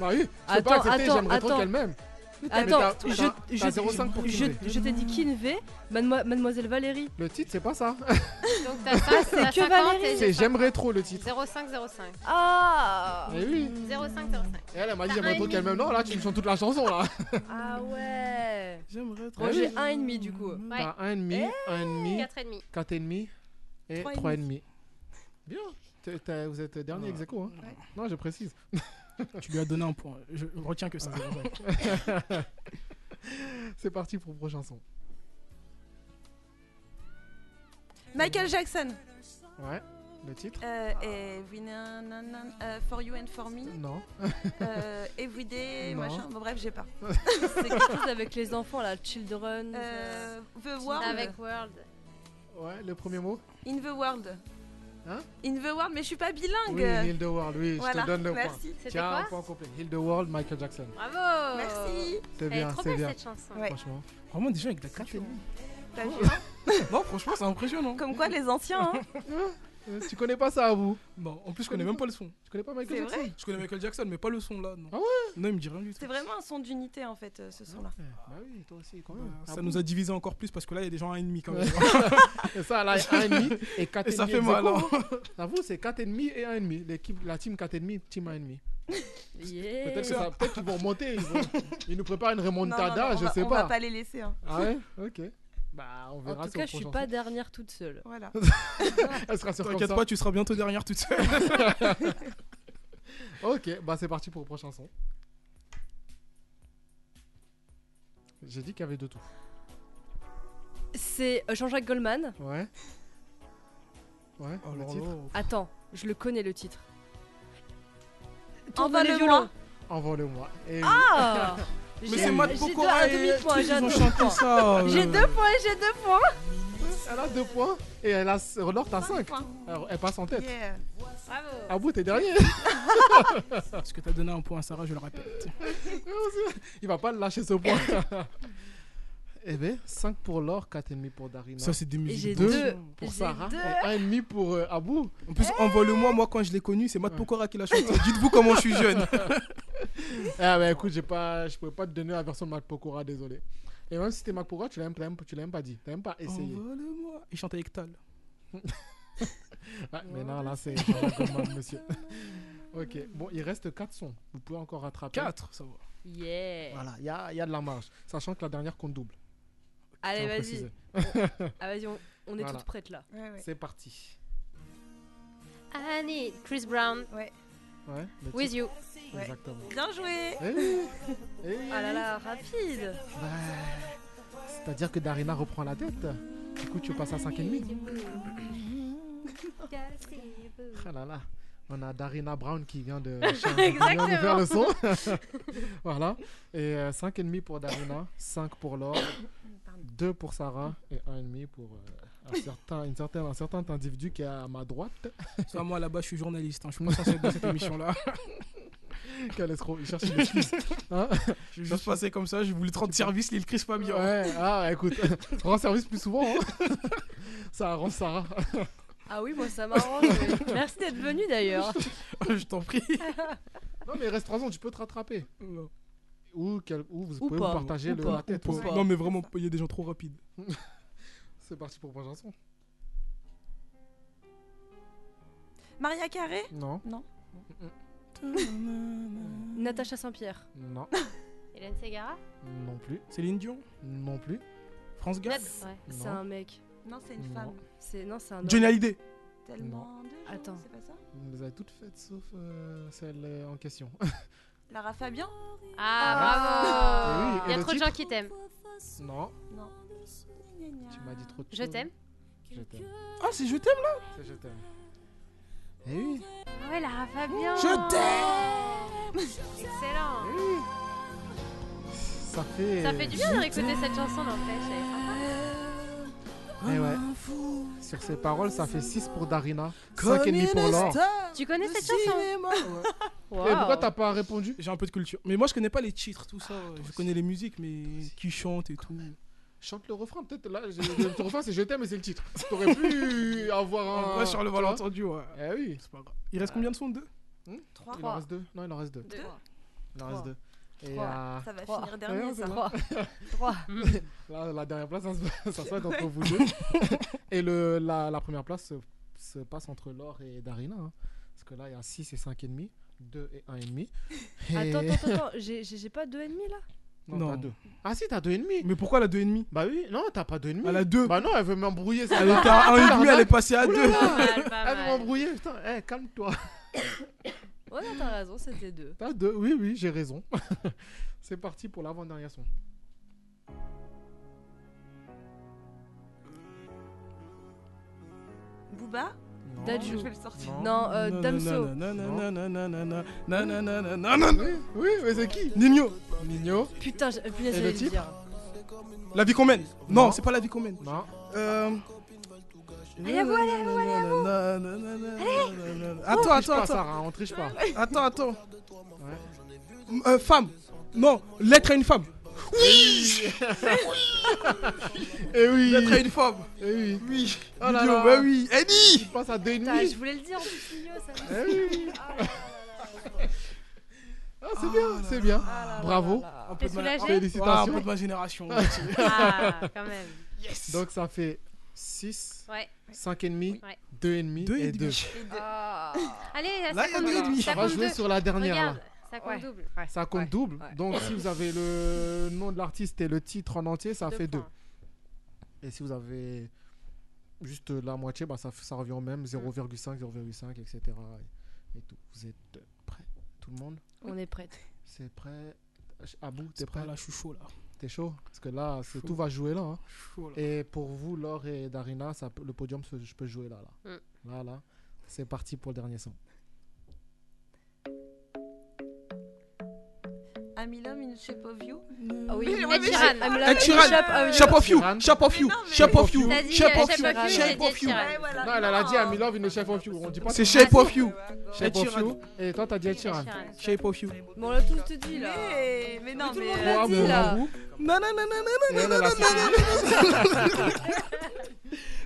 S2: Bah oui, c'est
S3: Attends,
S2: pas accepté,
S3: attends,
S2: j'aimerais trop
S3: attends.
S2: qu'elle-même.
S3: Attends,
S2: Mais
S3: je,
S2: t'as- t'as-
S3: je,
S2: t'as 0,5 pour
S3: je,
S2: trouver.
S3: je t'ai dit Kinvey, Mademo- Mademoiselle Valérie.
S2: Le titre, c'est pas ça.
S4: Donc t'as ça,
S3: c'est
S4: t'as
S3: que
S4: 50
S3: Valérie.
S4: et
S2: C'est
S4: j'ai
S2: J'aimerais trop le titre.
S4: 05 05.
S3: Ah
S2: Eh oui.
S4: 05 05.
S2: Et elle, elle m'a dit
S4: T'as
S2: J'aimerais
S4: un
S2: trop
S4: et
S2: qu'elle-même. Non, là, tu me chantes toute la chanson là.
S3: Ah ouais
S12: J'aimerais
S2: Bah
S12: trop.
S3: Bon, j'ai un et demi du coup.
S4: Ouais.
S2: T'as 1,5, 1,5,
S4: Quatre et demi.
S2: 4,5 et
S4: Trois et
S2: 3,5. Bien. T'es- t'es- Vous êtes dernier ex aequo, hein. Non, je précise.
S12: Tu lui as donné un point. Je retiens que ça.
S2: C'est parti pour le prochain son.
S11: Michael Jackson.
S2: Ouais, le titre
S11: Euh, every na- na- na- euh, for you and for me.
S2: Non.
S11: Euh, everyday,
S2: Non.
S11: machin. Bon, bref, j'ai pas.
S3: C'est quelque chose avec les enfants là, Children.
S11: Euh, the World.
S3: Avec
S11: World.
S2: Ouais, le premier mot
S11: In the World.
S2: Hein
S11: In the World, mais je suis pas bilingue.
S2: Oui, Heal the World, oui, je
S11: Voilà,
S2: te donne le
S11: merci.
S2: point.
S11: C'était
S2: Tiens,
S11: quoi
S2: un point complet. Heal the World, Michael Jackson.
S11: Bravo Merci
S2: C'est bien, c'est bien.
S11: Ouais.
S2: Franchement.
S12: Vraiment des gens avec de la culture.
S11: T'as vu, hein
S12: Non, franchement, c'est impressionnant.
S11: Comme quoi, les anciens, hein.
S2: Euh, Tu connais pas ça à vous
S12: Non, en plus, je connais même pas le son. Tu
S2: connais pas
S11: Michael C'est Jackson vrai
S12: Je connais Michael Jackson, mais pas le son là. Non.
S2: Ah ouais
S12: Non, il me dit rien du tout.
S11: C'est vraiment un son d'unité en fait, euh, ce son-là.
S2: Bah oui, toi aussi, quand
S12: même.
S2: Ah
S12: Bah, Ça
S2: bon
S12: nous a divisé encore plus parce que là, il y a des gens à 1,5 quand même.
S2: et ça, là, 1,5 et 4,5.
S12: Et ça fait mal. hein.
S2: J'avoue, c'est 4,5 et 1,5. L'équipe, la team 4,5, team 1,5.
S3: Yeah.
S2: Peut-être que ça- peut-être qu'ils vont remonter. Ils, vont- ils nous préparent une remontada,
S11: non, non, on
S2: je
S11: va-
S2: sais
S11: on
S2: pas.
S11: va pas les laisser, hein.
S2: Ah ouais Ok. Bah, on verra
S3: En tout
S2: sur
S3: cas,
S2: le
S3: je suis
S2: prochain
S3: pas
S2: son.
S3: dernière toute seule.
S11: Voilà.
S2: Elle sera sur comme
S12: T'inquiète
S2: ça.
S12: pas, tu seras bientôt derrière toute seule.
S2: Ok, bah c'est parti pour le prochain son. J'ai dit qu'il y avait de tout.
S3: C'est euh, Jean-Jacques Goldman.
S2: Ouais. Ouais, Oh, le titre.
S3: Attends, je le connais le titre.
S11: Envoie-le-moi.
S3: Tourne les violons.
S2: Envoie-le-moi. Et
S3: Ah
S2: Mais
S3: J'ai-
S2: c'est Matt
S3: j'ai deux-
S2: Pokora
S3: un
S2: et-
S3: demi-point,
S2: qui
S3: j'ai un
S2: ils ont
S3: demi-point.
S2: chanté ça, euh.
S3: J'ai deux points, j'ai deux points.
S2: Elle a deux points et elle a Laure t'as 5. Elle passe en tête.
S3: Bravo.
S2: Ah bon, t'es dernier.
S12: Parce que t'as donné un point à Sarah, je le répète.
S2: Il va pas le lâcher ce point. Eh ben, 5 pour Laure, 4,5 pour Darina.
S12: Ça, c'est des Et musiques j'ai
S2: Deux
S12: deux.
S2: pour
S12: J'ai
S2: Sarah
S12: deux.
S2: et 1,5 pour euh, Abou.
S12: En plus, envoie-le-moi, moi quand je l'ai connu, c'est Matt Pokora qui l'a chanté. Dites-vous comment je suis jeune.
S2: ah bah écoute, j'ai pas, je pouvais pas te donner la version de Mac Pokora, désolé. Et même si c'était Mac Pokora, tu l'as même, tu l'as même- tu l'as même pas dit, tu l'as même pas essayé.
S12: Envoie-le-moi. Il chantait avec Tal.
S2: Ouais, Ah, mais non, là c'est Jean-Jacques Goldman, monsieur. Ok, bon, il reste 4 sons. Vous pouvez encore rattraper.
S12: Quatre, ça va.
S3: Yeah.
S2: Voilà, il y a, il y a de la marge. Sachant que la dernière compte double.
S3: Allez,
S2: Je
S3: vas-y.
S2: tiens à préciser.
S3: On- ah, vas-y, on, on est
S2: Voilà.
S3: toutes prêtes là.
S2: C'est parti.
S4: Annie, Chris Brown.
S11: Ouais.
S2: Ouais, le
S4: With
S2: titre.
S4: you.
S2: Exactement.
S11: Bien joué
S2: Eh,
S3: Ah là là, rapide
S2: bah, C'est-à-dire que Darina reprend la tête. Du coup, tu passes à 5,5. Ah là là. On a Darina Brown qui vient de, qui vient de faire le son. voilà. Et euh, 5,5 pour Darina, 5 pour Laure, 2 pour Sarah et 1,5 pour euh, un, certain, une certaine, un certain individu qui est à ma droite.
S12: Soit moi là-bas, je suis journaliste. hein, Je suis pas censé être dans cette émission-là.
S2: Quel escroc, il cherche une excuse. Hein
S12: Je suis juste passé comme ça, j'ai voulu 30 services, l'île Chris Fabien.
S2: Ouais, ah écoute, rends service plus souvent. hein. Ça arrange Sarah.
S3: Ah oui, moi ça m'arrange. mais- Merci d'être venu d'ailleurs.
S12: Je t'en prie.
S2: Non, mais il reste 3 ans, tu peux te rattraper. Ou, quel- ou vous
S12: Ou
S2: pouvez
S12: pas,
S2: vous partager
S12: ou
S2: le,
S12: pas,
S2: la tête.
S12: ou
S2: aussi.
S12: pas. Non, mais vraiment, il y a des gens trop rapides.
S2: C'est parti pour prochain son.
S11: Maria Carré
S2: Non.
S11: Non.
S3: Natacha Saint-Pierre.
S2: Non.
S4: Hélène Segara
S2: Non plus.
S12: Céline Dion
S2: Non plus.
S12: France Gall
S4: Ouais.
S3: C'est
S2: Non.
S3: un mec.
S11: Non, c'est une
S2: Non.
S11: femme.
S3: C'est non, c'est un homme.
S12: Johnny Hallyday.
S11: Tellement de gens,
S3: Attends.
S11: c'est pas ça
S2: Vous les avez toutes faites sauf euh, celle euh, en question.
S11: Lara Fabian
S2: Et oui,
S4: Ah, bravo
S2: et
S4: Il y
S2: le
S4: a trop de
S2: titre
S4: gens qui t'aiment.
S2: non,
S11: Non.
S2: tu m'as dit trop de
S4: Je
S2: choses.
S4: t'aime.
S2: Je t'aime.
S12: Ah, c'est Je t'aime là
S2: C'est je t'aime. Eh oui.
S4: Ah ouais, Lara Fabian
S12: Je
S4: t'aime Excellent
S2: eh Ça fait.
S4: Ça fait du bien de réécouter cette chanson, n'empêche, elle est sympa.
S2: Eh ouais. Sur ces paroles, ça fait 6 pour Darina, 5,5 pour Laure.
S4: Tu connais cette chanson
S2: Et pourquoi t'as pas répondu
S12: J'ai un peu de culture. Mais moi, je connais pas les titres, tout ça. je connais les musiques, mais qui chantent et tout.
S2: Chante le refrain, peut-être là. j'ai- Le le refrain, c'est je t'aime et c'est le titre. T'aurais pu avoir un.
S12: En vrai, sur le
S2: tu vois
S12: malentendu, ouais.
S2: Eh oui.
S12: C'est pas grave. Il reste combien de sons Deux
S11: Trois.
S2: Il en reste 2. Non, il en reste 2.
S11: Deux.
S2: Il en reste euh, 2.
S11: Trois. Ça va finir dernier, ça.
S3: Trois. Trois.
S2: Là, la dernière place, ça se, ça se passe entre vous deux. Et le, la, la première place se, se passe entre Laure et Darina. hein. Parce que là, il y a 6 et 5,5, 2 et 1,5. Et...
S3: Attends, attends, attends, attends, j'ai j'ai- j'ai pas deux et demi là
S2: Non,
S12: Non.
S2: t'as 2. Ah si, t'as 2,5.
S12: Mais pourquoi la 2,5
S2: Bah oui, non, t'as pas 2,5.
S12: Elle a 2.
S2: Bah non, elle veut m'embrouiller. ça
S12: Elle
S2: va.
S12: était à
S2: Putain,
S12: 1,5, elle est
S2: arnaque.
S12: passée à
S2: Ouh là
S12: 2.
S2: là,
S4: pas
S2: Elle veut
S4: mal.
S2: m'embrouiller, putain. Eh, calme-toi.
S3: Ouais, non, t'as raison, c'était deux.
S2: T'as deux. Oui, oui, j'ai raison. C'est parti pour l'avant-dernier son.
S11: Booba
S3: Non.
S11: Dadju.
S3: Non.
S11: Je vais le sortir.
S3: Non. Non, euh, Damso.
S2: Ah, Oui, oui, mais c'est qui Nino. Nino.
S3: Putain, j'ai- euh, punaise,
S12: Et le
S3: j'allais le
S12: titre
S3: dire.
S12: La vie qu'on mène. Non, c'est pas la vie qu'on mène.
S2: Non.
S12: Euh...
S3: Allez, à vous, allez, à vous, Oh, allez, à vous.
S12: Allez.
S2: On
S12: Attends,
S2: triche
S12: attends,
S2: pas,
S12: attends.
S2: Sarah, on triche pas.
S3: hein.
S12: Attends, attends. M- euh, femme. Non, lettre à une femme. Oui.
S2: Et oui.
S12: Lettre à une femme.
S2: Et oui.
S12: Eh Oui.
S2: Oh là
S12: Nino,
S2: là.
S12: bah oui. Eddie.
S2: Je passe à deux
S3: Putain,
S2: nuits.
S3: je voulais le dire en plus, Nino, ça me
S2: Eh oui. Ah, c'est bien, c'est bien. Bravo.
S12: Un peu de ma- Ouais, un peu de ma génération.
S4: Ah, quand même.
S12: Yes.
S2: Donc ça fait 6,
S4: Ouais.
S2: 5 et demi,
S4: Ouais.
S2: 2 et demi et 2.
S4: Ah. Allez, ça,
S2: Là, il y a
S4: compte
S2: deux et
S4: double.
S2: demi.
S4: Ça
S2: On va
S4: compte
S2: jouer
S4: deux.
S2: sur la dernière, là.
S4: Regarde, ça compte double.
S2: Ça compte double. Donc
S4: Ouais.
S2: si vous avez le nom de l'artiste et le titre en entier, ça
S4: Deux
S2: fait 2.
S4: points.
S2: Et si vous avez juste la moitié, bah, ça, f- ça revient au
S4: Mm.
S2: même 0,5, 0,5, etc. Et, et tout. Vous êtes prêts Tout le monde
S3: On est prête.
S2: C'est prêt Abou, t'es prêt
S12: Là, je suis chaud là.
S2: T'es chaud Parce que là, c'est-
S12: Chaud.
S2: tout va jouer là, hein.
S12: Chaud, là.
S2: Et pour vous, Laure et Darina, ça, peut- le podium, se- je peux jouer là. Là,
S4: Mm.
S2: là. là. C'est parti pour le dernier son.
S11: I'm in love in shape of you.
S3: Ah oui,
S11: Mais ouais,
S3: Ed
S11: mais
S3: Sheeran.
S11: j'ai-
S3: I'm in love
S12: Ed Sheeran, Shape of You, Shape of You, Shape of You,
S4: T'as dit,
S12: Shape
S4: euh,
S12: of
S4: Shape
S12: You,
S4: of You, j'ai
S12: Shape
S4: dit
S12: of You.
S4: Ed Sheeran.
S2: Non, elle, elle a dit I'm in love in the shape of you. On dit pas
S12: C'est Shape of You.
S2: Shape
S12: Ed
S2: of
S12: Sheeran.
S2: you. Et toi, t'as dit Ed Sheeran.
S12: Shape of You.
S3: Mais on l'a tous te dit là.
S11: Mais, mais non,
S3: tout le
S11: mais-
S2: Pour
S3: monde l'a
S2: Abou,
S3: dit là.
S2: Abou.
S12: Non, non, non, non,
S2: Et elle,
S12: non, non,
S2: elle
S12: non,
S2: a
S12: non,
S2: fait-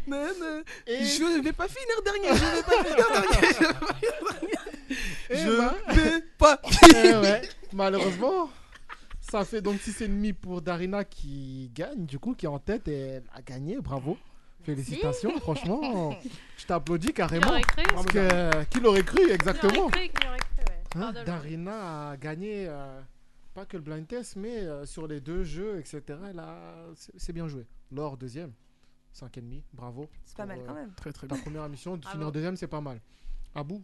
S12: non, non. Je ne vais pas finir dernier, je ne vais pas finir dernier. Je
S2: Eh ben.
S12: vais pas
S2: Eh
S12: finir.
S2: ouais, malheureusement, ça fait donc 6,5 pour Darina qui gagne, du coup, qui est en tête et elle a gagné, bravo. Félicitations, franchement, je t'applaudis carrément.
S4: Qui l'aurait cru
S2: Parce que, qui l'aurait cru, exactement.
S4: Qui l'aurait cru, qui l'aurait cru, ouais.
S2: Hein,
S4: Pardon.
S2: Darina a gagné, euh, pas que le blind test, mais euh, sur les deux jeux, etc. Elle a- c'est- C'est bien joué. Laure, deuxième, 5,5, bravo. C'est
S11: pas mal, quand même.
S12: Très, très
S2: Ta
S12: bien.
S2: première émission, de finir
S11: Bravo.
S2: deuxième, c'est pas mal. À bout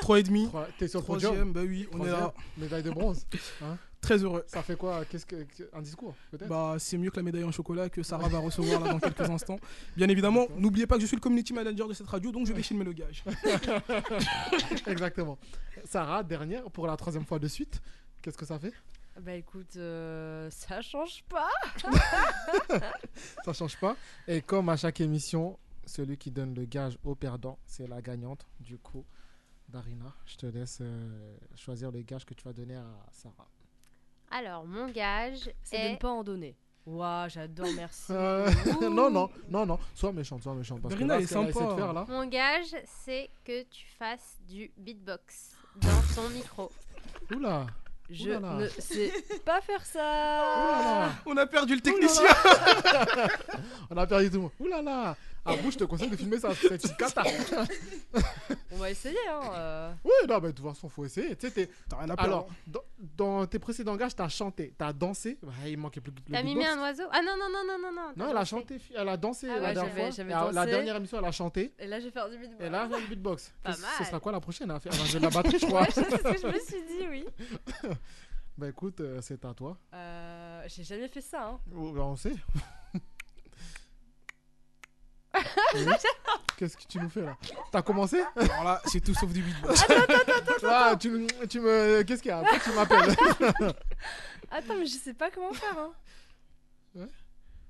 S12: 3,5.
S2: Trois- T'es sur le podium
S12: Troisième, bah oui, on est
S2: Troisième,
S12: là.
S2: Médaille de bronze. Hein
S12: Très heureux.
S2: ça fait quoi Qu'est-ce que que- un discours peut-être
S12: Bah, c'est mieux que la médaille en chocolat que Sarah va recevoir là dans quelques instants. Bien évidemment, n'oubliez pas que je suis le community manager de cette radio, donc je vais filmer le gage.
S2: Exactement. Sarah, dernière pour la troisième fois de suite. Qu'est-ce que ça fait
S3: Bah écoute, euh, ça change pas.
S2: Ça change pas. Et comme à chaque émission, celui qui donne le gage au perdant, c'est la gagnante. Du coup, Darina, je te laisse euh, choisir le gage que tu vas donner à Sarah.
S4: Alors, mon gage
S3: C'est de ne
S4: est.
S3: pas en donner. Waouh, j'adore, merci.
S2: Euh, non, non, non, non. Sois méchante, sois méchante. Parce
S12: Darina,
S2: que
S12: elle
S2: là, ce
S12: est
S2: qu'elle a
S12: sympa.
S2: essayé de faire là.
S4: Mon gage, c'est que tu fasses du beatbox dans ton micro.
S12: hein.
S2: Oula.
S3: Je
S2: Oulala.
S3: ne sais pas faire
S2: Oulala.
S3: ça.
S12: On a perdu le technicien.
S2: On a perdu tout le monde. Oulala. Ah, vous, je te conseille de filmer ça, cette petite cata.
S3: On va essayer, hein. euh.
S2: Oui, non, mais de toute façon, faut essayer. Tu sais, t'es-
S12: T'as rien à perdre.
S2: Alors, dans, dans tes précédents gages, t'as chanté, t'as dansé. Bah, il manquait plus que le
S4: T'as mimé
S2: beatbox.
S4: un oiseau Ah non, non, non, non, non, non. t'as
S2: Non, elle a
S4: dansé.
S2: chanté, fi- elle a dansé
S4: Ah
S2: la
S4: ouais,
S2: dernière
S3: j'avais-
S2: fois.
S3: j'avais
S2: La- La
S3: dansé.
S2: dernière émission, elle a chanté.
S3: Et là, je vais faire du beatbox.
S2: Et là, elle fait du beatbox.
S4: Pas
S2: Ce- Ce sera
S4: mal.
S2: quoi la prochaine Elle va faire- elle va jouer de la batterie, je crois.
S3: Ouais, c'est ce que je me suis dit, oui.
S2: bah écoute, euh, c'est à toi.
S3: Euh, J'ai jamais fait ça, hein.
S2: Oh, bah, on sait. Oui. Qu'est-ce que tu nous fais là T'as commencé
S12: Alors là, Ah, c'est tout sauf du beatbox.
S2: Ah, tu, me- tu me. Qu'est-ce qu'il y a Pourquoi tu m'appelles
S3: Attends, mais je sais pas comment faire, hein.
S2: Ouais.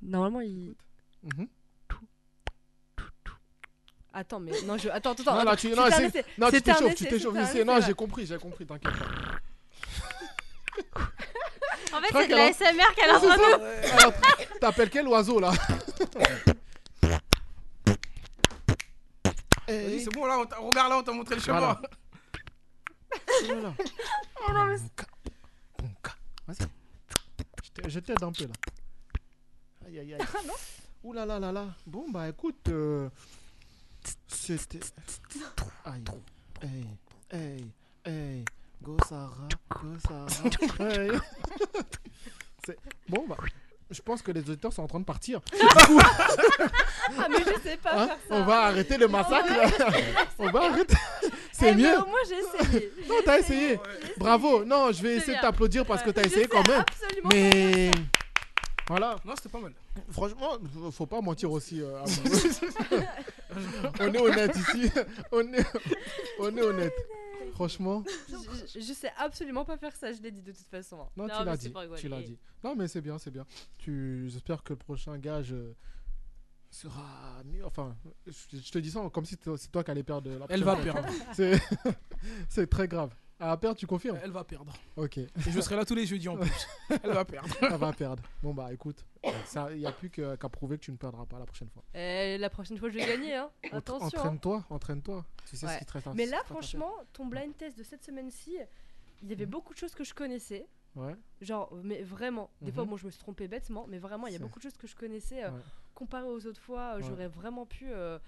S3: Normalement, il.
S2: Mhm.
S3: Attends, mais non, je. Attends, attends,
S2: Non,
S3: attends.
S2: là, tu,
S3: C'était
S2: non,
S3: un
S2: c'est-
S3: essai.
S2: non, tu
S3: C'était un
S2: t'échauffes, tu
S3: essai,
S2: t'échauffes.
S3: c'était un
S2: C'est- Non,
S3: essai,
S2: j'ai compris, j'ai compris, t'inquiète pas.
S4: En fait,
S2: crois
S4: c'est de
S2: qu'elle
S4: la
S2: en-
S4: SMR qu'elle a en train de-
S2: Alors, t'appelles quel oiseau là
S12: Vas-y, C'est bon, là, on t'a- regarde, là, on t'a montré le chemin.
S2: Voilà. Voilà. Vas-y. Je t'ai- Je t'aide un peu là. Aïe aïe aïe. Ouh là là là là. Bon bah écoute, euh, c'était. Aïe. Hey, hey, hey. Go Sarah, go Sarah. Hey. C'est- Bon bah. Je pense que les auditeurs sont en train de partir. hein. Du coup,
S3: Ah, mais je sais pas
S2: hein,
S3: faire ça.
S2: on va arrêter le massacre. on va arrêter. C'est
S11: Eh ben,
S2: mieux.
S11: au moins, j'ai essayé.
S2: non, Oh, t'as essayé. Bravo. Non, je vais
S11: C'est
S2: essayer de
S11: bien.
S2: t'applaudir parce que
S11: Ouais.
S2: t'as
S11: Je
S2: essayé
S11: sais
S2: quand même.
S11: absolument
S2: Mais voilà.
S12: Non, c'était pas mal.
S2: Franchement, f- faut pas mentir aussi. euh, à vous. on est honnête ici. On est, on est honnête. Franchement.
S3: Je, je- je sais absolument pas faire ça, je l'ai dit de toute façon.
S2: Non, tu
S3: mais
S2: l'as
S3: c'est
S2: dit.
S3: pour rigoler.
S2: Tu l'as dit. Non, mais c'est bien, c'est bien. Tu... J'espère que le prochain gage euh, sera mieux. Enfin, je je te dis ça comme si t- c'est toi qui allais perdre. La prochaine
S12: Elle va
S2: fois.
S12: perdre.
S2: C'est... c'est très grave. À perdre, tu confirmes
S12: Elle va perdre.
S2: Ok. Et
S12: je serai là tous les jeudis en plus. Elle va perdre.
S2: Elle va perdre. Bon, bah écoute, il n'y a plus que- qu'à prouver que tu ne perdras pas la prochaine fois.
S3: Eh, la prochaine fois, je vais gagner, hein.
S2: Ent-
S3: Attention. hein.
S2: Entraîne-toi, entraîne-toi. Tu sais
S3: Ouais.
S2: ce qui te reste à-
S3: Mais là,
S2: ce qui te reste à faire.
S3: franchement, ton blind test de cette semaine-ci, il y
S2: Mm.
S3: avait beaucoup de choses que je connaissais.
S2: Ouais.
S3: Genre, euh, mais vraiment, des fois,
S2: Mhm.
S3: bon, je me suis trompée bêtement, mais vraiment, il y a
S2: C'est-
S3: beaucoup de choses que je connaissais. euh,
S2: Ouais.
S3: Comparé aux autres fois, euh,
S2: Ouais.
S3: j'aurais vraiment pu euh,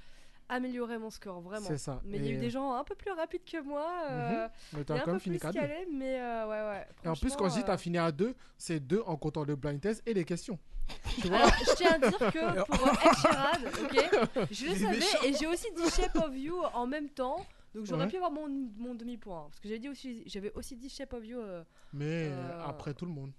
S3: améliorer mon score, vraiment.
S2: C'est ça,
S3: Mais il y a
S2: et-
S3: eu des gens un peu plus rapides que moi. euh,
S2: Mhm. Mais
S3: et
S2: t'as
S3: un
S2: quand
S3: peu
S2: même fini
S3: plus
S2: qu'à deux.
S3: calés, mais euh, ouais, ouais.
S2: Et en plus, quand je dis
S3: franchement,
S2: t'as
S3: euh,
S2: fini à deux, c'est deux en comptant le blind test et les questions. Tu vois
S3: euh, Alors, je tiens à dire que pour euh, Ed Sheeran, ok, je
S2: Il
S3: le
S2: est méchant.
S3: savais et j'ai aussi dit Shape of You en même temps. Donc j'aurais
S2: Ouais.
S3: pu avoir mon, mon demi-point. Parce que j'avais dit aussi, j'avais aussi dit Shape of You. euh,
S2: Mais euh,
S3: euh,
S2: après tout le monde.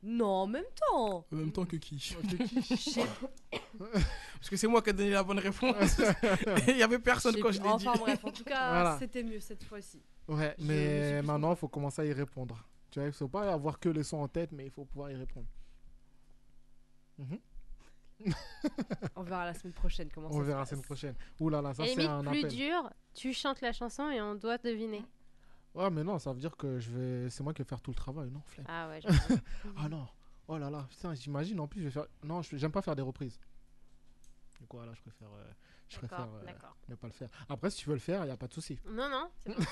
S3: Non, en même temps.
S12: En même temps que qui
S3: Shape-
S12: Parce que c'est moi qui ai donné la bonne réponse. Il y avait personne
S3: Shape-
S12: quand je l'ai dit.
S3: Enfin bref, en tout cas,
S2: Voilà.
S3: c'était mieux cette fois-ci.
S2: Ouais, mais maintenant, il faut commencer à y répondre. Tu vois, il faut pas avoir que le son en tête, mais il faut pouvoir y répondre. Mhm.
S3: On verra la semaine prochaine comment
S2: On
S3: ça se
S2: verra la
S3: passe.
S2: semaine prochaine. Ouh là là, ça
S4: et
S2: c'est un
S4: limite, plus
S2: appel.
S4: dur, tu chantes la chanson et on doit deviner.
S2: Ouais, mais non, ça veut dire que je vais... c'est moi qui vais faire tout le travail, non flemme.
S4: Ah ouais, j'avoue.
S2: Ah non, oh là là, putain, j'imagine en plus, je vais faire. Non, je- j'aime pas faire des reprises. Du coup, voilà, je préfère, euh, je
S4: D'accord,
S2: préfère euh,
S4: d'accord.
S2: ne pas le faire. Après, si tu veux le faire, il a pas de souci.
S4: Non, non, c'est bon.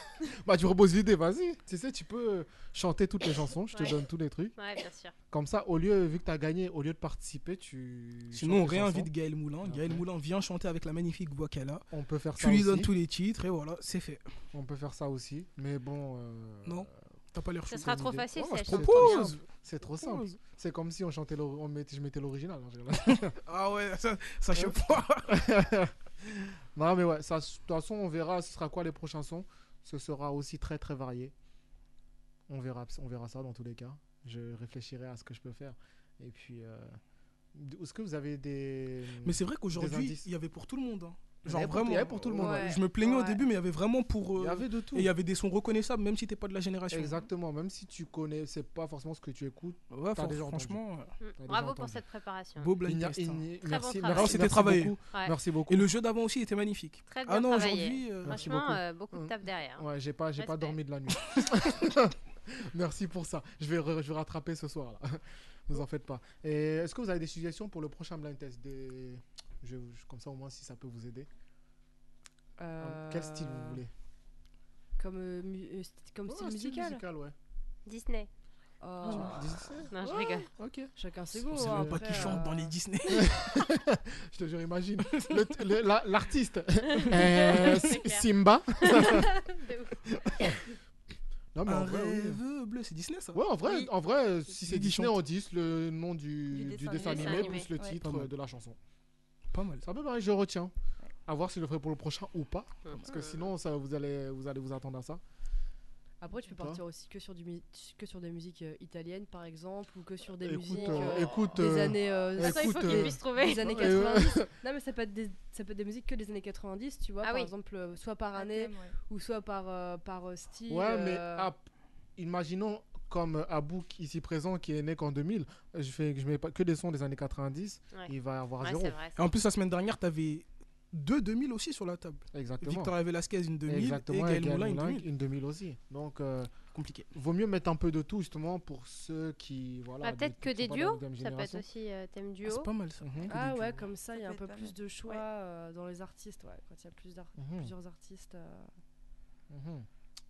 S2: Bah, tu reposes l'idée, vas-y. Tu sais, tu peux euh, chanter toutes les chansons, je te
S4: Ouais.
S2: donne tous les trucs.
S4: Ouais, bien sûr.
S2: Comme ça, au lieu, vu que t'as gagné, au lieu de participer, tu.
S12: Sinon, on
S2: chantes les
S12: réinvite
S2: chansons.
S12: Gaël Moulin. Gaël Moulin vient chanter avec la magnifique voix qu'elle a.
S2: On peut faire
S12: tu
S2: ça
S12: lui
S2: aussi.
S12: donnes tous les titres et voilà, c'est fait.
S2: On peut faire ça aussi, mais bon. euh,
S12: Non, t'as pas l'air
S4: Ça sera trop facile si
S2: c'est
S4: elle
S2: trop
S4: chante
S12: propose.
S4: bien.
S2: C'est trop simple.
S12: Propose.
S2: C'est comme si on chantait, l'or- on mettait, je mettais l'original. hein, je rigole.
S12: Ah ouais, ça, ça chauffe pas.
S2: non, mais ouais, ça, de toute façon, on verra ce sera quoi les prochains sons. Ce sera aussi très très varié. On verra, on verra ça dans tous les cas. Je réfléchirai à ce que je peux faire. Et puis, euh, est-ce que vous avez des.
S12: Mais c'est vrai
S2: des
S12: qu'aujourd'hui,
S2: indices
S12: il y avait pour tout le monde. hein.
S2: Il y
S12: Genre
S2: avait pour-
S12: vraiment.
S2: il y avait pour tout le monde, ouais.
S12: Je me plaignais au
S2: Ouais.
S12: début, mais il y avait vraiment pour. euh,
S2: Il y avait de tout.
S12: Et il y avait des sons reconnaissables, même si t'es pas de la génération.
S2: Exactement, même si tu connais, c'est pas forcément ce que tu écoutes.
S12: Ouais,
S2: t'as
S12: fran-
S2: déjà entendu.
S12: franchement,
S4: Mm,
S2: T'as déjà
S4: Bravo pour
S2: entendu.
S4: cette préparation.
S12: Beau blind
S2: Il n'y a-
S12: test.
S2: il
S12: hein.
S2: n'y-
S4: Très bon
S2: Merci,
S4: travail.
S12: Vraiment, c'était
S2: merci
S12: travaillé.
S2: beaucoup.
S4: Ouais.
S2: Merci beaucoup.
S12: Et le jeu d'avant aussi était magnifique.
S4: Très bien
S12: Ah non,
S4: travaillé.
S12: aujourd'hui. euh,
S2: Merci
S4: Franchement,
S2: beaucoup.
S4: euh, beaucoup de taf derrière.
S2: Ouais, j'ai pas, j'ai pas
S4: Respect.
S2: dormi de la nuit. Merci pour ça. Je vais, re- je vais rattraper ce soir. Là. Vous en faites pas. Et est-ce que vous avez des suggestions pour le prochain blind test des... je, je- Comme ça, au moins, si ça peut vous aider.
S3: Euh,
S2: Quel style vous voulez
S3: Comme, euh, mu- euh, st- comme
S2: Ouais,
S3: style
S2: un style
S3: musical.
S2: musical, Ah. ouais.
S4: Disney.
S3: Oh.
S4: Non, je rigole.
S2: Ok.
S3: Chacun ses
S12: On
S3: goûts.
S12: sait
S3: hein,
S12: même pas
S3: après,
S12: qui chante dans
S3: euh,
S12: les Disney. Ah,
S2: Je te jure, imagine. Le- le- la- L'artiste. Euh,
S12: C'est
S2: Si-
S12: clair.
S2: Simba.
S12: De
S2: non, mais en
S12: Un
S2: vrai, oui.
S12: rêve bleu, c'est Disney ça
S2: Ouais, en vrai, en vrai si
S12: Qui
S2: c'est Disney,
S12: chante.
S2: on dit le nom du, du dessin, animé, plus le
S12: Ouais.
S2: titre
S12: Pas mal.
S2: de la chanson.
S12: Pas mal.
S2: Ça peut pareil, je retiens. À voir si je le ferai pour le prochain ou pas. Parce que
S3: Mhm.
S2: sinon, ça, vous, allez, vous allez vous attendre à ça.
S3: Après, tu peux
S2: Toi
S3: partir aussi que sur, du mu- que sur des musiques euh, italiennes, par exemple, ou que sur des
S2: Écoute,
S3: musiques
S2: euh,
S3: euh,
S2: écoute,
S3: des
S2: euh,
S3: années. euh,
S2: Attends, il faut écoute, qu'il euh, puisse trouver.
S3: Des années
S2: Ouais, ouais.
S3: 90. non, mais ça peut, être des, ça peut être des musiques que des années 90, tu vois,
S4: Ah
S3: par
S4: oui.
S3: exemple, euh, soit
S11: Ah,
S3: par année, ou soit par, euh, par euh, style.
S2: Ouais, mais
S3: euh,
S2: ah, imaginons comme euh, Abou qui- ici présent qui est né qu'en 2000, euh, je fais que je mets pas que des sons des années 90,
S4: Ouais.
S2: il va avoir
S4: Ouais,
S2: zéro.
S4: c'est vrai,
S12: Et en plus, la semaine dernière, t'avais deux 2000 aussi sur la table.
S2: Exactement.
S12: Victor Velasquez, une 2000.
S2: Exactement,
S12: et Gaël Moulin, une 2000.
S2: 2000 aussi. Donc euh,
S12: compliqué.
S2: Vaut mieux mettre un peu de tout justement pour ceux qui voilà.
S4: Bah, Peut-être
S2: de-
S4: que
S2: qui
S4: des
S2: sont pas dans
S4: duos.
S2: la même
S4: Ça peut être
S2: génération.
S4: aussi euh, thème duo.
S12: c'est pas mal, ça.
S2: Mhm.
S3: Ah
S2: Que des
S3: ouais,
S2: duos.
S3: comme ça, il y a un peu plus de choix euh, dans les artistes, ouais, quand il y a plus d'ar-
S2: Mhm.
S3: plusieurs artistes. euh,
S2: Mhm.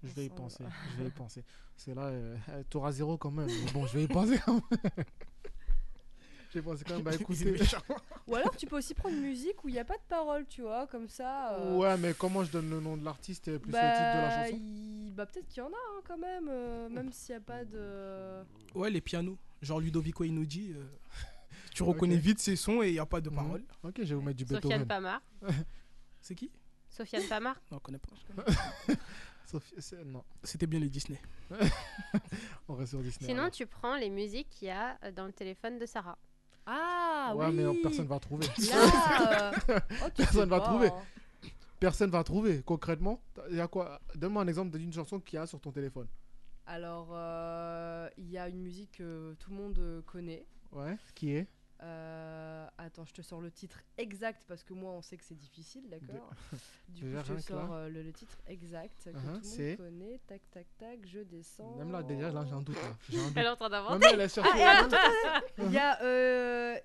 S2: Je vais y
S3: Ensemble.
S2: penser, je vais y penser. C'est là, tu auras zéro quand même. Mais bon, je vais y penser quand même. je vais penser quand même. Bah écoutez.
S3: Ou alors, tu peux aussi prendre une musique où il n'y a pas de paroles, tu vois, comme ça. euh,
S2: Ouais, mais comment je donne le nom de l'artiste et plus
S3: bah,
S2: le titre de la chanson
S3: il- Bah, peut-être qu'il y en a hein, quand même, euh, même s'il n'y a pas de.
S12: Ouais, les pianos. Genre Ludovico Einaudi. euh, tu reconnais vite ses sons et il n'y a pas de paroles.
S2: Ok, je vais vous mettre du
S4: Sofiane
S2: Beethoven.
S4: Pamar.
S12: C'est qui
S4: Sofiane Pamar
S12: Non, on connaît pas.
S2: Sauf- c'est- non.
S12: C'était bien les Disney.
S2: On reste sur Disney.
S4: Sinon,
S2: alors.
S4: tu prends les musiques qu'il y a euh, dans le téléphone de Sarah.
S3: Ah
S2: ouais, mais euh, personne va trouver.
S4: Là, euh, oh, tu sais
S2: personne va
S4: pas,
S2: trouver.
S4: hein.
S2: Personne va trouver. Concrètement, il y a quoi Donne-moi un exemple d'une chanson qu'il y a sur ton téléphone.
S3: Alors, euh, il y a une musique que tout le monde euh, connaît.
S2: Ouais. Qui est
S3: Euh, attends, je te sors le titre exact parce que moi on sait que c'est difficile, d'accord Du coup,
S2: Déjà,
S3: je
S2: rien
S3: te
S2: que là.
S3: sors euh, le, le titre exact que
S2: Uh-huh,
S3: tout le
S2: c'est-
S3: monde connaît. Tac, tac, tac, je descends.
S2: Même là, déjà, là, j'ai un doute. là. J'ai un doute.
S4: Elle est en train
S2: Non,
S4: d'inventer.
S2: mais elle a cherché.
S3: Ah, attends, attends, Il y a euh,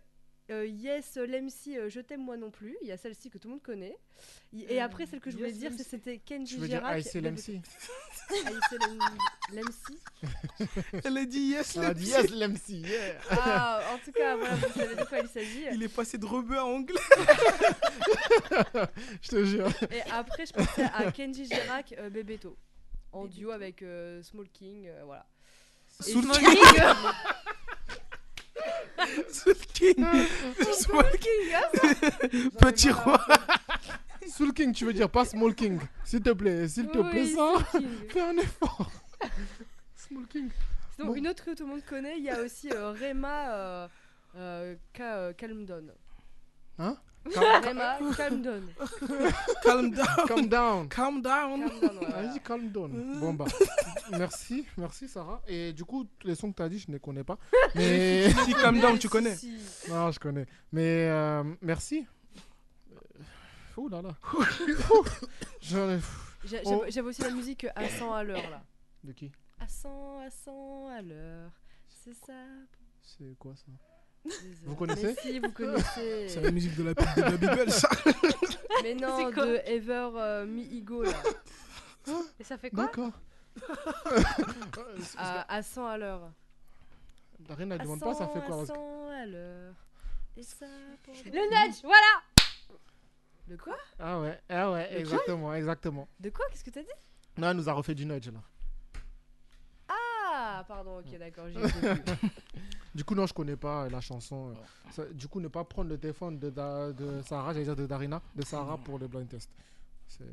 S3: euh, Yes, l'MC, euh, Je t'aime moi non plus. Il y a celle-ci que tout le monde connaît. Y- Et
S11: Euh,
S3: après, celle que je voulais
S11: Yes,
S3: dire,
S11: l'MC.
S3: c'est- c'était Kenji
S2: Tu veux dire ah,
S3: Girac,
S2: I Say
S3: ah, le-
S2: l'MC?
S3: I Say l'M- l'MC
S12: Elle a dit yes,
S2: Elle a dit yes, l'MC.
S3: Ah, en tout cas, voilà, vous savez de quoi il s'agit.
S12: Il est passé de rebeu à anglais.
S2: Je te jure.
S3: Et après, je pensais à Kenji Girac, euh, Bebeto, en duo avec euh, Small King, euh, voilà. Et
S12: Soul
S3: Small
S12: King.
S3: King, euh,
S12: Soul King. Soul
S3: hein.
S12: King. Petit roi.
S2: Soul King, tu veux dire pas Small King. S'il te plaît, s'il te
S3: Oui,
S2: plaît, ça.
S3: Soul King.
S2: Fais un effort. Small King.
S3: Sinon,
S2: Bon.
S3: une autre que tout le monde connaît, il y a aussi euh, Rema euh, euh, Ka- euh, Calm Down.
S2: Hein
S3: Rema Calm Down.
S12: Calm down.
S2: Calm down.
S12: Calm down.
S2: Vas-y, calm down. Bon, bah. Merci, merci, Sarah. Et du coup, tous les sons que tu as dit, je ne les connais pas. Mais.
S12: Si, si, calm down, tu connais.
S3: Si.
S2: Non, je connais. Mais euh, merci. Euh, Ouh là là. J'en ai.
S3: J'a-
S2: Oh.
S3: j'avais- J'avais aussi la musique à 100 à l'heure là.
S2: De qui
S3: À 100, à 100 à l'heure. C'est ça.
S2: C'est quoi ça
S3: Désolé.
S2: Vous connaissez
S3: Mais si, vous connaissez.
S12: C'est la musique de la pub de Baby Bell, ça.
S3: Mais non,
S4: C'est quoi
S3: de Ever euh, Me Ego là.
S4: Et ça fait quoi
S2: D'accord. Euh,
S3: à, à 100 à l'heure.
S2: T'as rien à
S3: À
S2: demander pas, Bah, ça
S3: 100,
S2: fait quoi
S3: à
S2: parce que-
S3: 100 à l'heure. Et ça pendant-
S4: Le nudge, voilà
S3: Le quoi
S2: Ah ouais, ah ouais,
S3: Le quoi
S2: exactement, exactement.
S3: De quoi Qu'est-ce que t'as dit
S2: Non, elle nous a refait du nudge là.
S3: Ah, pardon, ok, d'accord, j'ai compris.
S2: Du coup, non, je connais pas euh, la chanson. euh, ça- du coup, ne pas prendre le téléphone de, Da- de Sarah, j'allais dire de Darina, de Sarah pour le blind test. C'est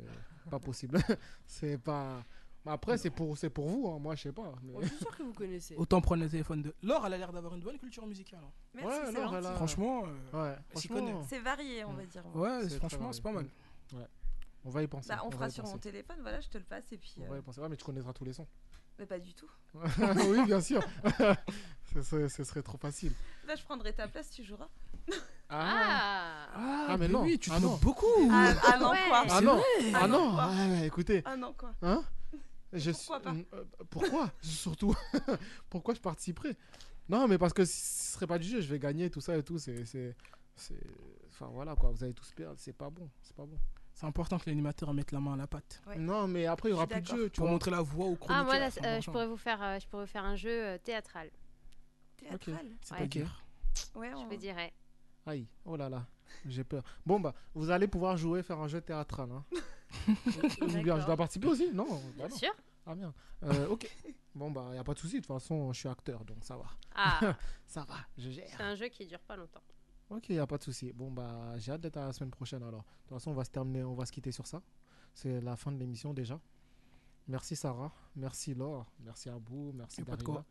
S2: pas possible. c'est pas. Mais après, c'est pour, c'est pour vous, hein, moi je sais pas. mais-
S3: Oh, Je suis sûr que vous connaissez.
S2: Oh,
S12: Autant prendre le téléphone de. Laure, elle a l'air d'avoir une bonne culture musicale. hein.
S11: Merci, c'est
S2: non,
S11: gentil.
S2: voilà.
S12: Franchement, euh,
S2: Ouais,
S12: elle s'y
S2: franchement.
S12: connaît.
S11: C'est varié, on va dire.
S12: Ouais,
S2: très
S12: franchement,
S2: varié.
S12: c'est pas mal.
S2: Ouais. On va y penser.
S11: Bah, on,
S2: va
S11: fera
S2: y
S11: sur
S2: penser.
S11: mon téléphone, voilà, je te le passe et puis.
S2: On
S11: euh,
S2: va y penser. Ouais, mais tu connaîtras tous les sons.
S11: Mais pas du tout.
S2: oui, bien sûr. ce, serait, ce serait trop facile.
S11: Bah, je prendrai ta place, tu joueras.
S4: Ah
S2: Ah,
S12: Ah,
S2: mais non.
S12: Oui, tu te
S2: ah, non.
S12: moques beaucoup.
S11: Ah, ah non,
S4: Ouais.
S11: quoi
S2: Ah
S12: C'est
S2: non.
S12: vrai.
S2: Ah non.
S11: quoi.
S2: Ah ouais, écoutez.
S11: Ah non, quoi
S2: Hein je
S11: Pourquoi
S2: suis-
S11: pas
S2: Mm, euh, Pourquoi Surtout, pourquoi je participerais Non, mais parce que si ce serait pas du jeu, je vais gagner tout ça et tout. C'est, c'est, c'est- enfin voilà quoi. Vous allez tous perdre. C'est pas bon. C'est pas bon.
S12: C'est important que l'animateur mette la main à la pâte.
S11: Ouais.
S2: Non, mais après il y aura
S11: Je suis
S2: plus de
S11: d'accord.
S2: jeu. Tu
S12: Pour
S2: vois.
S12: montrer la voix au
S4: Ah,
S12: chroniqueur.
S4: moi, là,
S12: c'est
S4: euh, je,
S12: important.
S4: pourrais vous faire, euh, je pourrais vous faire un jeu euh, théâtral,
S11: Théâtral.
S12: C'est
S4: Ouais.
S12: pas dur.
S11: Ouais,
S4: je
S11: on...
S4: vous dirais.
S2: Aïe. Oh là là. J'ai peur. Bon bah, vous allez pouvoir jouer, faire un jeu théâtral. Hein. je dois je dois participer aussi Non. bah
S4: Bien
S2: non.
S4: sûr
S2: Ah merde. Euh, ok. Bon bah, y a pas de souci. De toute façon, je suis acteur, donc ça va.
S4: Ah,
S2: Ça va. Je gère.
S4: c'est un jeu qui dure pas longtemps.
S2: Ok, y a pas de souci. Bon bah, j'ai hâte d'être à la semaine prochaine alors. De toute façon, on va se terminer, on va se quitter sur ça. C'est la fin de l'émission déjà. Merci Sarah, merci Laure, merci Abou, merci
S12: Y a pas de
S2: Darina
S12: quoi.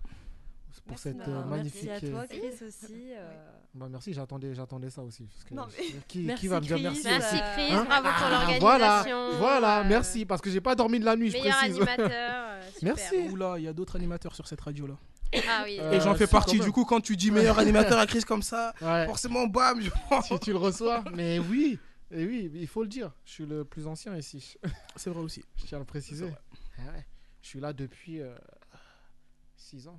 S2: pour
S11: Merci,
S2: cette
S11: Sarah.
S2: euh,
S11: Merci
S2: magnifique.
S3: Bah, Merci à toi,
S2: euh,
S3: Chris aussi. euh,
S2: Bah merci, j'attendais, j'attendais ça aussi. parce que-
S11: Non, mais-
S2: qui,
S3: Merci,
S2: qui va me dire
S3: Chris.
S2: merci
S3: Merci,
S2: aussi
S4: Merci
S3: euh,
S4: Chris,
S2: Hein
S4: bravo pour
S2: Ah,
S4: l'organisation.
S2: Voilà,
S4: euh,
S2: voilà, merci parce que j'ai pas dormi de la nuit, je
S4: Meilleur
S2: précise.
S4: animateur. euh, super.
S2: Merci.
S12: Oula, il y a d'autres animateurs sur cette radio là.
S4: Ah oui.
S2: Euh,
S12: Et j'en fais
S2: si,
S12: partie.
S2: quand
S12: Du
S2: même.
S12: coup, quand tu dis meilleur animateur à Chris comme ça,
S2: Ouais,
S12: forcément, bam, je pense.
S2: si tu le reçois, mais oui, et oui, il faut le dire. Je suis le plus ancien ici.
S12: C'est vrai aussi.
S2: Je tiens à le préciser. Ah ouais. Je suis là depuis 6 ans.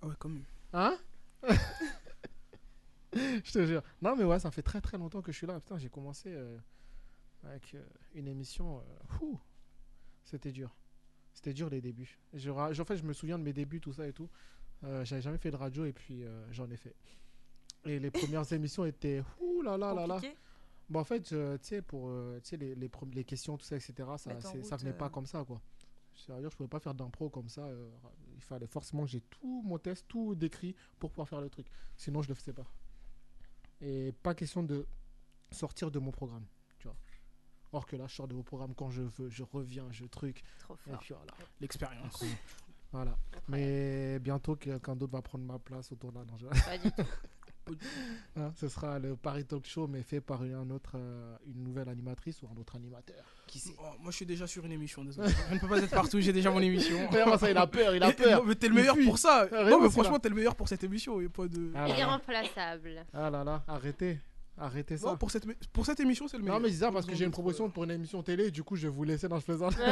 S12: Ah ouais, quand même.
S2: Hein Je te jure. Non, mais ouais, ça fait très très longtemps que je suis là. Putain, j'ai commencé euh, avec euh, une émission. euh, fou. C'était dur. C'était dur les débuts. Je ra- en fait, je me souviens de mes débuts, tout ça et tout. Euh, J'avais jamais fait de radio et puis euh, j'en ai fait. Et les premières émissions étaient. Ouh là là là là.
S11: Compliqué.
S2: Bon, en fait, je- tu sais, pour euh, tu sais, les, les, pro- les questions, tout ça, etc., ça,
S11: Mettre en
S2: c'est- ça
S11: route,
S2: venait
S11: euh.
S2: pas comme ça, quoi. Sérieux, je pouvais pas faire d'impro comme ça. euh, il fallait forcément que j'ai tout mon test, tout décrit pour pouvoir faire le truc. Sinon, je le faisais pas. Et pas question de sortir de mon programme, tu vois. Or que là, je sors de vos programmes quand je veux, je reviens, je truc.
S4: Trop
S2: Et puis voilà.
S12: L'expérience.
S2: Voilà. Mais bientôt, quelqu'un d'autre va prendre ma place autour de la danger.
S4: Pas du
S2: tout. Hein, ce sera le Paris Talk Show, mais fait par une, un autre, euh, une nouvelle animatrice ou un autre animateur.
S12: Qui Oh, Moi, je suis déjà sur une émission, désolé. Je ne peux pas être partout, j'ai déjà mon émission.
S2: Vraiment, ça, il a peur, il a peur.
S12: Non, mais t'es le
S2: Il
S12: meilleur
S2: fuit.
S12: pour ça.
S2: Ah,
S12: non,
S2: vraiment,
S12: mais
S2: c'est là.
S12: franchement, t'es le meilleur pour cette émission. Il y a pas de.
S2: Ah là là.
S4: Irremplaçable.
S2: Ah là là, arrêtez. Arrêtez ça.
S12: Non, pour cette, pour cette émission, c'est le
S2: Non,
S12: meilleur.
S2: mais c'est ça parce que j'ai une
S12: euh,
S2: proposition pour une émission télé. Du coup, je vais vous laisser. dans je plaisante. non,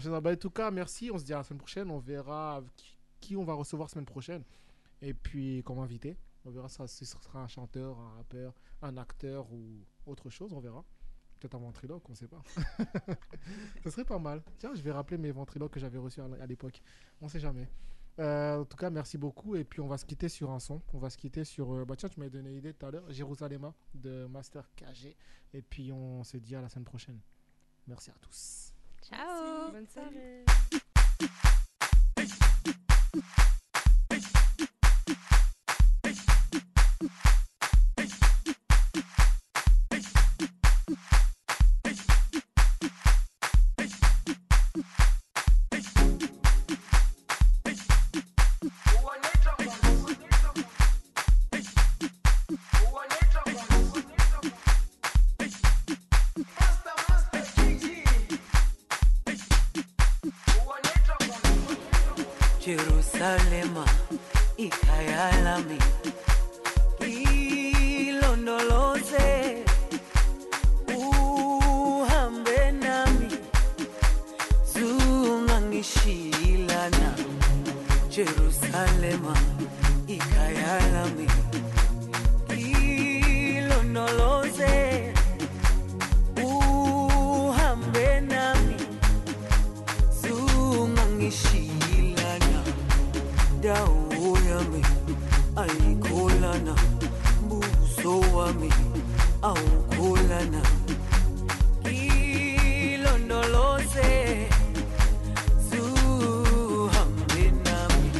S2: je plaisante. Bah, en tout cas, merci. On se dit à la semaine prochaine. On verra qui, qui on va recevoir semaine prochaine. Et puis, comme invité. On verra ça, si ce sera un chanteur, un rappeur, un acteur ou autre chose. On verra. Peut-être un ventriloque, on sait pas. Ce serait pas mal. Tiens, je vais rappeler mes ventriloques que j'avais reçus à l- à l'époque. On sait jamais. Euh, en tout cas, merci beaucoup. Et puis, on va se quitter sur un son. On va se quitter sur. euh, bah, tiens, tu m'avais donné l'idée tout à l'heure. Jérusalem de Master KG. Et puis, on se dit à la semaine prochaine. Merci à tous.
S4: Ciao.
S3: Bonne soirée.
S13: Jerusalema ikayalami ilondoloze uhambe nami zungangishilana Jerusalema ikayalami ilondoloze uhambe nami zungangishilana dawo yami ayikholana mbuso wami awukholana ngilondoloze zuhambe nami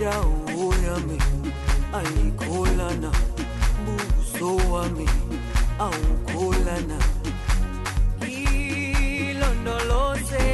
S13: dawo yami ayikholana mbuso wami awukholana ngilondoloze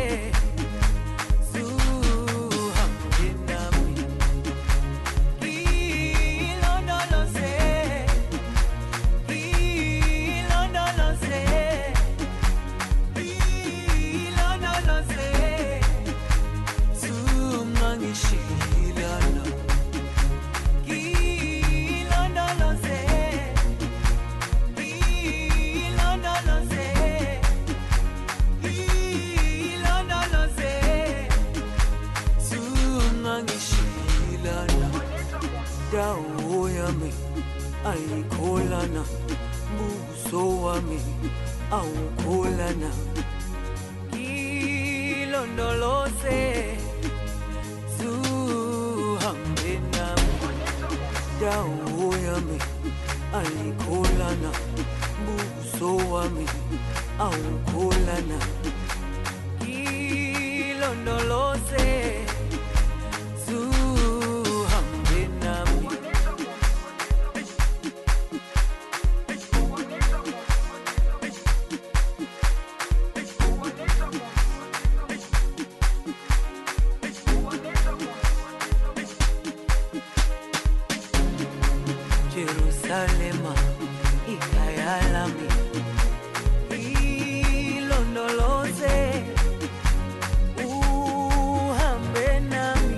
S13: Ilondoloze sungangishilana dawo yami ayikholana mbuso wami awukholana ngilondoloze zuhambe nami dawo yami ayikholana mbuso wami awukholana ngilondoloze zuhambe nami Jerusalema ikayalami ilondoloze uhambe nami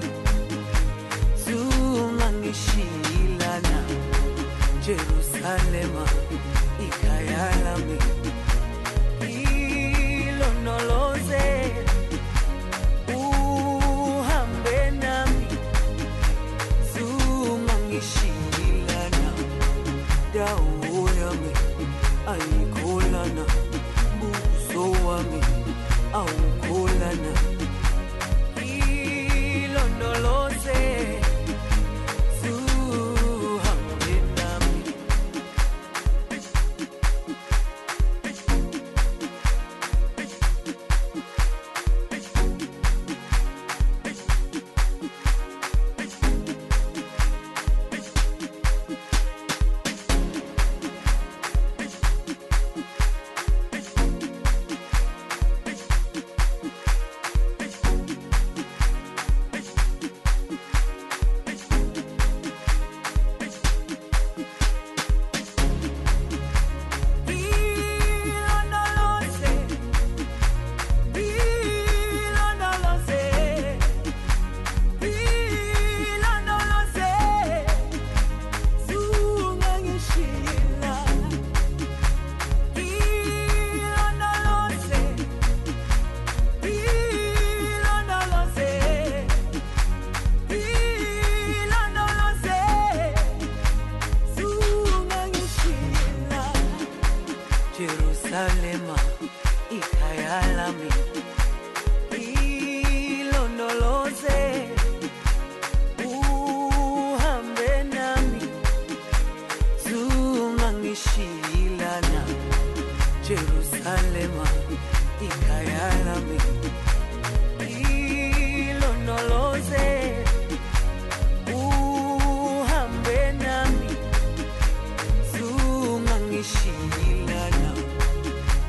S13: zungangishilana Jerusalema ikayalami ilondoloze uhambe nami zungangishilana dawo yami ayikholana buso wami awukholana ilondoloze zuhambe nami Yerusalema ikhaya lami ilondoloze uhambe nami zungangishilana Jerusalema ikhaya lami ilondoloze uhambe nami zungangishilana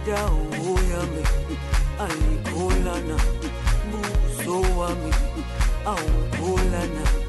S13: dawo yami ayikholana buso wami awukholana
S11: E